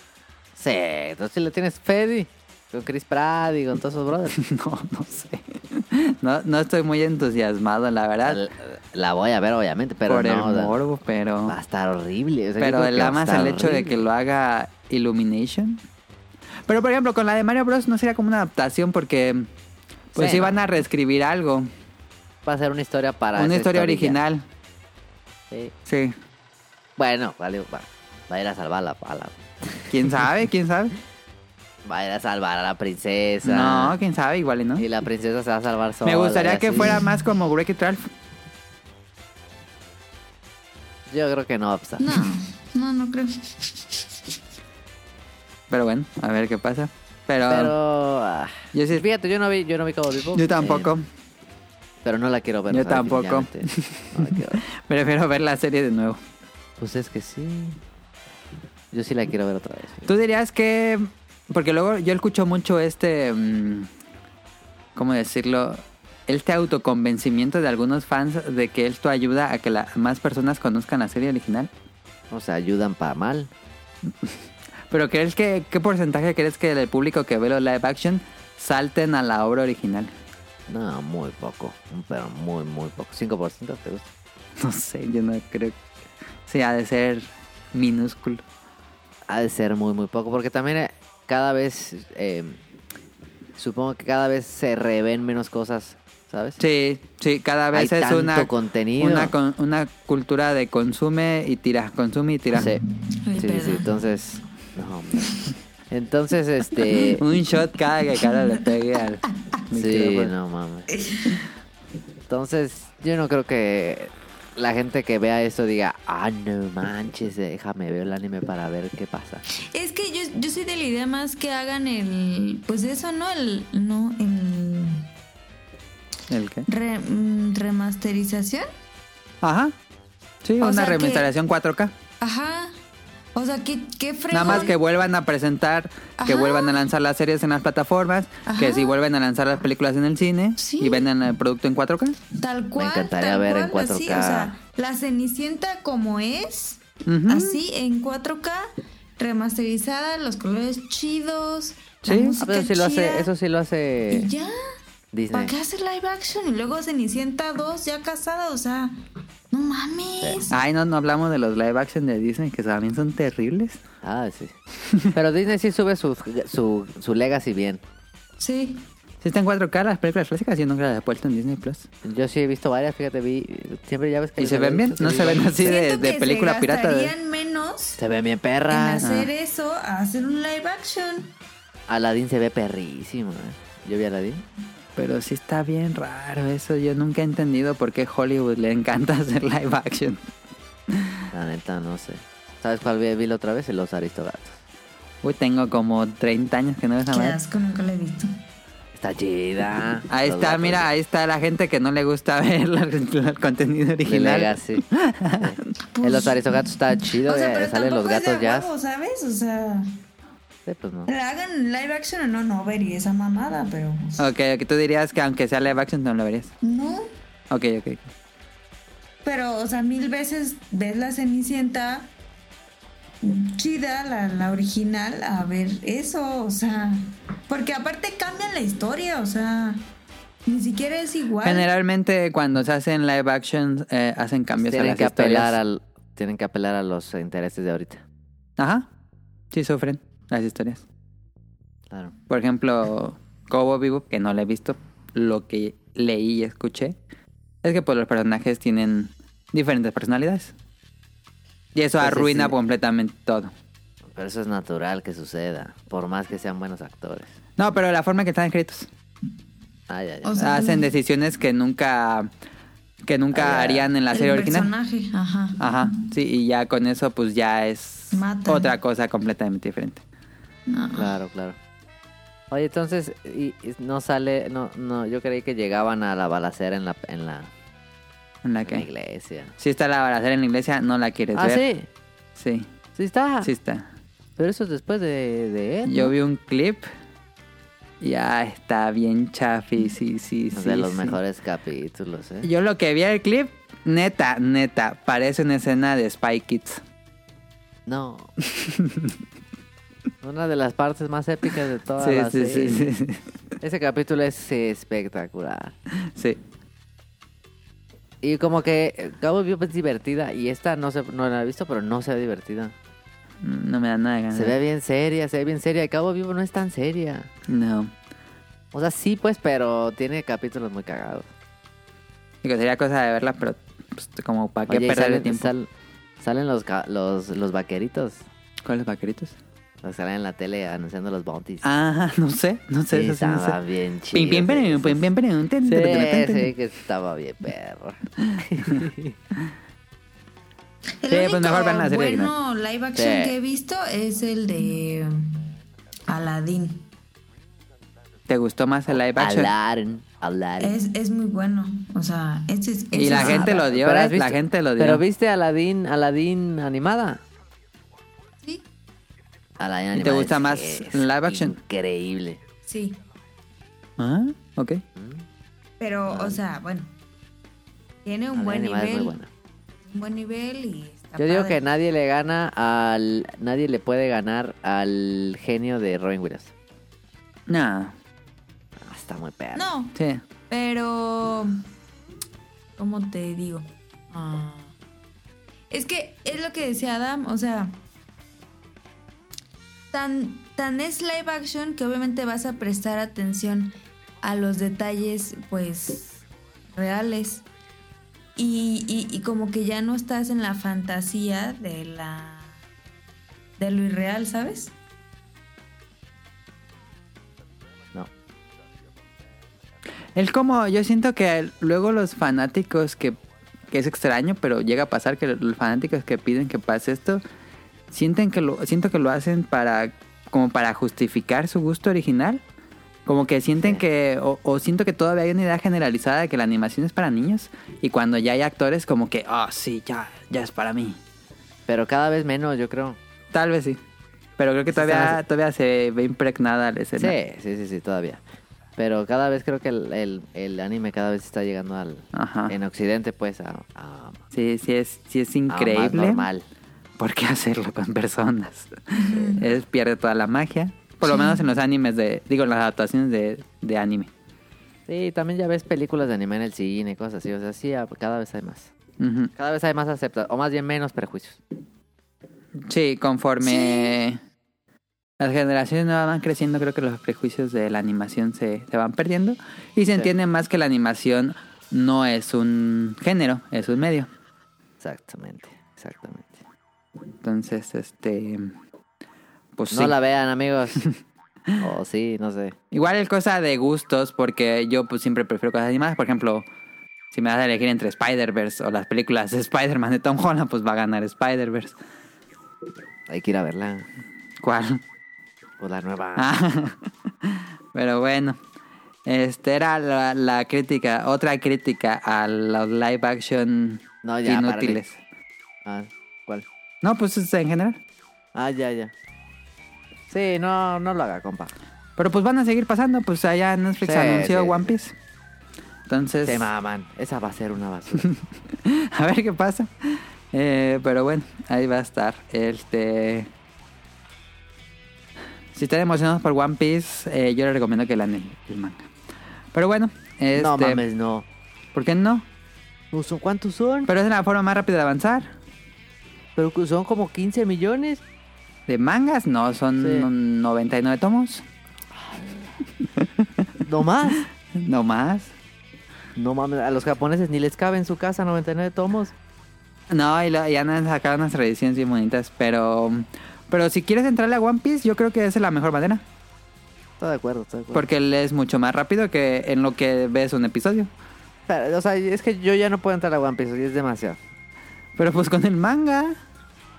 Speaker 2: Sí, entonces le tienes Fedi. Con Chris Pratt y con todos esos brothers.
Speaker 3: No, no sé. No, no estoy muy entusiasmado, la verdad,
Speaker 2: La, la voy a ver, obviamente, pero
Speaker 3: por
Speaker 2: no. o
Speaker 3: el
Speaker 2: sea, ah,
Speaker 3: morbo, pero.
Speaker 2: Va a estar horrible. o sea, yo
Speaker 3: Pero
Speaker 2: creo que va
Speaker 3: el
Speaker 2: a
Speaker 3: más
Speaker 2: estar
Speaker 3: el hecho de que
Speaker 2: horrible.
Speaker 3: lo haga Illumination. Pero por ejemplo, con la de Mario Bros. no sería como una adaptación porque pues
Speaker 2: Sí,
Speaker 3: sí
Speaker 2: no.
Speaker 3: van a reescribir algo.
Speaker 2: Va a ser una historia para.
Speaker 3: una
Speaker 2: esa
Speaker 3: historia
Speaker 2: historia.
Speaker 3: original.
Speaker 2: Sí.
Speaker 3: Sí.
Speaker 2: Bueno, vale, va, va a ir a salvar a la, a la-
Speaker 3: ¿Quién sabe? ¿Quién sabe?
Speaker 2: Va a ir a salvar a la princesa.
Speaker 3: no, quién sabe, igual y no.
Speaker 2: Y la princesa se va a salvar sola.
Speaker 3: Me
Speaker 2: y
Speaker 3: gustaría que
Speaker 2: así.
Speaker 3: fuera más como Break It Ralph.
Speaker 2: Yo creo que no pues. va a pasar.
Speaker 1: No, no, no creo.
Speaker 3: Pero bueno, a ver qué pasa. Pero,
Speaker 2: Pero. ah,
Speaker 3: yo sí.
Speaker 2: Fíjate, yo no vi, yo no vi Cowboy Bebop.
Speaker 3: Yo
Speaker 2: eh,
Speaker 3: tampoco.
Speaker 2: pero no la quiero ver.
Speaker 3: Yo
Speaker 2: o sea,
Speaker 3: tampoco.
Speaker 2: definitivamente no la quiero ver.
Speaker 3: Prefiero ver la serie de nuevo.
Speaker 2: Pues es que sí. Yo sí la quiero ver otra vez.
Speaker 3: Tú dirías que. Porque luego yo escucho mucho este. mm, ¿Cómo decirlo? Este autoconvencimiento de algunos fans de que esto ayuda a que la- más personas conozcan la serie original.
Speaker 2: O sea, ayudan para mal.
Speaker 3: Pero ¿crees que, ¿qué porcentaje crees que del público que ve los live action salten a la obra original?
Speaker 2: No, muy poco. Pero muy, muy poco. 5% te gusta.
Speaker 3: No sé, yo no creo. Sí, ha de ser minúsculo.
Speaker 2: Ha de ser muy, muy poco. Porque también eh, cada vez. eh, supongo que cada vez se revén menos cosas, ¿sabes?
Speaker 3: Sí, sí, cada vez
Speaker 2: Hay
Speaker 3: es
Speaker 2: tanto
Speaker 3: una,
Speaker 2: contenido.
Speaker 3: una, con- una cultura de consume y tira, consume y tira.
Speaker 2: Sí.
Speaker 1: Ay,
Speaker 2: Sí, sí,
Speaker 1: perdón.
Speaker 2: sí, Entonces. No, hombre. Entonces, este.
Speaker 3: Un shot cada que cara le pegue al
Speaker 2: Sí,
Speaker 3: micrófono.
Speaker 2: no mames. Entonces, yo no creo que la gente que vea esto diga, ah, no manches, déjame ver el anime para ver qué pasa.
Speaker 1: Es que yo, yo soy de la idea más que hagan el. Pues eso, ¿no? El. No, el.
Speaker 3: ¿El qué?
Speaker 1: re- mm, remasterización.
Speaker 3: Ajá. Sí,
Speaker 1: O
Speaker 3: una
Speaker 1: sea que-
Speaker 3: remasterización 4K.
Speaker 1: Ajá. O sea, qué, qué fregón.
Speaker 3: Nada más que vuelvan a presentar, que
Speaker 1: Ajá.
Speaker 3: vuelvan a lanzar las series en las plataformas, que
Speaker 1: Ajá.
Speaker 3: si vuelven a lanzar las películas en el cine
Speaker 1: Sí.
Speaker 3: y venden el producto en 4K.
Speaker 1: Tal cual.
Speaker 2: encantaría
Speaker 1: tal
Speaker 2: ver en
Speaker 1: cual, así,
Speaker 2: 4K.
Speaker 1: o sea, la Cenicienta como es,
Speaker 3: Ujú.
Speaker 1: así en 4K, remasterizada, los colores chidos. la
Speaker 3: Sí.
Speaker 1: música
Speaker 2: Pero si lo hace,
Speaker 1: chida,
Speaker 2: eso sí lo hace
Speaker 1: Y ya.
Speaker 2: Disney.
Speaker 1: ¿Para qué hacer live action? Y luego Cenicienta 2 ya casada, o sea, no mames.
Speaker 3: Ay, no, no hablamos de los live action de Disney, que también son terribles.
Speaker 2: Ah, sí. Pero Disney sí sube su, su, su legacy bien.
Speaker 1: Sí.
Speaker 3: Si está en 4K las películas clásicas, yo nunca las he puesto en Disney Plus.
Speaker 2: Yo sí he visto varias, fíjate, vi. Siempre ya ves que.
Speaker 3: ¿Y
Speaker 2: los
Speaker 3: se ven bien?
Speaker 2: adultos
Speaker 3: ¿No se ven así de,
Speaker 1: Siento
Speaker 3: de
Speaker 1: que
Speaker 3: película
Speaker 1: se
Speaker 3: pirata? de-
Speaker 1: gastarían menos
Speaker 2: Se ven bien
Speaker 1: en
Speaker 2: perras.
Speaker 1: hacer eso a hacer un live action.
Speaker 2: Aladdin se ve perrísimo. eh. Yo vi Aladdin.
Speaker 3: Pero sí está bien raro eso. Yo nunca he entendido por qué Hollywood le encanta hacer live action.
Speaker 2: La neta, no sé. ¿Sabes cuál vi, vi la otra vez? Los Aristogatos.
Speaker 3: Uy, tengo como 30 años que no ves
Speaker 1: Qué
Speaker 3: a ver.
Speaker 1: asco, nunca lo he visto.
Speaker 2: Está chida.
Speaker 3: Ahí
Speaker 2: Los
Speaker 3: está,
Speaker 2: vatos
Speaker 3: mira,
Speaker 2: de-
Speaker 3: ahí está la gente que no le gusta ver la- el contenido
Speaker 2: de
Speaker 3: original.
Speaker 2: Legacy. Sí. El los aristogatos está chido,
Speaker 1: pues. O sea,
Speaker 2: eh,
Speaker 1: pero
Speaker 2: salen los
Speaker 1: tampoco es de
Speaker 2: gatos
Speaker 1: a
Speaker 2: jazz.
Speaker 1: huevo, ¿sabes? O sea,
Speaker 2: Sí, pues no.
Speaker 1: la hagan live action o no, no vería esa mamada, pero. pues,
Speaker 3: Ok, ok, tú dirías que aunque sea live action no lo verías.
Speaker 1: No,
Speaker 3: Ok, ok.
Speaker 1: pero, o sea, mil veces ves la Cenicienta chida, la, la original, a ver eso, o sea. Porque aparte cambian la historia, o sea, ni siquiera es igual.
Speaker 3: Generalmente cuando se hacen live action eh, hacen cambios a
Speaker 2: Tienen
Speaker 3: las
Speaker 2: que apelar
Speaker 3: historias.
Speaker 2: al tienen que apelar a los intereses de ahorita.
Speaker 3: Ajá. Sí sufren las historias.
Speaker 2: Claro.
Speaker 3: Por ejemplo, Cobo Vivo, que no la he visto, lo que leí y escuché es que pues los personajes tienen diferentes personalidades. Y eso
Speaker 2: Pues, sí,
Speaker 3: arruina
Speaker 2: sí.
Speaker 3: completamente todo.
Speaker 2: Pero eso es natural que suceda, por más que sean buenos actores.
Speaker 3: No, pero la forma en que están escritos.
Speaker 2: Ay, ay, ay.
Speaker 1: O sea,
Speaker 3: hacen decisiones que nunca que nunca
Speaker 2: mm. Ah, ya.
Speaker 3: harían en la
Speaker 1: el
Speaker 3: serie original. Ah,
Speaker 1: personaje, ajá.
Speaker 3: Ajá, sí, y ya con eso pues ya es
Speaker 1: Matan.
Speaker 3: otra cosa completamente diferente.
Speaker 1: No.
Speaker 2: Claro, claro. Oye, entonces y, y no sale no no, yo creí que llegaban a la balacera en la en la,
Speaker 3: En la
Speaker 2: en la
Speaker 3: que
Speaker 2: iglesia.
Speaker 3: si está la balacera en la iglesia, no la quieres
Speaker 2: Ah,
Speaker 3: ver.
Speaker 2: sí. Ah.
Speaker 3: Sí.
Speaker 2: Sí está.
Speaker 3: Sí está.
Speaker 2: Pero eso es después de, de él.
Speaker 3: Yo vi un clip. Ya está bien chafi, sí, sí, sí.
Speaker 2: Mm. de los
Speaker 3: sí.
Speaker 2: mejores capítulos, ¿eh?
Speaker 3: Yo lo que vi el clip, neta, neta, parece una escena de Spy Kids.
Speaker 2: No. Una de las partes más épicas de toda
Speaker 3: Sí,
Speaker 2: la
Speaker 3: sí, sí,
Speaker 2: serie.
Speaker 3: sí, sí.
Speaker 2: Ese capítulo es espectacular.
Speaker 3: Sí.
Speaker 2: Y como que Cabo Vivo es divertida y esta no se, no la he visto, pero no se ve divertida.
Speaker 3: Mm, No me da nada de ganas.
Speaker 2: Se ve bien seria, se ve bien seria. Y Cabo Vivo no es tan seria.
Speaker 3: No.
Speaker 2: O sea, sí pues, pero tiene capítulos muy cagados.
Speaker 3: Digo, sería cosa de verla, pero pues, como para qué
Speaker 2: Oye, y
Speaker 3: perder el
Speaker 2: salen,
Speaker 3: tiempo.
Speaker 2: sal- salen los, ca- los, los vaqueritos.
Speaker 3: ¿Cuáles vaqueritos?
Speaker 2: Los que salen en la tele anunciando los bounties.
Speaker 3: Ah, no sé, no sé.
Speaker 2: sí,
Speaker 3: eso sí, no
Speaker 2: estaba
Speaker 3: sé.
Speaker 2: bien
Speaker 3: Pim,
Speaker 2: chido.
Speaker 3: pim, pim, pim, pim, pim, ten,
Speaker 2: Sí,
Speaker 3: ten, ten, ten.
Speaker 2: sí, que estaba bien perro.
Speaker 1: El
Speaker 3: Sí, pues
Speaker 1: único
Speaker 3: mejor vean la serie
Speaker 1: bueno live action
Speaker 2: Sí.
Speaker 1: que he visto es el de Aladdin.
Speaker 3: ¿Te gustó más el live action?
Speaker 2: Aladdin, Aladdin.
Speaker 1: Es, es muy bueno. O sea, este es.
Speaker 3: Y la
Speaker 1: ese-
Speaker 3: gente lo odió,
Speaker 2: Pero
Speaker 3: ¿eh?
Speaker 2: has visto-
Speaker 3: la gente lo odió.
Speaker 2: Pero viste Aladdin, Aladdin animada.
Speaker 1: Sí,
Speaker 2: Aladdin
Speaker 3: ¿Y
Speaker 2: animada.
Speaker 3: te gusta
Speaker 2: es-
Speaker 3: más
Speaker 2: es
Speaker 3: live action?
Speaker 2: Increíble.
Speaker 1: sí.
Speaker 3: Ah, ok.
Speaker 1: Pero, o sea, bueno. Tiene un
Speaker 2: Aladdin
Speaker 1: buen
Speaker 2: animada es
Speaker 1: nivel.
Speaker 2: muy buena.
Speaker 1: Un buen nivel y. está
Speaker 2: Yo digo
Speaker 1: padre.
Speaker 2: que nadie le gana al, nadie le puede ganar al genio de Robin Williams.
Speaker 3: No,
Speaker 2: Ah, está muy perro.
Speaker 1: No,
Speaker 3: sí.
Speaker 1: pero. ¿Cómo te digo? Ah, es que es lo que decía Adam, o sea. Tan, tan es live action que obviamente vas a prestar atención a los detalles, pues. reales. Y, y- y como que ya no estás en la fantasía de la. de lo irreal, ¿sabes?
Speaker 2: No.
Speaker 3: Es como, yo siento que luego los fanáticos que, que es extraño, pero llega a pasar que los fanáticos que piden que pase esto, sienten que lo, siento que lo hacen para, como para justificar su gusto original. Como que sienten que, o, o siento que todavía hay una idea generalizada de que la animación es para niños. Y cuando ya hay actores, como que, ah, sí, ya, ya es para mí.
Speaker 2: Pero cada vez menos, yo creo.
Speaker 3: Tal vez sí. Pero creo que
Speaker 2: están
Speaker 3: todavía,
Speaker 2: así.
Speaker 3: todavía se ve impregnada la
Speaker 2: Sí,
Speaker 3: escena.
Speaker 2: sí, sí, sí, todavía. Pero cada vez creo que el, el- el anime cada vez está llegando al...
Speaker 3: Ajá.
Speaker 2: En Occidente, pues, a... a- a más
Speaker 3: Sí, sí es, sí es increíble.
Speaker 2: normal.
Speaker 3: ¿Por qué hacerlo con personas? Es, pierde toda la magia. Por lo menos en los animes de... Digo, en las adaptaciones de, de anime.
Speaker 2: Sí, también ya ves películas de anime en el cine y cosas así. O sea, sí, a- cada vez hay más.
Speaker 3: Ujú.
Speaker 2: Cada vez hay más aceptación, o más bien menos prejuicios.
Speaker 3: Sí, conforme las generaciones nuevas van creciendo, creo que los prejuicios de la animación se, se van perdiendo. Y se entiende más que la animación no es un género, es un medio.
Speaker 2: Exactamente, exactamente.
Speaker 3: Entonces, este... Pues
Speaker 2: No
Speaker 3: sí.
Speaker 2: la vean, amigos. o sí, no sé.
Speaker 3: Igual es cosa de gustos, porque yo pues siempre prefiero cosas animadas. Por ejemplo, si me das a elegir entre Spider-Verse o las películas de Spider-Man de Tom Holland, pues va a ganar Spider-Verse.
Speaker 2: Hay que ir a verla.
Speaker 3: ¿Cuál?
Speaker 2: Pues la nueva.
Speaker 3: Ah, Pero bueno. Este era la, la crítica, otra crítica a los live action
Speaker 2: No, ya, párale.
Speaker 3: inútiles.
Speaker 2: Ah, ¿cuál?
Speaker 3: No, pues es en general.
Speaker 2: Ah, ya, ya. Sí, no, no lo haga, compa.
Speaker 3: Pero pues van a seguir pasando, pues allá Netflix
Speaker 2: Sí,
Speaker 3: anunció
Speaker 2: sí, sí.
Speaker 3: One Piece. Entonces,
Speaker 2: Se maman. Esa va a ser una basura.
Speaker 3: a ver qué pasa. Eh, pero bueno, ahí va a estar. Este. Si están emocionados por One Piece, eh, yo les recomiendo que lean el, el manga. Pero bueno, este,
Speaker 2: No mames, no.
Speaker 3: ¿por qué no?
Speaker 2: No son- ¿Cuántos son?
Speaker 3: Pero es la forma más rápida de avanzar.
Speaker 2: Pero que son como 15 millones.
Speaker 3: De mangas, no, son
Speaker 2: Sí.
Speaker 3: 99 tomos.
Speaker 2: No más.
Speaker 3: No más.
Speaker 2: No mames, a los japoneses ni les cabe en su casa 99 tomos.
Speaker 3: No, y, lo- y han sacado unas reediciones bien bonitas. Pero, pero si quieres entrarle a One Piece, yo creo que esa es la mejor manera.
Speaker 2: Pues. Estoy de acuerdo, estoy de acuerdo.
Speaker 3: Porque él es mucho más rápido que en lo que ves un episodio.
Speaker 2: Pero, o sea, es que yo ya no puedo entrar a One Piece, es demasiado.
Speaker 3: Pero pues con el manga,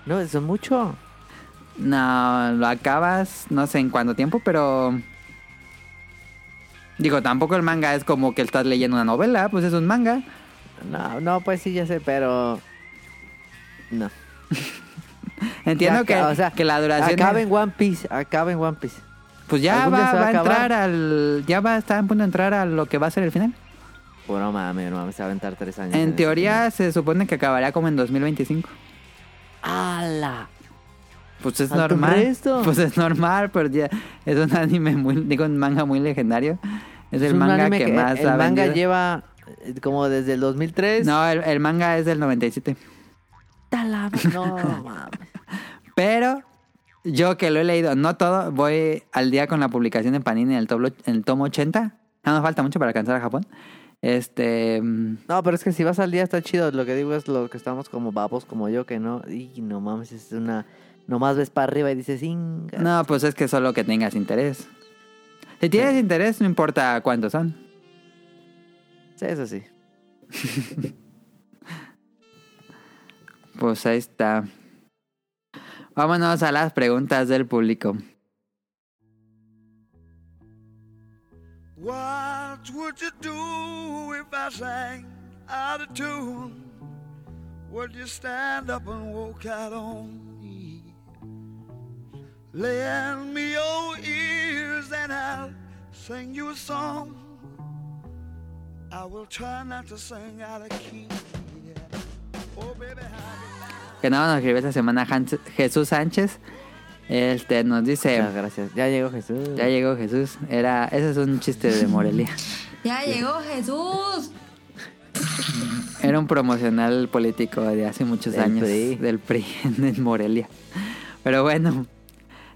Speaker 2: No, eso es mucho.
Speaker 3: no, lo acabas, no sé en cuánto tiempo, pero... Digo, tampoco el manga es como que estás leyendo una novela, pues es un manga.
Speaker 2: No, no, pues sí, ya sé, pero... No.
Speaker 3: Entiendo
Speaker 2: Ya,
Speaker 3: que,
Speaker 2: o sea,
Speaker 3: que la duración...
Speaker 2: Acaba en One Piece, acaba en One Piece.
Speaker 3: Pues ya
Speaker 2: algún día
Speaker 3: va,
Speaker 2: se va a
Speaker 3: va a
Speaker 2: acabar.
Speaker 3: entrar al... Ya va, está en punto de entrar a lo que va a ser el final.
Speaker 2: Bueno, no mames, no mames, se va a aventar tres años.
Speaker 3: En
Speaker 2: eso.
Speaker 3: teoría se supone que acabará como en 2025.
Speaker 2: ¡Hala!
Speaker 3: Pues es
Speaker 2: Alto
Speaker 3: normal.
Speaker 2: resto.
Speaker 3: Pues es normal, pero ya es un anime muy, digo, un manga muy legendario. Es, el
Speaker 2: un
Speaker 3: manga
Speaker 2: anime
Speaker 3: que, más
Speaker 2: El
Speaker 3: ha
Speaker 2: manga
Speaker 3: vendido.
Speaker 2: lleva eh, como desde el 2003.
Speaker 3: No, el, el manga es del 97.
Speaker 2: ¡Tala! No, mames.
Speaker 3: Pero yo que lo he leído, no todo, voy al día con la publicación de Panini en el, toblo- en el tomo 80. No nos falta mucho para alcanzar a Japón. Este. mm,
Speaker 2: No, pero es que si vas al día está chido. Lo que digo es lo que estamos como babos como yo, que no. Y no mames, es una. Nomás ves para arriba y dices, inga.
Speaker 3: No, pues es que solo que tengas interés. Si tienes interés, no importa cuántos son.
Speaker 2: Sí, eso sí.
Speaker 3: Pues ahí está. Vámonos a las preguntas del público.
Speaker 8: What would you do if I sang out of tune? Would you stand up and walk out on me? Lend me your ears and I'll sing you a song. I will try not to sing out of key. Oh, baby, how
Speaker 3: Que nada nos escribió esta semana Hans- Jesús Sánchez. Este nos dice.
Speaker 2: Muchas Ah, gracias. Ya llegó Jesús.
Speaker 3: Ya llegó Jesús. Era, ese es un chiste de Morelia.
Speaker 1: Ya llegó Jesús.
Speaker 3: Era un promocional político de hace muchos
Speaker 2: Del
Speaker 3: años
Speaker 2: PRI.
Speaker 3: del PRI en Morelia. Pero bueno,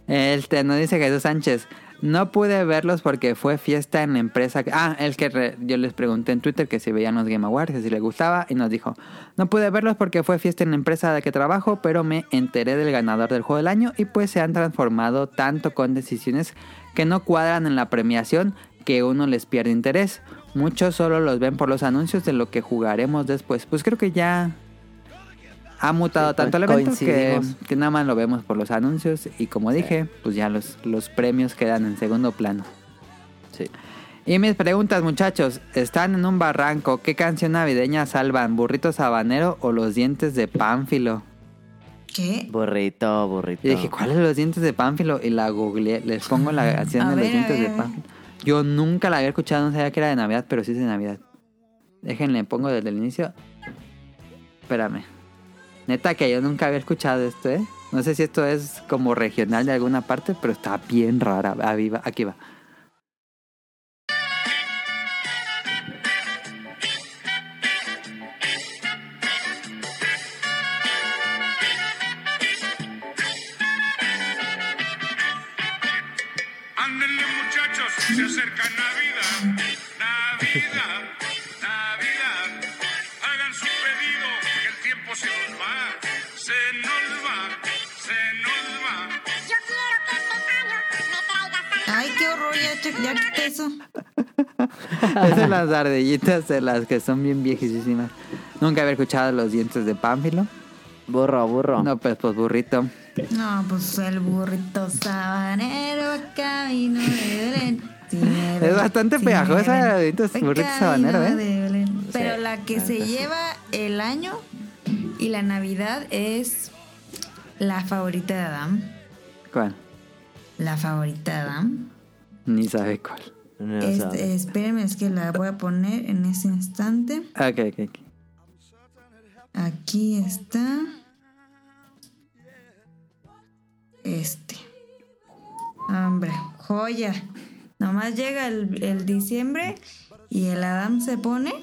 Speaker 3: este nos dice Jesús Sánchez. No pude verlos porque fue fiesta en la empresa. que-". Ah, el que re- yo les pregunté en Twitter que si veían los Game Awards, que si les gustaba, y nos dijo: No pude verlos porque fue fiesta en la empresa de la que trabajo, pero me enteré del ganador del juego del año y pues se han transformado tanto con decisiones que no cuadran en la premiación que uno les pierde interés. Muchos solo los ven por los anuncios de lo que jugaremos después. Pues creo que ya ha mutado
Speaker 2: Sí,
Speaker 3: tanto el
Speaker 2: co-
Speaker 3: evento que,
Speaker 2: coincidimos.
Speaker 3: que nada más lo vemos por los anuncios y como dije, pues ya los, los premios quedan en segundo plano.
Speaker 2: Sí.
Speaker 3: Y mis preguntas, muchachos, están en un barranco. ¿Qué canción navideña salvan? ¿Burritos habanero o los dientes de Pánfilo?
Speaker 1: ¿Qué?
Speaker 2: Burrito, burrito.
Speaker 3: Y dije, ¿cuáles los dientes de Pánfilo? Y la googleé, les pongo la canción
Speaker 1: Mm. A
Speaker 3: de
Speaker 1: ver,
Speaker 3: los
Speaker 1: a ver,
Speaker 3: dientes de
Speaker 1: a ver.
Speaker 3: Pánfilo. Yo nunca la había escuchado, no sabía que era de Navidad, pero sí es de Navidad. Déjenle, pongo desde el inicio. Espérame. Neta que yo nunca había escuchado esto, ¿eh? No sé si esto es como regional de alguna parte, pero está bien rara. Ahí va, aquí va.
Speaker 9: Ándenle muchachos, se acerca Navidad, Navidad, Navidad. Hagan su pedido, que el tiempo se nos va, se nos va, se nos va.
Speaker 6: Yo quiero que este año me traigas
Speaker 1: Ay, qué horror,
Speaker 6: algo.
Speaker 1: ya, che- ya quité eso.
Speaker 3: Es de las ardillitas de las que son bien viejísimas. Nunca había escuchado los dientes de Pánfilo.
Speaker 2: Burro, burro.
Speaker 3: No, pues, pues burrito.
Speaker 1: No, pues el burrito sabanero camino de Belén. sí me
Speaker 3: Es bastante pegajosa,
Speaker 1: me ven.
Speaker 3: estos
Speaker 1: Ay,
Speaker 3: burritos
Speaker 1: ay,
Speaker 3: habaneros,
Speaker 1: no,
Speaker 3: ¿eh? Ah,
Speaker 1: de Belén. Pero
Speaker 2: Sí,
Speaker 1: la que
Speaker 2: la
Speaker 1: se
Speaker 2: neta, sí.
Speaker 1: lleva el año y la Navidad es la favorita de Adam.
Speaker 3: ¿Cuál?
Speaker 1: La favorita de Adam.
Speaker 3: Ni sabe cuál.
Speaker 2: No
Speaker 1: Es-
Speaker 2: sabe.
Speaker 1: espérenme, es que la voy a poner en ese instante.
Speaker 3: Ok, ok, ok.
Speaker 1: Aquí está. Este. Hombre, joya. Nomás llega el, el diciembre y el Adam se pone.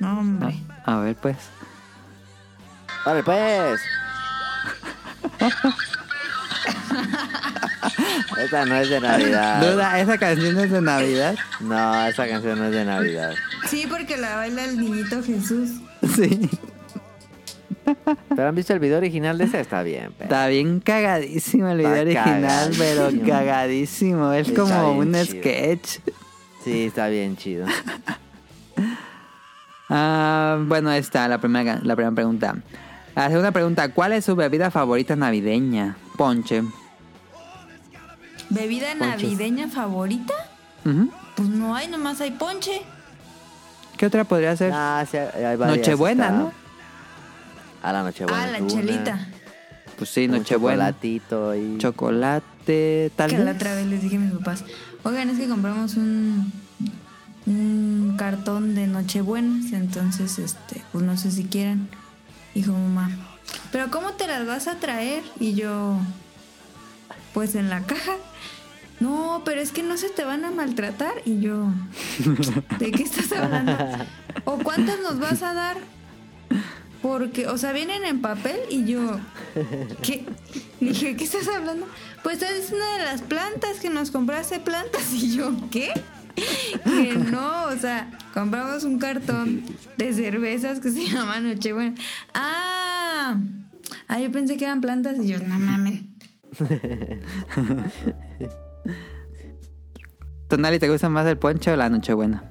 Speaker 1: No,
Speaker 3: Ah,
Speaker 1: hombre.
Speaker 3: a ver, pues.
Speaker 2: Vale, pues. Esta no es de Navidad.
Speaker 3: Duda, esa canción es de Navidad.
Speaker 2: No, esa canción no es de Navidad.
Speaker 1: Sí, porque la baila el niñito Jesús.
Speaker 3: Sí.
Speaker 2: Pero han visto el video original de esa, está bien. pe.
Speaker 3: Está bien cagadísimo el video
Speaker 2: Está
Speaker 3: original, pero
Speaker 2: cagadísimo.
Speaker 3: cagadísimo. Es
Speaker 2: Está
Speaker 3: como
Speaker 2: bien
Speaker 3: un
Speaker 2: chido.
Speaker 3: sketch.
Speaker 2: Sí, está bien chido.
Speaker 3: Ah, bueno, ahí está la primera, la primera pregunta. La segunda pregunta, ¿cuál es su bebida favorita navideña? Ponche.
Speaker 1: ¿Bebida navideña favorita?
Speaker 3: Ujú.
Speaker 1: Pues no hay, nomás hay ponche.
Speaker 3: ¿Qué otra podría ser?
Speaker 2: Ah, sí, hay- hay varias,
Speaker 3: Nochebuena,
Speaker 2: está-
Speaker 3: ¿no?
Speaker 2: A la Nochebuena.
Speaker 1: ah, la
Speaker 2: es una,
Speaker 1: chelita.
Speaker 3: Pues sí,
Speaker 2: un
Speaker 3: Nochebuena.
Speaker 2: Chocolatito y.
Speaker 3: Chocolate, tal
Speaker 1: Que
Speaker 3: vez.
Speaker 1: la otra vez les dije a mis papás, oigan, es que compramos un, un cartón de Nochebuenas, entonces, este, pues no sé si quieran. Dijo mamá, pero ¿cómo te las vas a traer? Y yo, pues en la caja. No, pero es que no se te van a maltratar. Y yo, ¿de qué estás hablando? ¿O cuántas nos vas a dar? Porque, o sea, vienen en papel y yo, ¿qué? Le Dije, ¿qué estás hablando? Pues es una de las plantas que nos compraste plantas y yo, ¿qué? Que no, o sea, compramos un cartón de cervezas que se llama Nochebuena. Ah, ah, yo pensé que eran plantas y yo, no mamen.
Speaker 3: Tonali, ¿te gusta más el ponche o la Nochebuena?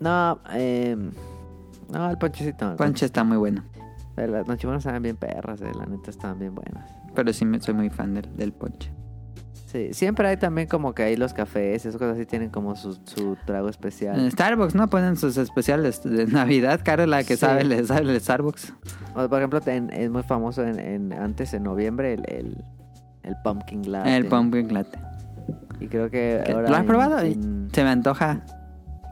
Speaker 2: No, eh. No, el ponchecito. el
Speaker 3: Ponche está muy bueno.
Speaker 2: ponche. Pero Las Nochebuenas estaban bien perras, eh, la neta estaban bien buenas.
Speaker 3: Pero sí me- soy muy fan del, del ponche.
Speaker 2: Sí, siempre hay también como que hay los cafés, esas cosas así tienen como su, su trago especial.
Speaker 3: En Starbucks, ¿no? Ponen sus especiales de Navidad. Cara, la que
Speaker 2: Sí.
Speaker 3: sabe, le sabe el Starbucks.
Speaker 2: O, por ejemplo, ten- es muy famoso en, en- antes, en noviembre, el, el, el pumpkin latte.
Speaker 3: el pumpkin latte.
Speaker 2: Y creo que
Speaker 3: ¿Qué?
Speaker 2: ahora
Speaker 3: ¿Lo has
Speaker 2: en-
Speaker 3: probado?
Speaker 2: en-
Speaker 3: Se me antoja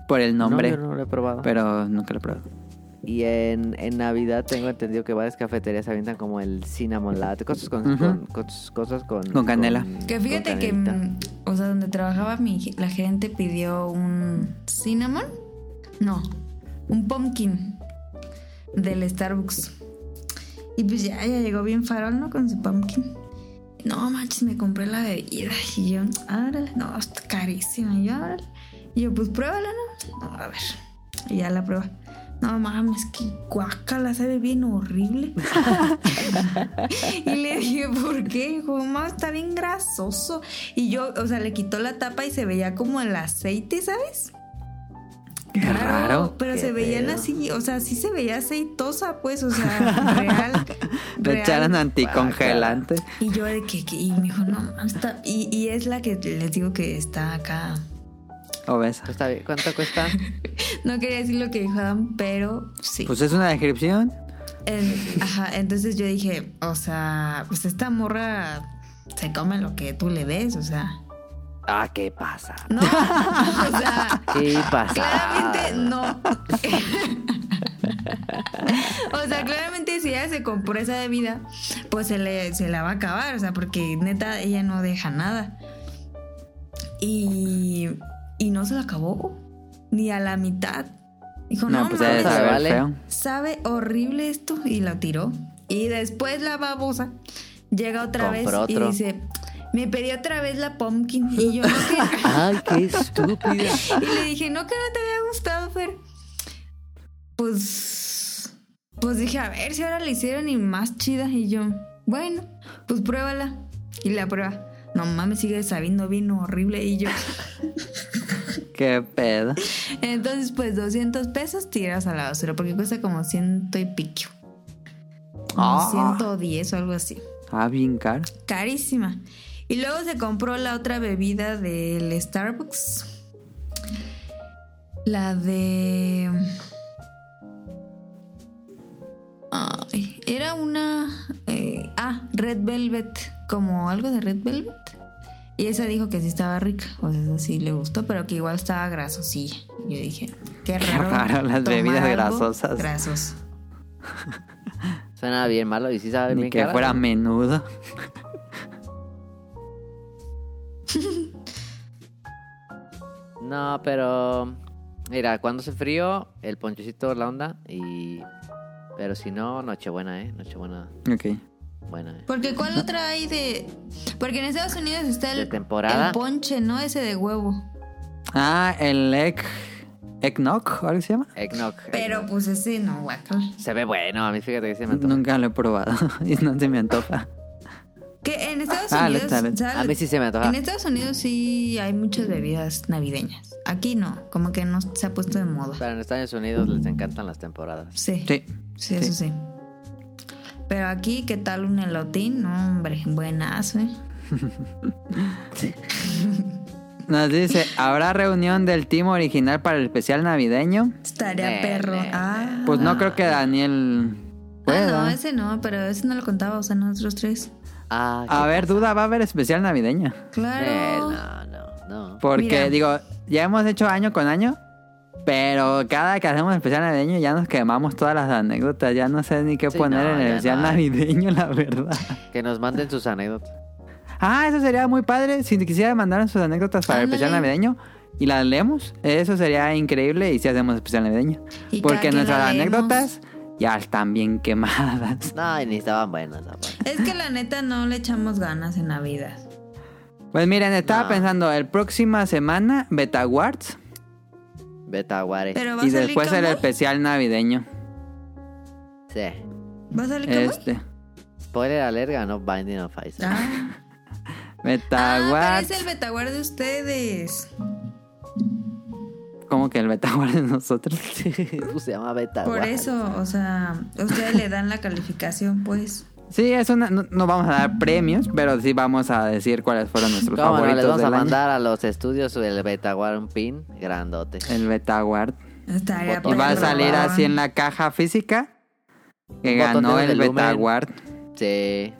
Speaker 3: por el nombre,
Speaker 2: No, yo no lo he probado.
Speaker 3: pero nunca lo he probado.
Speaker 2: Y en, en Navidad tengo entendido que varias cafeterías avientan como el cinnamon latte, cosas con,
Speaker 3: Ujú.
Speaker 2: con- cos- cosas con...
Speaker 3: Con canela.
Speaker 1: Que
Speaker 2: con
Speaker 1: fíjate que,
Speaker 2: canelita.
Speaker 1: mm, o sea, donde trabajaba mi, ge- la gerente pidió un cinnamon, no, un pumpkin del Starbucks. Y pues ya, ya llegó bien farol, ¿no? Con su pumpkin. No manches, me compré la bebida. Y yo, ábrale, no, está carísima. Y yo, ábrale. Y yo, pues pruébala, ¿no? No, a ver. Y ya la prueba. No mames, que guacala, sabe bien horrible. Y le dije, ¿por qué? Dijo, mamá, está bien grasoso. Y yo, o sea, le quitó la tapa y se veía como el aceite, ¿sabes?
Speaker 3: Qué raro.
Speaker 1: Pero
Speaker 2: Qué
Speaker 1: se veían
Speaker 2: pedo.
Speaker 1: así, o sea, sí se veía aceitosa, pues, o sea, real.
Speaker 3: Le
Speaker 1: real.
Speaker 3: echaron anticongelante.
Speaker 1: Y yo de que, que- y me dijo, no, no, está. Y, y es la que les digo que está acá.
Speaker 3: Obesa.
Speaker 2: Está bien, ¿Cuánto cuesta?
Speaker 1: No quería decir lo que dijo Adam, pero sí.
Speaker 3: Pues es una descripción.
Speaker 1: En- ajá, entonces yo dije, o sea, pues esta morra se come lo que tú le des, o sea.
Speaker 2: ah, ¿qué pasa?
Speaker 1: No, o sea,
Speaker 2: ¿Qué pasa?
Speaker 1: claramente no. o sea, claramente si ella se compró esa bebida, pues se, le, se la va a acabar, o sea, porque neta ella no deja nada. Y, y no se la acabó, ni a la mitad. Dijo, no,
Speaker 3: No, pues
Speaker 1: mames,
Speaker 3: debe saber
Speaker 2: vale.
Speaker 3: feo.
Speaker 1: sabe horrible esto y la tiró. Y después la babosa llega otra vez
Speaker 2: Compró
Speaker 1: y
Speaker 2: otro.
Speaker 1: dice, me pedí otra vez la pumpkin y yo no que-
Speaker 2: Ay, qué estúpida.
Speaker 1: y le dije, no que no te había gustado, Fer. Pues pues dije, a ver si ahora la hicieron y más chida y yo, bueno, pues pruébala y la prueba. No mames, sigue sabiendo bien horrible y yo.
Speaker 3: Qué pedo.
Speaker 1: Entonces, pues 200 pesos tiras a la basura porque cuesta como ciento y pico. Como
Speaker 3: Ah.
Speaker 1: 110 o algo así.
Speaker 3: Ah, bien caro.
Speaker 1: Carísima. Y luego se compró la otra bebida del Starbucks. La de... Ay, era una... eh, ah, Red Velvet. Como algo de Red Velvet. Y esa dijo que sí estaba rica. O sea, esa sí le gustó, pero que igual estaba grasosilla. Yo dije, qué raro.
Speaker 3: raro, las
Speaker 1: tomar
Speaker 3: bebidas
Speaker 1: algo
Speaker 3: grasosas.
Speaker 1: Grasos.
Speaker 2: Suena bien malo y sí sabe Ah,
Speaker 3: Ni
Speaker 2: bien
Speaker 3: que
Speaker 2: cara.
Speaker 3: fuera menudo.
Speaker 2: No, pero... Mira, cuando hace frío, el ponchocito la onda y... Pero si no, Nochebuena, ¿eh? Nochebuena
Speaker 3: Ok.
Speaker 2: buena, ¿eh?
Speaker 1: Porque ¿cuál otra hay de...? Porque en Estados Unidos está Pues el,
Speaker 2: ¿De temporada?
Speaker 1: el ponche, ¿no? Ese de huevo.
Speaker 3: Ah, el egg. Eggnog, ¿algo se llama?
Speaker 2: Eggnog.
Speaker 1: Pero
Speaker 2: eggnog.
Speaker 1: pues ese no, guacal.
Speaker 2: eh, Se ve bueno, a mí fíjate que se me antoja.
Speaker 3: Nunca lo he probado y no se me antoja.
Speaker 1: Que en Estados
Speaker 3: Ah,
Speaker 1: Unidos...
Speaker 3: está bien.
Speaker 1: ¿sabes?
Speaker 2: A mí sí se me antoja.
Speaker 1: En Estados Unidos sí hay muchas bebidas navideñas. Aquí no, como que no se ha puesto de moda.
Speaker 2: Pero en Estados Unidos les encantan las temporadas.
Speaker 1: Sí, sí,
Speaker 3: Sí.
Speaker 1: eso
Speaker 3: sí.
Speaker 1: sí. Pero aquí, ¿qué tal un elotín? No, hombre, buenazo, ¿eh?
Speaker 3: Nos dice, ¿habrá reunión del team original para el especial navideño?
Speaker 1: Estaría
Speaker 2: Ne,
Speaker 1: perro.
Speaker 2: ne,
Speaker 1: ah.
Speaker 3: Pues no creo que Daniel
Speaker 1: Ah, no,
Speaker 3: pueda.
Speaker 1: ese no, pero ese no lo contaba, o sea, nosotros tres.
Speaker 2: Ah,
Speaker 3: A
Speaker 2: qué-
Speaker 3: ver, duda, va a haber especial navideño.
Speaker 2: Eh,
Speaker 1: Claro.
Speaker 2: no, no, no.
Speaker 3: Porque
Speaker 1: Mira.
Speaker 3: digo, ya hemos hecho año con año, pero cada que hacemos especial navideño ya nos quemamos todas las anécdotas, ya no sé ni qué
Speaker 2: Sí,
Speaker 3: poner
Speaker 2: no,
Speaker 3: en
Speaker 2: ya
Speaker 3: el especial
Speaker 2: no.
Speaker 3: navideño, la verdad.
Speaker 2: Que nos manden sus anécdotas.
Speaker 3: Ah, eso sería muy padre. Si quisiera mandar sus anécdotas para el especial
Speaker 1: Ándale.
Speaker 3: navideño y las leemos, eso sería increíble y si hacemos especial navideño.
Speaker 1: Y cada
Speaker 3: Porque
Speaker 1: quien la
Speaker 3: nuestras
Speaker 1: leemos.
Speaker 3: anécdotas ya están bien quemadas.
Speaker 2: No, y ni estaban buenas. tampoco.
Speaker 1: Es que la neta no le echamos ganas en Navidad.
Speaker 3: Pues miren, estaba
Speaker 2: No.
Speaker 3: pensando, el próxima semana, Betaguards
Speaker 2: Betaguare.
Speaker 1: Pero va a
Speaker 3: y
Speaker 1: salir
Speaker 3: después el
Speaker 1: Camuy?
Speaker 3: especial navideño.
Speaker 2: Sí.
Speaker 1: ¿Va a salir Camuy?
Speaker 3: Este.
Speaker 2: Spoiler alerga, no Binding of Isaac.
Speaker 1: Ah, ah,
Speaker 3: Betaguards
Speaker 1: pero es el Betaguar de ustedes.
Speaker 3: ¿Cómo que el Betaguard de nosotros?
Speaker 2: Pues se llama Betaguare.
Speaker 1: Por eso, o sea, ustedes le dan la calificación, pues.
Speaker 3: Sí, es una, no, no vamos a dar premios, pero sí vamos a decir cuáles fueron nuestros
Speaker 2: ¿Cómo no?
Speaker 3: favoritos.
Speaker 2: Les vamos a
Speaker 3: del año.
Speaker 2: mandar a los estudios el Betaguare un pin grandote.
Speaker 3: El Betaguard.
Speaker 1: Estaría
Speaker 2: Botón.
Speaker 3: Y va a
Speaker 1: perro,
Speaker 3: salir
Speaker 1: ¿verdad?
Speaker 3: así en la caja física. Que
Speaker 2: Un botón
Speaker 3: ganó
Speaker 2: de
Speaker 3: el
Speaker 2: volumen.
Speaker 3: Betaguard.
Speaker 2: Sí.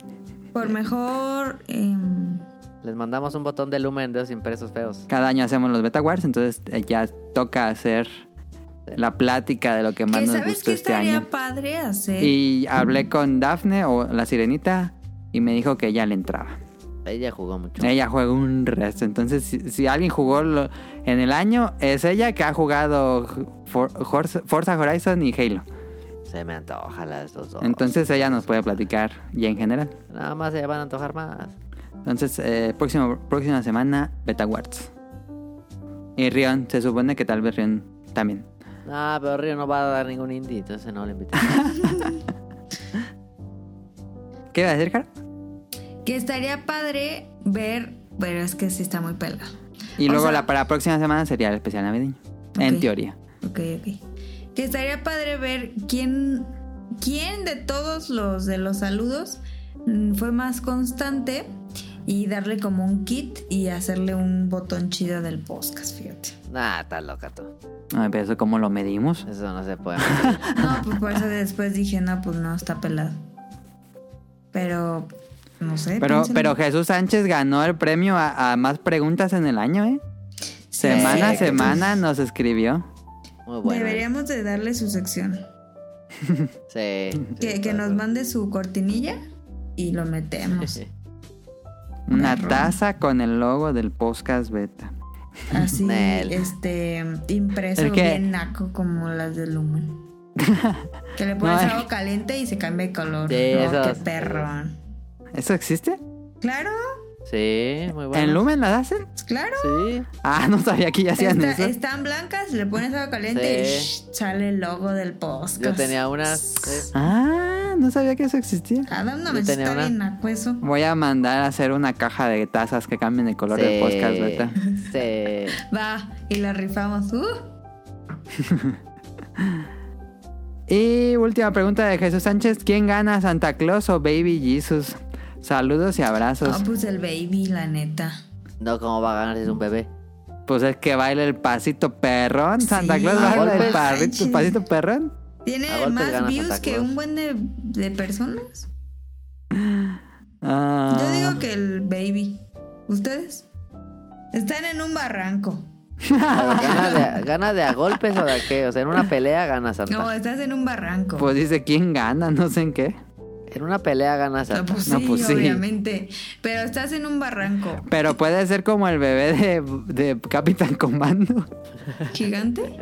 Speaker 1: Por mejor. em,
Speaker 2: Les mandamos un botón de lumen de esos impresos feos.
Speaker 3: Cada año hacemos los Betaguards, entonces eh, ya toca hacer la plática de lo que más
Speaker 1: que
Speaker 3: nos
Speaker 1: sabes
Speaker 3: gustó
Speaker 1: que
Speaker 3: este
Speaker 1: estaría
Speaker 3: año.
Speaker 1: padre hacer.
Speaker 3: Y hablé con Dafne o la sirenita y me dijo que ella le entraba.
Speaker 2: Ella jugó mucho.
Speaker 3: Ella juega un resto. Entonces, si, si alguien jugó lo- en el año, es ella que ha jugado For- Forza, Forza Horizon y Halo.
Speaker 2: Se me antoja las dos. dos.
Speaker 3: Entonces, ella nos puede platicar y en general.
Speaker 2: Nada más se van a antojar más.
Speaker 3: Entonces, eh, próximo, próxima semana, Betaguards. Y Rion, se supone que tal vez Rion también.
Speaker 2: No, pero Río no va a dar ningún indie, entonces no le invito.
Speaker 3: ¿Qué iba a decir, Jara?
Speaker 1: Que estaría padre ver. Pero es que sí está muy pelado.
Speaker 3: Y
Speaker 1: O
Speaker 3: luego
Speaker 1: sea-
Speaker 3: la para la próxima semana sería el especial navideño. En
Speaker 1: Ok.
Speaker 3: teoría.
Speaker 1: Ok, ok. Que estaría padre ver quién, quién de todos los de los saludos mm, fue más constante y darle como un kit y hacerle un botón chido del podcast, fíjate.
Speaker 2: nah, estás loca tú.
Speaker 3: Ay, pero eso, ¿cómo lo medimos?
Speaker 2: Eso no se puede.
Speaker 1: No, pues por eso después dije, no, pues no, está pelado. Pero, no sé.
Speaker 3: Pero,
Speaker 1: piénsalo.
Speaker 3: pero Jesús Sánchez ganó el premio a, a más preguntas en el año, ¿eh? Semana a
Speaker 1: cierto.
Speaker 3: semana nos escribió.
Speaker 2: Muy bueno.
Speaker 1: Deberíamos de darle su sección.
Speaker 2: Sí. sí,
Speaker 1: Que, que
Speaker 2: todo
Speaker 1: nos
Speaker 2: bueno.
Speaker 1: mande su cortinilla y lo metemos.
Speaker 3: Una taza con el logo del podcast beta.
Speaker 1: Así,
Speaker 2: Nel.
Speaker 1: este, impreso
Speaker 3: Es que-
Speaker 1: bien naco como las de Lumen. que le pones
Speaker 3: No, es-
Speaker 1: algo caliente y se cambia de color.
Speaker 2: eh. Sí,
Speaker 1: No,
Speaker 2: esos-
Speaker 1: qué perrón.
Speaker 3: ¿Eso existe?
Speaker 1: Claro,
Speaker 2: Sí, muy bueno.
Speaker 3: ¿En Lumen las hacen?
Speaker 1: claro.
Speaker 2: Sí.
Speaker 3: Ah, no sabía que ya hacían
Speaker 1: Está-
Speaker 3: eso.
Speaker 1: están blancas, le pones agua caliente y
Speaker 2: Sí.
Speaker 1: shh, sale el logo del podcast.
Speaker 2: Yo tenía unas. sí.
Speaker 3: Ah, no sabía que eso existía.
Speaker 1: Adam no
Speaker 2: yo
Speaker 1: me
Speaker 2: tenía
Speaker 1: está
Speaker 2: una.
Speaker 1: bien naco eso.
Speaker 3: Voy a mandar a hacer una caja de tazas que cambien de color
Speaker 2: Sí,
Speaker 3: del podcast beta.
Speaker 2: Sí.
Speaker 1: Va, y la rifamos. Uh,
Speaker 3: Y última pregunta de Jesús Sánchez. ¿Quién gana, Santa Claus o Baby Jesus? Saludos y abrazos.
Speaker 1: Ah, pues el baby, la neta.
Speaker 2: No, ¿cómo va a ganar si es un bebé?
Speaker 3: Pues es que baila el pasito perrón. Santa
Speaker 1: Sí. ah, pues
Speaker 3: Claus
Speaker 1: A
Speaker 3: baila el
Speaker 2: golpes.
Speaker 3: pasito,
Speaker 1: Manches.
Speaker 3: pasito perrón.
Speaker 1: ¿Tiene
Speaker 2: A golpes
Speaker 1: más
Speaker 2: gana
Speaker 1: views
Speaker 2: Santa
Speaker 1: que
Speaker 2: Claus.
Speaker 1: un buen de, de personas?
Speaker 3: Ah,
Speaker 1: Yo digo que el baby. ¿Ustedes? Están en un barranco.
Speaker 2: Pero ¿Gana de, gana de a golpes o de a qué? O sea, en una pelea gana Santa.
Speaker 1: No, estás en un barranco.
Speaker 3: Pues dice quién gana, no sé en qué.
Speaker 2: En una pelea gana
Speaker 1: No,
Speaker 2: Santa.
Speaker 1: pues sí,
Speaker 3: No, pues sí.
Speaker 1: obviamente. Pero estás en un barranco
Speaker 3: Pero puede ser como el bebé de, de Capitán Comando
Speaker 1: gigante.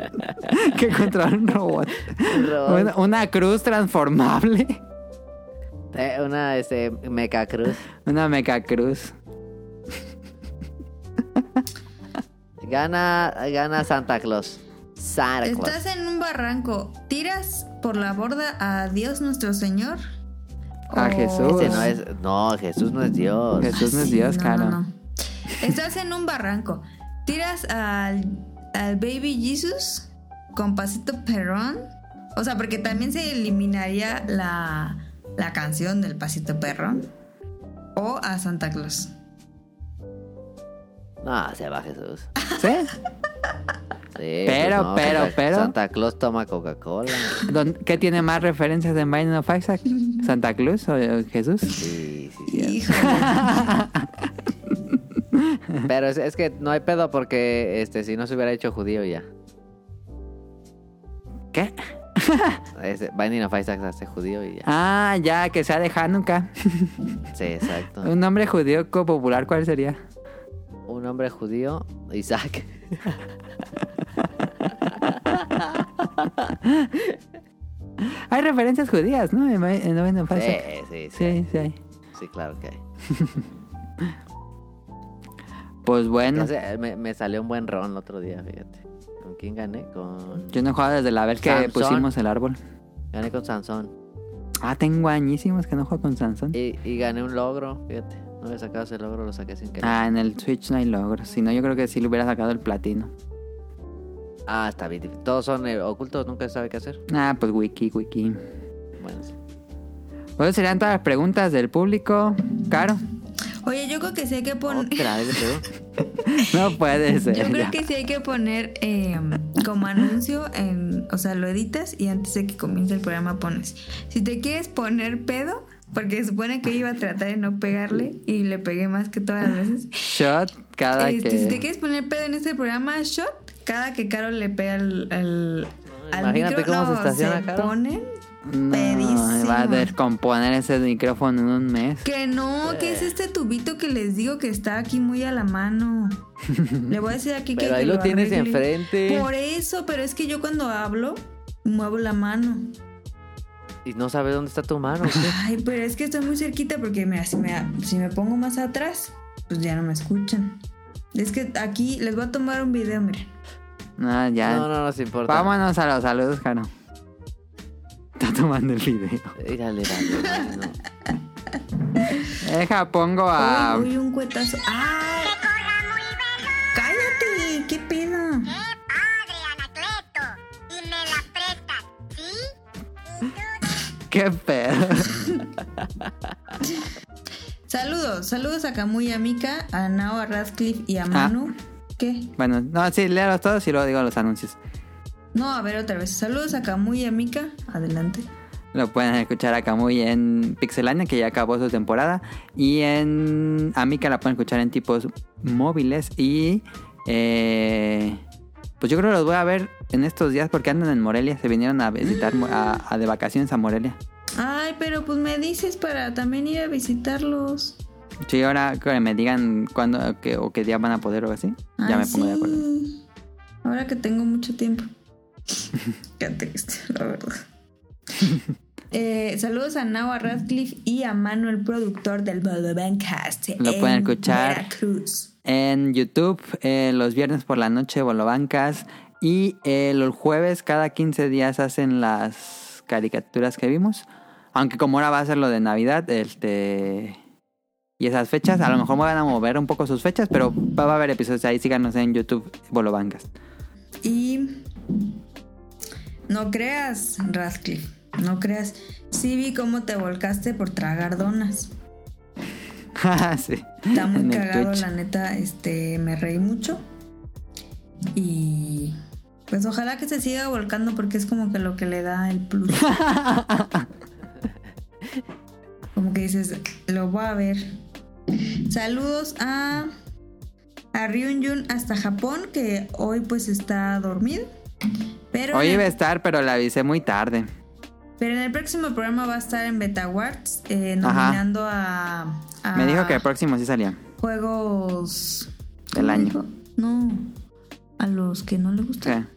Speaker 3: que controla un robot.
Speaker 2: Un robot.
Speaker 3: Una, una cruz transformable.
Speaker 2: Eh, una este, meca cruz.
Speaker 3: Una meca cruz.
Speaker 2: Gana, gana Santa Claus. Santa Claus.
Speaker 1: Estás en un barranco. ¿Tiras por la borda a Dios nuestro Señor?
Speaker 3: A Jesús.
Speaker 2: Ese no es. No, Jesús no es Dios.
Speaker 3: Jesús no es
Speaker 1: Sí,
Speaker 3: Dios,
Speaker 1: no,
Speaker 3: cara.
Speaker 1: no, no. Estás en un barranco. ¿Tiras al, al Baby Jesus con Pasito Perrón? O sea, porque también se eliminaría la, la canción del Pasito Perrón. O a Santa Claus.
Speaker 2: No, se va Jesús.
Speaker 3: ¿Sí?
Speaker 2: Sí,
Speaker 3: Pero,
Speaker 2: no,
Speaker 3: pero,
Speaker 2: Santa-
Speaker 3: pero.
Speaker 2: Santa Claus toma Coca-Cola.
Speaker 3: ¿Dónde- ¿Qué tiene más referencias de Biden of Isaac? ¿Santa Cruz o eh, Jesús?
Speaker 2: Sí, sí, sí.
Speaker 1: Híjole.
Speaker 2: Pero es, es que no hay pedo porque este, si no se hubiera hecho judío ya.
Speaker 3: ¿Qué?
Speaker 2: Este, Binding of Isaac se hace judío y ya.
Speaker 3: Ah, ya, que sea de Hanukkah.
Speaker 2: Sí, exacto.
Speaker 3: Un nombre judío co- popular, ¿cuál sería?
Speaker 2: Un hombre judío, Isaac.
Speaker 3: Hay referencias judías, ¿no? En Bi- en Biden of
Speaker 2: Sí,
Speaker 3: Isaac.
Speaker 2: sí, sí.
Speaker 3: Sí, sí hay.
Speaker 2: Sí, claro que hay.
Speaker 3: Pues
Speaker 2: Ya
Speaker 3: bueno,
Speaker 2: sé, me, me salió un buen ron el otro día, fíjate. ¿Con quién gané? Con...
Speaker 3: yo no he jugado desde la vez que
Speaker 2: Sansón.
Speaker 3: pusimos el árbol.
Speaker 2: Gané con Sansón.
Speaker 3: Ah, tengo añísimos que no juego con Sansón.
Speaker 2: Y, y gané un logro, fíjate. No había sacado ese logro, lo saqué sin querer. Ah,
Speaker 3: Ah, en el Switch no hay logros. Si no, yo creo que sí le hubiera sacado el platino.
Speaker 2: Ah, está bien. difícil. Todos son eh, ocultos, nunca se sabe qué hacer.
Speaker 3: Ah, pues wiki, wiki.
Speaker 2: Bueno, sí.
Speaker 3: Pues serían todas las preguntas del público. Caro.
Speaker 1: Oye, yo creo que sí hay que poner.
Speaker 2: Otra vez le pegó.
Speaker 3: No puede ser.
Speaker 1: Yo
Speaker 3: ya.
Speaker 1: creo que sí hay que poner eh, como anuncio, en, o sea, lo editas y antes de que comience el programa pones. Si te quieres poner pedo, porque se supone que yo iba a tratar de no pegarle y le pegué más que todas las veces.
Speaker 3: Shot cada
Speaker 1: Este,
Speaker 3: que.
Speaker 1: Si te quieres poner pedo en este programa, shot, cada que Caro le pega al, al, al
Speaker 2: Imagínate
Speaker 1: micro,
Speaker 2: cómo se
Speaker 1: no,
Speaker 2: estaciona, Caro.
Speaker 1: ponen
Speaker 3: No,
Speaker 1: pedísimo.
Speaker 3: va a descomponer ese micrófono en un mes.
Speaker 1: Que no, que es
Speaker 2: Eh.
Speaker 1: este tubito que les digo que está aquí muy a la mano. Le voy a decir aquí que.
Speaker 2: Pero ahí
Speaker 1: que
Speaker 2: lo tienes
Speaker 1: arregle.
Speaker 2: enfrente.
Speaker 1: Por eso, pero es que yo cuando hablo, muevo la mano.
Speaker 2: Y no sabes dónde está tu mano. ¿qué?
Speaker 1: Ay, pero es que estoy muy cerquita porque mira, si me, si me pongo más atrás, pues ya no me escuchan. Es que aquí les voy a tomar un video, miren.
Speaker 3: No, ya.
Speaker 2: No, no nos importa.
Speaker 3: Vámonos a los saludos, Caro. Está tomando el video.
Speaker 2: Mírale, dale, dale, no.
Speaker 3: Deja, pongo a.
Speaker 1: Uy, uy, un cuetazo. ¡Ay! ¡Cállate! ¡Qué pedo!
Speaker 6: ¡Qué padre, Anacleto! Y me la prestas, ¿sí? Y tú,
Speaker 3: ¡Qué pedo!
Speaker 1: Saludos, saludos a Camuy y a Mika, a Nao, a Radcliffe
Speaker 2: Ah.
Speaker 1: y a Manu. ¿Qué?
Speaker 3: Bueno, no, sí, léalos todos y luego digo los anuncios.
Speaker 1: No, a ver otra vez. Saludos a Camuy y a Mika. Adelante.
Speaker 3: Lo pueden escuchar a Camuy en Pixelania, que ya acabó su temporada. Y en a Mika la pueden escuchar en tipos móviles. Y eh, pues yo creo que los voy a ver en estos días porque andan en Morelia. Se vinieron a visitar mo- a- a de vacaciones a Morelia.
Speaker 1: Ay, pero pues me dices para también ir a visitarlos.
Speaker 3: Sí, ahora que me digan cuándo o qué- o qué día van a poder o así, ya
Speaker 1: Ay,
Speaker 3: me pongo de acuerdo.
Speaker 1: sí. Ahora que tengo mucho tiempo. Qué triste, la verdad. Eh, saludos a Nahua Radcliffe y a Manuel, productor del Bancast.
Speaker 3: Lo pueden escuchar.
Speaker 1: Veracruz.
Speaker 3: En YouTube, eh, los viernes por la noche, Bolobancas. Y eh, los jueves, cada 15 días, hacen las caricaturas que vimos. Aunque como ahora va a ser lo de Navidad, este. Y esas fechas, a lo mejor me van a mover un poco sus fechas, pero va a haber episodios ahí. Síganos en YouTube, Bolobancas.
Speaker 1: Y no creas, Radcliffe, no creas. Sí vi cómo te volcaste por tragar donas.
Speaker 3: sí.
Speaker 1: Está muy
Speaker 3: En el
Speaker 1: cagado,
Speaker 3: Twitch.
Speaker 1: la neta, este, me reí mucho. Y pues ojalá que se siga volcando porque es como que lo que le da el plus. como que dices, lo voy a ver. Saludos a, a Ryunjun hasta Japón, que hoy pues está dormido. Pero
Speaker 3: Hoy
Speaker 1: en-
Speaker 3: iba a estar, pero la avisé muy tarde.
Speaker 1: pero en el próximo programa va a estar en Beta Awards eh,
Speaker 3: Ajá.
Speaker 1: nominando a, a-
Speaker 3: Me dijo que el próximo sí salía.
Speaker 1: juegos
Speaker 3: Del año.
Speaker 1: dijo? No, a los que no le
Speaker 3: Sí.
Speaker 1: gustan.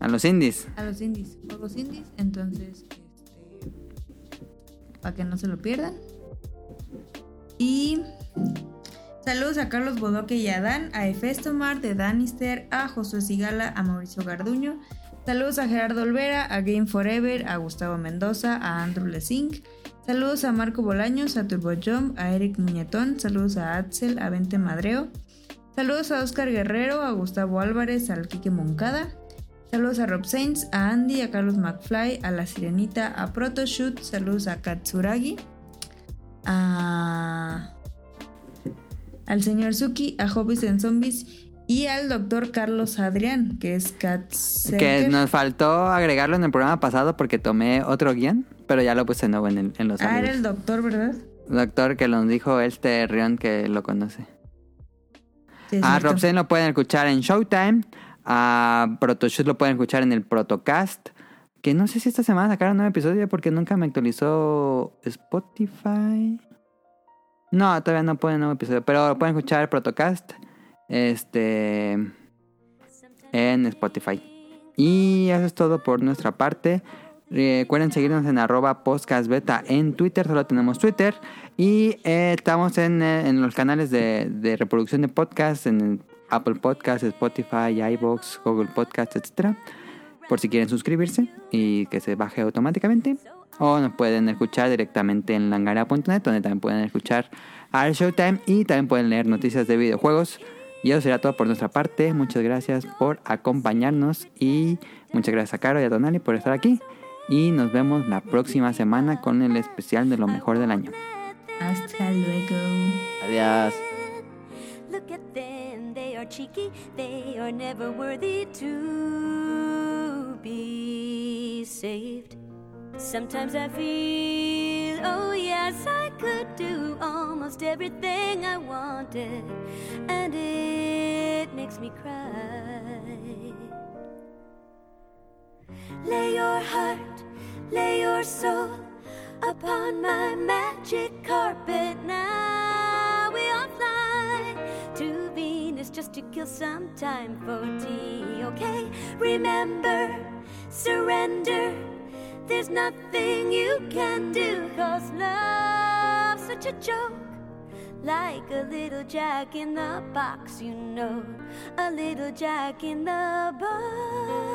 Speaker 3: A los indies.
Speaker 1: A los indies, juegos indies, entonces este, para que no se lo pierdan. Y saludos a Carlos Bodoque y a Dan, a Efestomar de Danister, a Josué Sigala, a Mauricio Garduño. Saludos a Gerardo Olvera, a Game Forever, a Gustavo Mendoza, a Andrew Lezing. Saludos a Marco Bolaños, a Turbo Jump, a Eric Muñetón. Saludos a Axel, a Vente Madreo. Saludos a Oscar Guerrero, a Gustavo Álvarez, al Quique Moncada. Saludos a Rob Sainz, a Andy, a Carlos McFly, a La Sirenita, a Protoshoot. Saludos a Katsuragi, a... al señor Suki, a Hobbies en Zombies y al doctor Carlos Adrián, que es Katsuragi.
Speaker 3: Que nos faltó agregarlo en el programa pasado porque tomé otro guión, pero ya lo puse de nuevo en, el- en los
Speaker 1: Ah, era
Speaker 3: saludos.
Speaker 1: el doctor, ¿verdad?
Speaker 3: Doctor que nos dijo este Rion que lo conoce.
Speaker 1: Sí, es
Speaker 3: A
Speaker 1: cierto.
Speaker 3: Robsen lo pueden escuchar en Showtime. A Protoshoot lo pueden escuchar en el Protocast. Que no sé si esta semana sacaron un nuevo episodio porque nunca me actualizó Spotify. No, todavía no pueden nuevo episodio. Pero lo pueden escuchar el Protocast. Este. En Spotify. Y eso es todo por nuestra parte. Recuerden seguirnos en arroba podcastbeta en Twitter, solo tenemos Twitter. Y eh, estamos en, eh, en los canales de, de reproducción de podcast, en Apple Podcasts, Spotify, iBox, Google Podcasts, etcétera Por si quieren suscribirse y que se baje automáticamente. O nos pueden escuchar directamente en langara.net, donde también pueden escuchar al Showtime y también pueden leer noticias de videojuegos. Y eso será todo por nuestra parte. Muchas gracias por acompañarnos y muchas gracias a Caro y a Donali por estar aquí. Y nos vemos la próxima semana con el especial de lo mejor del año.
Speaker 1: Hasta luego.
Speaker 2: Adiós.
Speaker 6: Look at them, they are cheeky, they are never worthy to be saved. Sometimes I feel, oh yes, I could do almost everything I wanted, and it makes me cry. Lay your heart, lay your soul upon my magic carpet. Now we all fly to Venus just to kill some time for tea, okay? Remember, surrender. There's nothing you can do, cause love's such a joke. Like a little jack in the box, you know. A little jack in the box.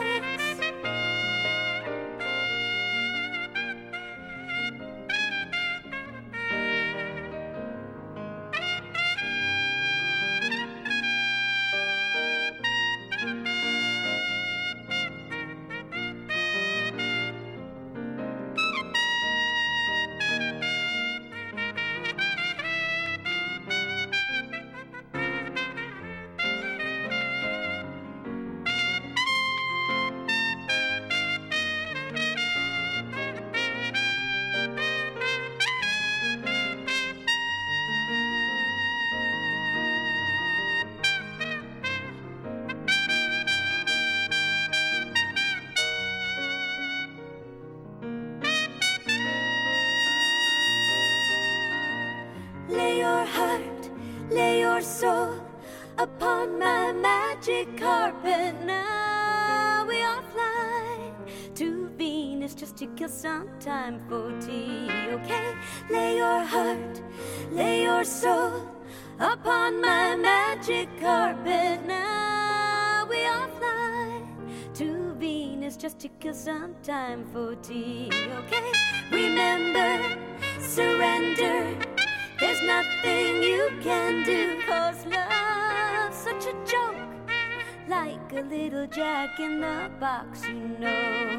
Speaker 6: Lay your heart, lay your soul upon my magic carpet. Now we are flying to Venus just to kill some time for tea, okay? Lay your heart, lay your soul upon my magic carpet. Now we are flying to Venus just to kill some time for tea, okay? Remember, surrender. There's nothing you can do, cause love's such a joke. Like a little jack in the box, you know.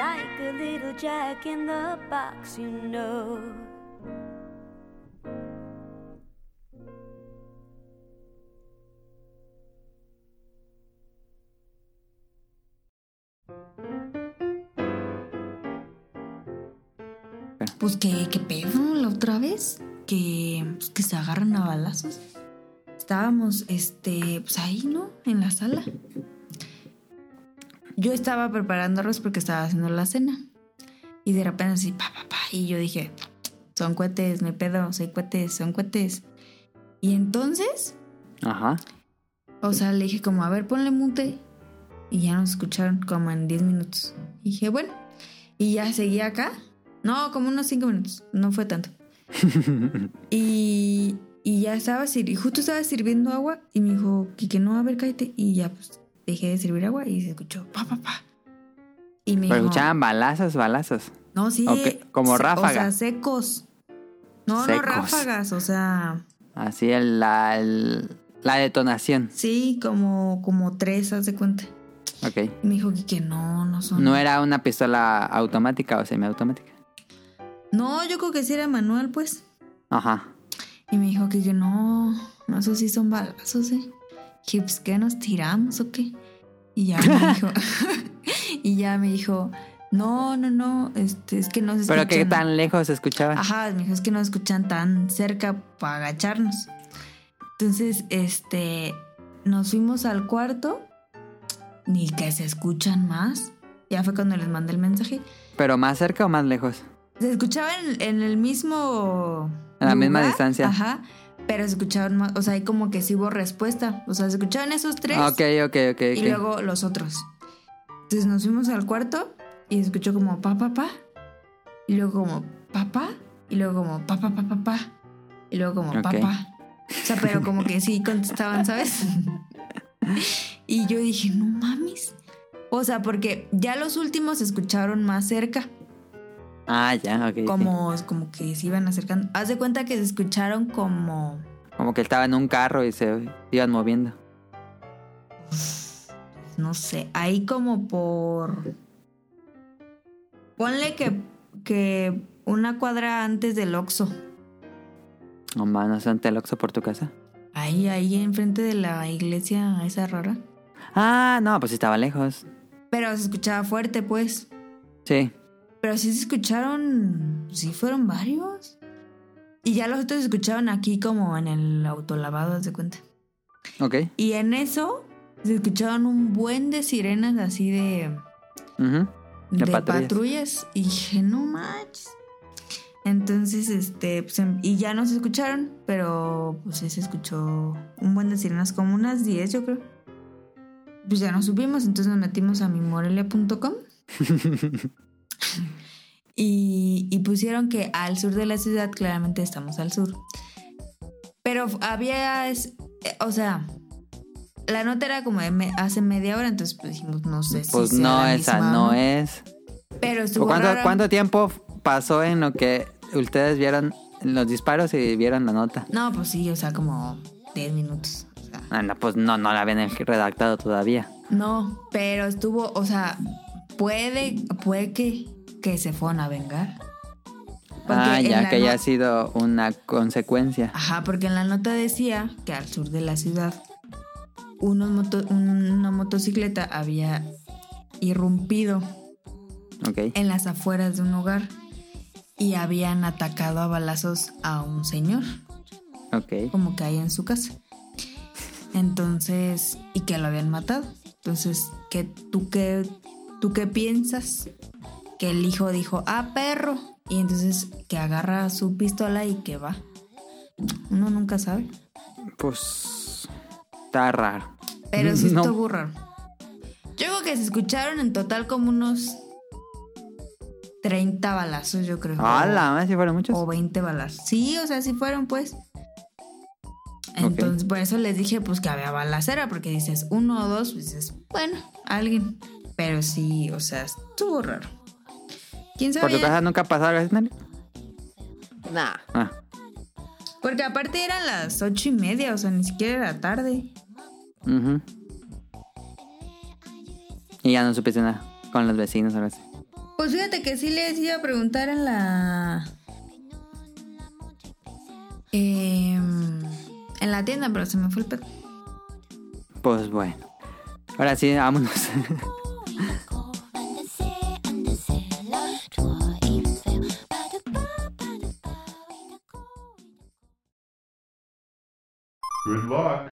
Speaker 4: like a little jack in the box, you know.
Speaker 1: Pues que, que pedo la otra vez. Que, pues, que se agarran a balazos. Estábamos, este, pues ahí, ¿no? En la sala. Yo estaba preparando arroz porque estaba haciendo la cena. Y de repente así, pa, pa, pa. Y yo dije, son cohetes, me pedo, soy cohetes, son cohetes. Y entonces,
Speaker 3: Ajá.
Speaker 1: o sea, le dije como, a ver, ponle mute. Y ya nos escucharon como en 10 minutos. Y dije, bueno. Y ya seguí acá. No, como unos 5 minutos. No fue tanto. y, y ya estaba sir- y justo estaba sirviendo agua. Y me dijo, que no, a ver, cállate. Y ya, pues, dejé de servir agua y se escuchó, pa, pa, pa. Y me
Speaker 3: Pero
Speaker 1: dijo,
Speaker 3: escuchaban balazos, balazos.
Speaker 1: no, sí.
Speaker 3: Ok, como
Speaker 1: se- O sea,
Speaker 3: ráfagas.
Speaker 1: secos. No,
Speaker 3: Secos.
Speaker 1: no ráfagas, o sea,
Speaker 3: Así el- la, el- la detonación.
Speaker 1: sí, como, como tres, haz de cuenta.
Speaker 3: Ok.
Speaker 1: Y me dijo que no, no son.
Speaker 3: No era una pistola automática o semiautomática.
Speaker 1: No, yo creo que sí era manual, pues.
Speaker 3: Ajá.
Speaker 1: Y me dijo que, que no, no sé si son balazos, ¿eh? Que pues que nos tiramos o qué. Y ya me dijo, y ya me dijo, no, no, no, este, es que no se
Speaker 3: Pero qué
Speaker 1: escuchan".
Speaker 3: tan lejos se escuchaban.
Speaker 1: Ajá, me dijo, es que no escuchan tan cerca para agacharnos. Entonces, este, nos fuimos al cuarto, ni que se escuchan más. Ya fue cuando les mandé el mensaje.
Speaker 3: Pero más cerca o más lejos.
Speaker 1: Se escuchaba en, en el mismo.
Speaker 3: A la misma distancia.
Speaker 1: Ajá. Pero se escuchaban más. O sea, ahí como que sí hubo respuesta. O sea, se escuchaban esos tres.
Speaker 3: Ah, Ok, ok, ok.
Speaker 1: Y
Speaker 3: ok.
Speaker 1: luego los otros. Entonces nos fuimos al cuarto y se escuchó como pa, pa, pa. Y luego como pa, pa. Y luego como pa, pa, pa, pa, pa. Y luego como pa,
Speaker 3: Ok.
Speaker 1: pa. O sea, pero como que sí contestaban, ¿sabes? y yo dije, no mames. O sea, porque ya los últimos se escucharon más cerca
Speaker 3: Ah, ya, ok. sí.
Speaker 1: como, como que se iban acercando. Haz de cuenta que se escucharon como.
Speaker 3: Como que estaba en un carro y se iban moviendo.
Speaker 1: No sé, ahí como por. Ponle que, que una cuadra antes del Oxxo.
Speaker 3: No manos, ante el Oxxo por tu casa.
Speaker 1: Ahí, ahí enfrente de la iglesia esa rara.
Speaker 3: Ah, no, pues sí estaba lejos.
Speaker 1: Pero se escuchaba fuerte, pues.
Speaker 3: Sí.
Speaker 1: Pero sí se escucharon. Sí, fueron varios. Y ya los otros se escucharon aquí como en el autolavado, haz de cuenta.
Speaker 3: Ok.
Speaker 1: Y en eso se escucharon un buen de sirenas así de.
Speaker 3: Ujú.
Speaker 1: de,
Speaker 3: De
Speaker 1: patrullas.
Speaker 3: patrullas.
Speaker 1: y dije, no manches. Entonces, este, pues, em- y ya nos escucharon, pero pues sí se escuchó un buen de sirenas, como unas 10 yo creo. Pues ya nos subimos, entonces nos metimos a mimorelia.com y, y pusieron que al sur de la ciudad, claramente estamos al sur. Pero había, es- eh, o sea, la nota era como de me- hace media hora, entonces pues dijimos, no sé si
Speaker 3: Pues
Speaker 1: sea
Speaker 3: no,
Speaker 1: la
Speaker 3: esa
Speaker 1: misma o
Speaker 3: no es.
Speaker 1: pero estuvo
Speaker 3: ¿Cuánto,
Speaker 1: raro.
Speaker 3: ¿Cuánto tiempo pasó en lo que ustedes vieron los disparos y vieron la nota?
Speaker 1: No, pues sí, o sea, como 10 minutos. o sea.
Speaker 3: Ah, no, pues no, no la habían redactado todavía.
Speaker 1: No, pero estuvo, o sea, puede, puede que, que se fueron a vengar. Porque
Speaker 3: ah,
Speaker 1: en
Speaker 3: ya
Speaker 1: la
Speaker 3: que ya
Speaker 1: no-
Speaker 3: ha sido una consecuencia.
Speaker 1: Ajá, porque en la nota decía que al sur de la ciudad unos moto- una motocicleta había irrumpido
Speaker 3: Ok.
Speaker 1: en las afueras de un hogar y habían atacado a balazos a un señor.
Speaker 3: Ok.
Speaker 1: como que hay en su casa. Entonces, y que lo habían matado. Entonces, ¿qué, tú, qué, ¿tú qué piensas? Que el hijo dijo, ah, perro. Y entonces que agarra su pistola y que va. Uno nunca sabe.
Speaker 3: Pues. Está raro.
Speaker 1: Pero sí
Speaker 3: No.
Speaker 1: estuvo raro. Yo creo que se escucharon en total como unos 30 balazos, yo creo.
Speaker 3: ¡Hala! ¿Más si fueron muchos?
Speaker 1: O 20 balas. Sí, o sea, sí fueron, pues. Entonces, por eso les dije, pues, que había balacera, porque dices uno o dos, pues dices, bueno, alguien. Pero sí, o sea, estuvo raro. ¿Quién
Speaker 3: ¿Por
Speaker 1: sabe?
Speaker 3: tu casa nunca pasó algo así, Nani?
Speaker 2: Nah.
Speaker 3: Ah,
Speaker 1: Porque aparte eran las ocho y media, o sea, ni siquiera era tarde.
Speaker 3: ujú. Y ya no supiste nada con los vecinos ahora sí.
Speaker 1: Pues fíjate que sí les iba a preguntar en la. em, en la tienda, pero se me fue el pedo.
Speaker 3: Pues bueno. Ahora sí, vámonos.
Speaker 6: Good luck.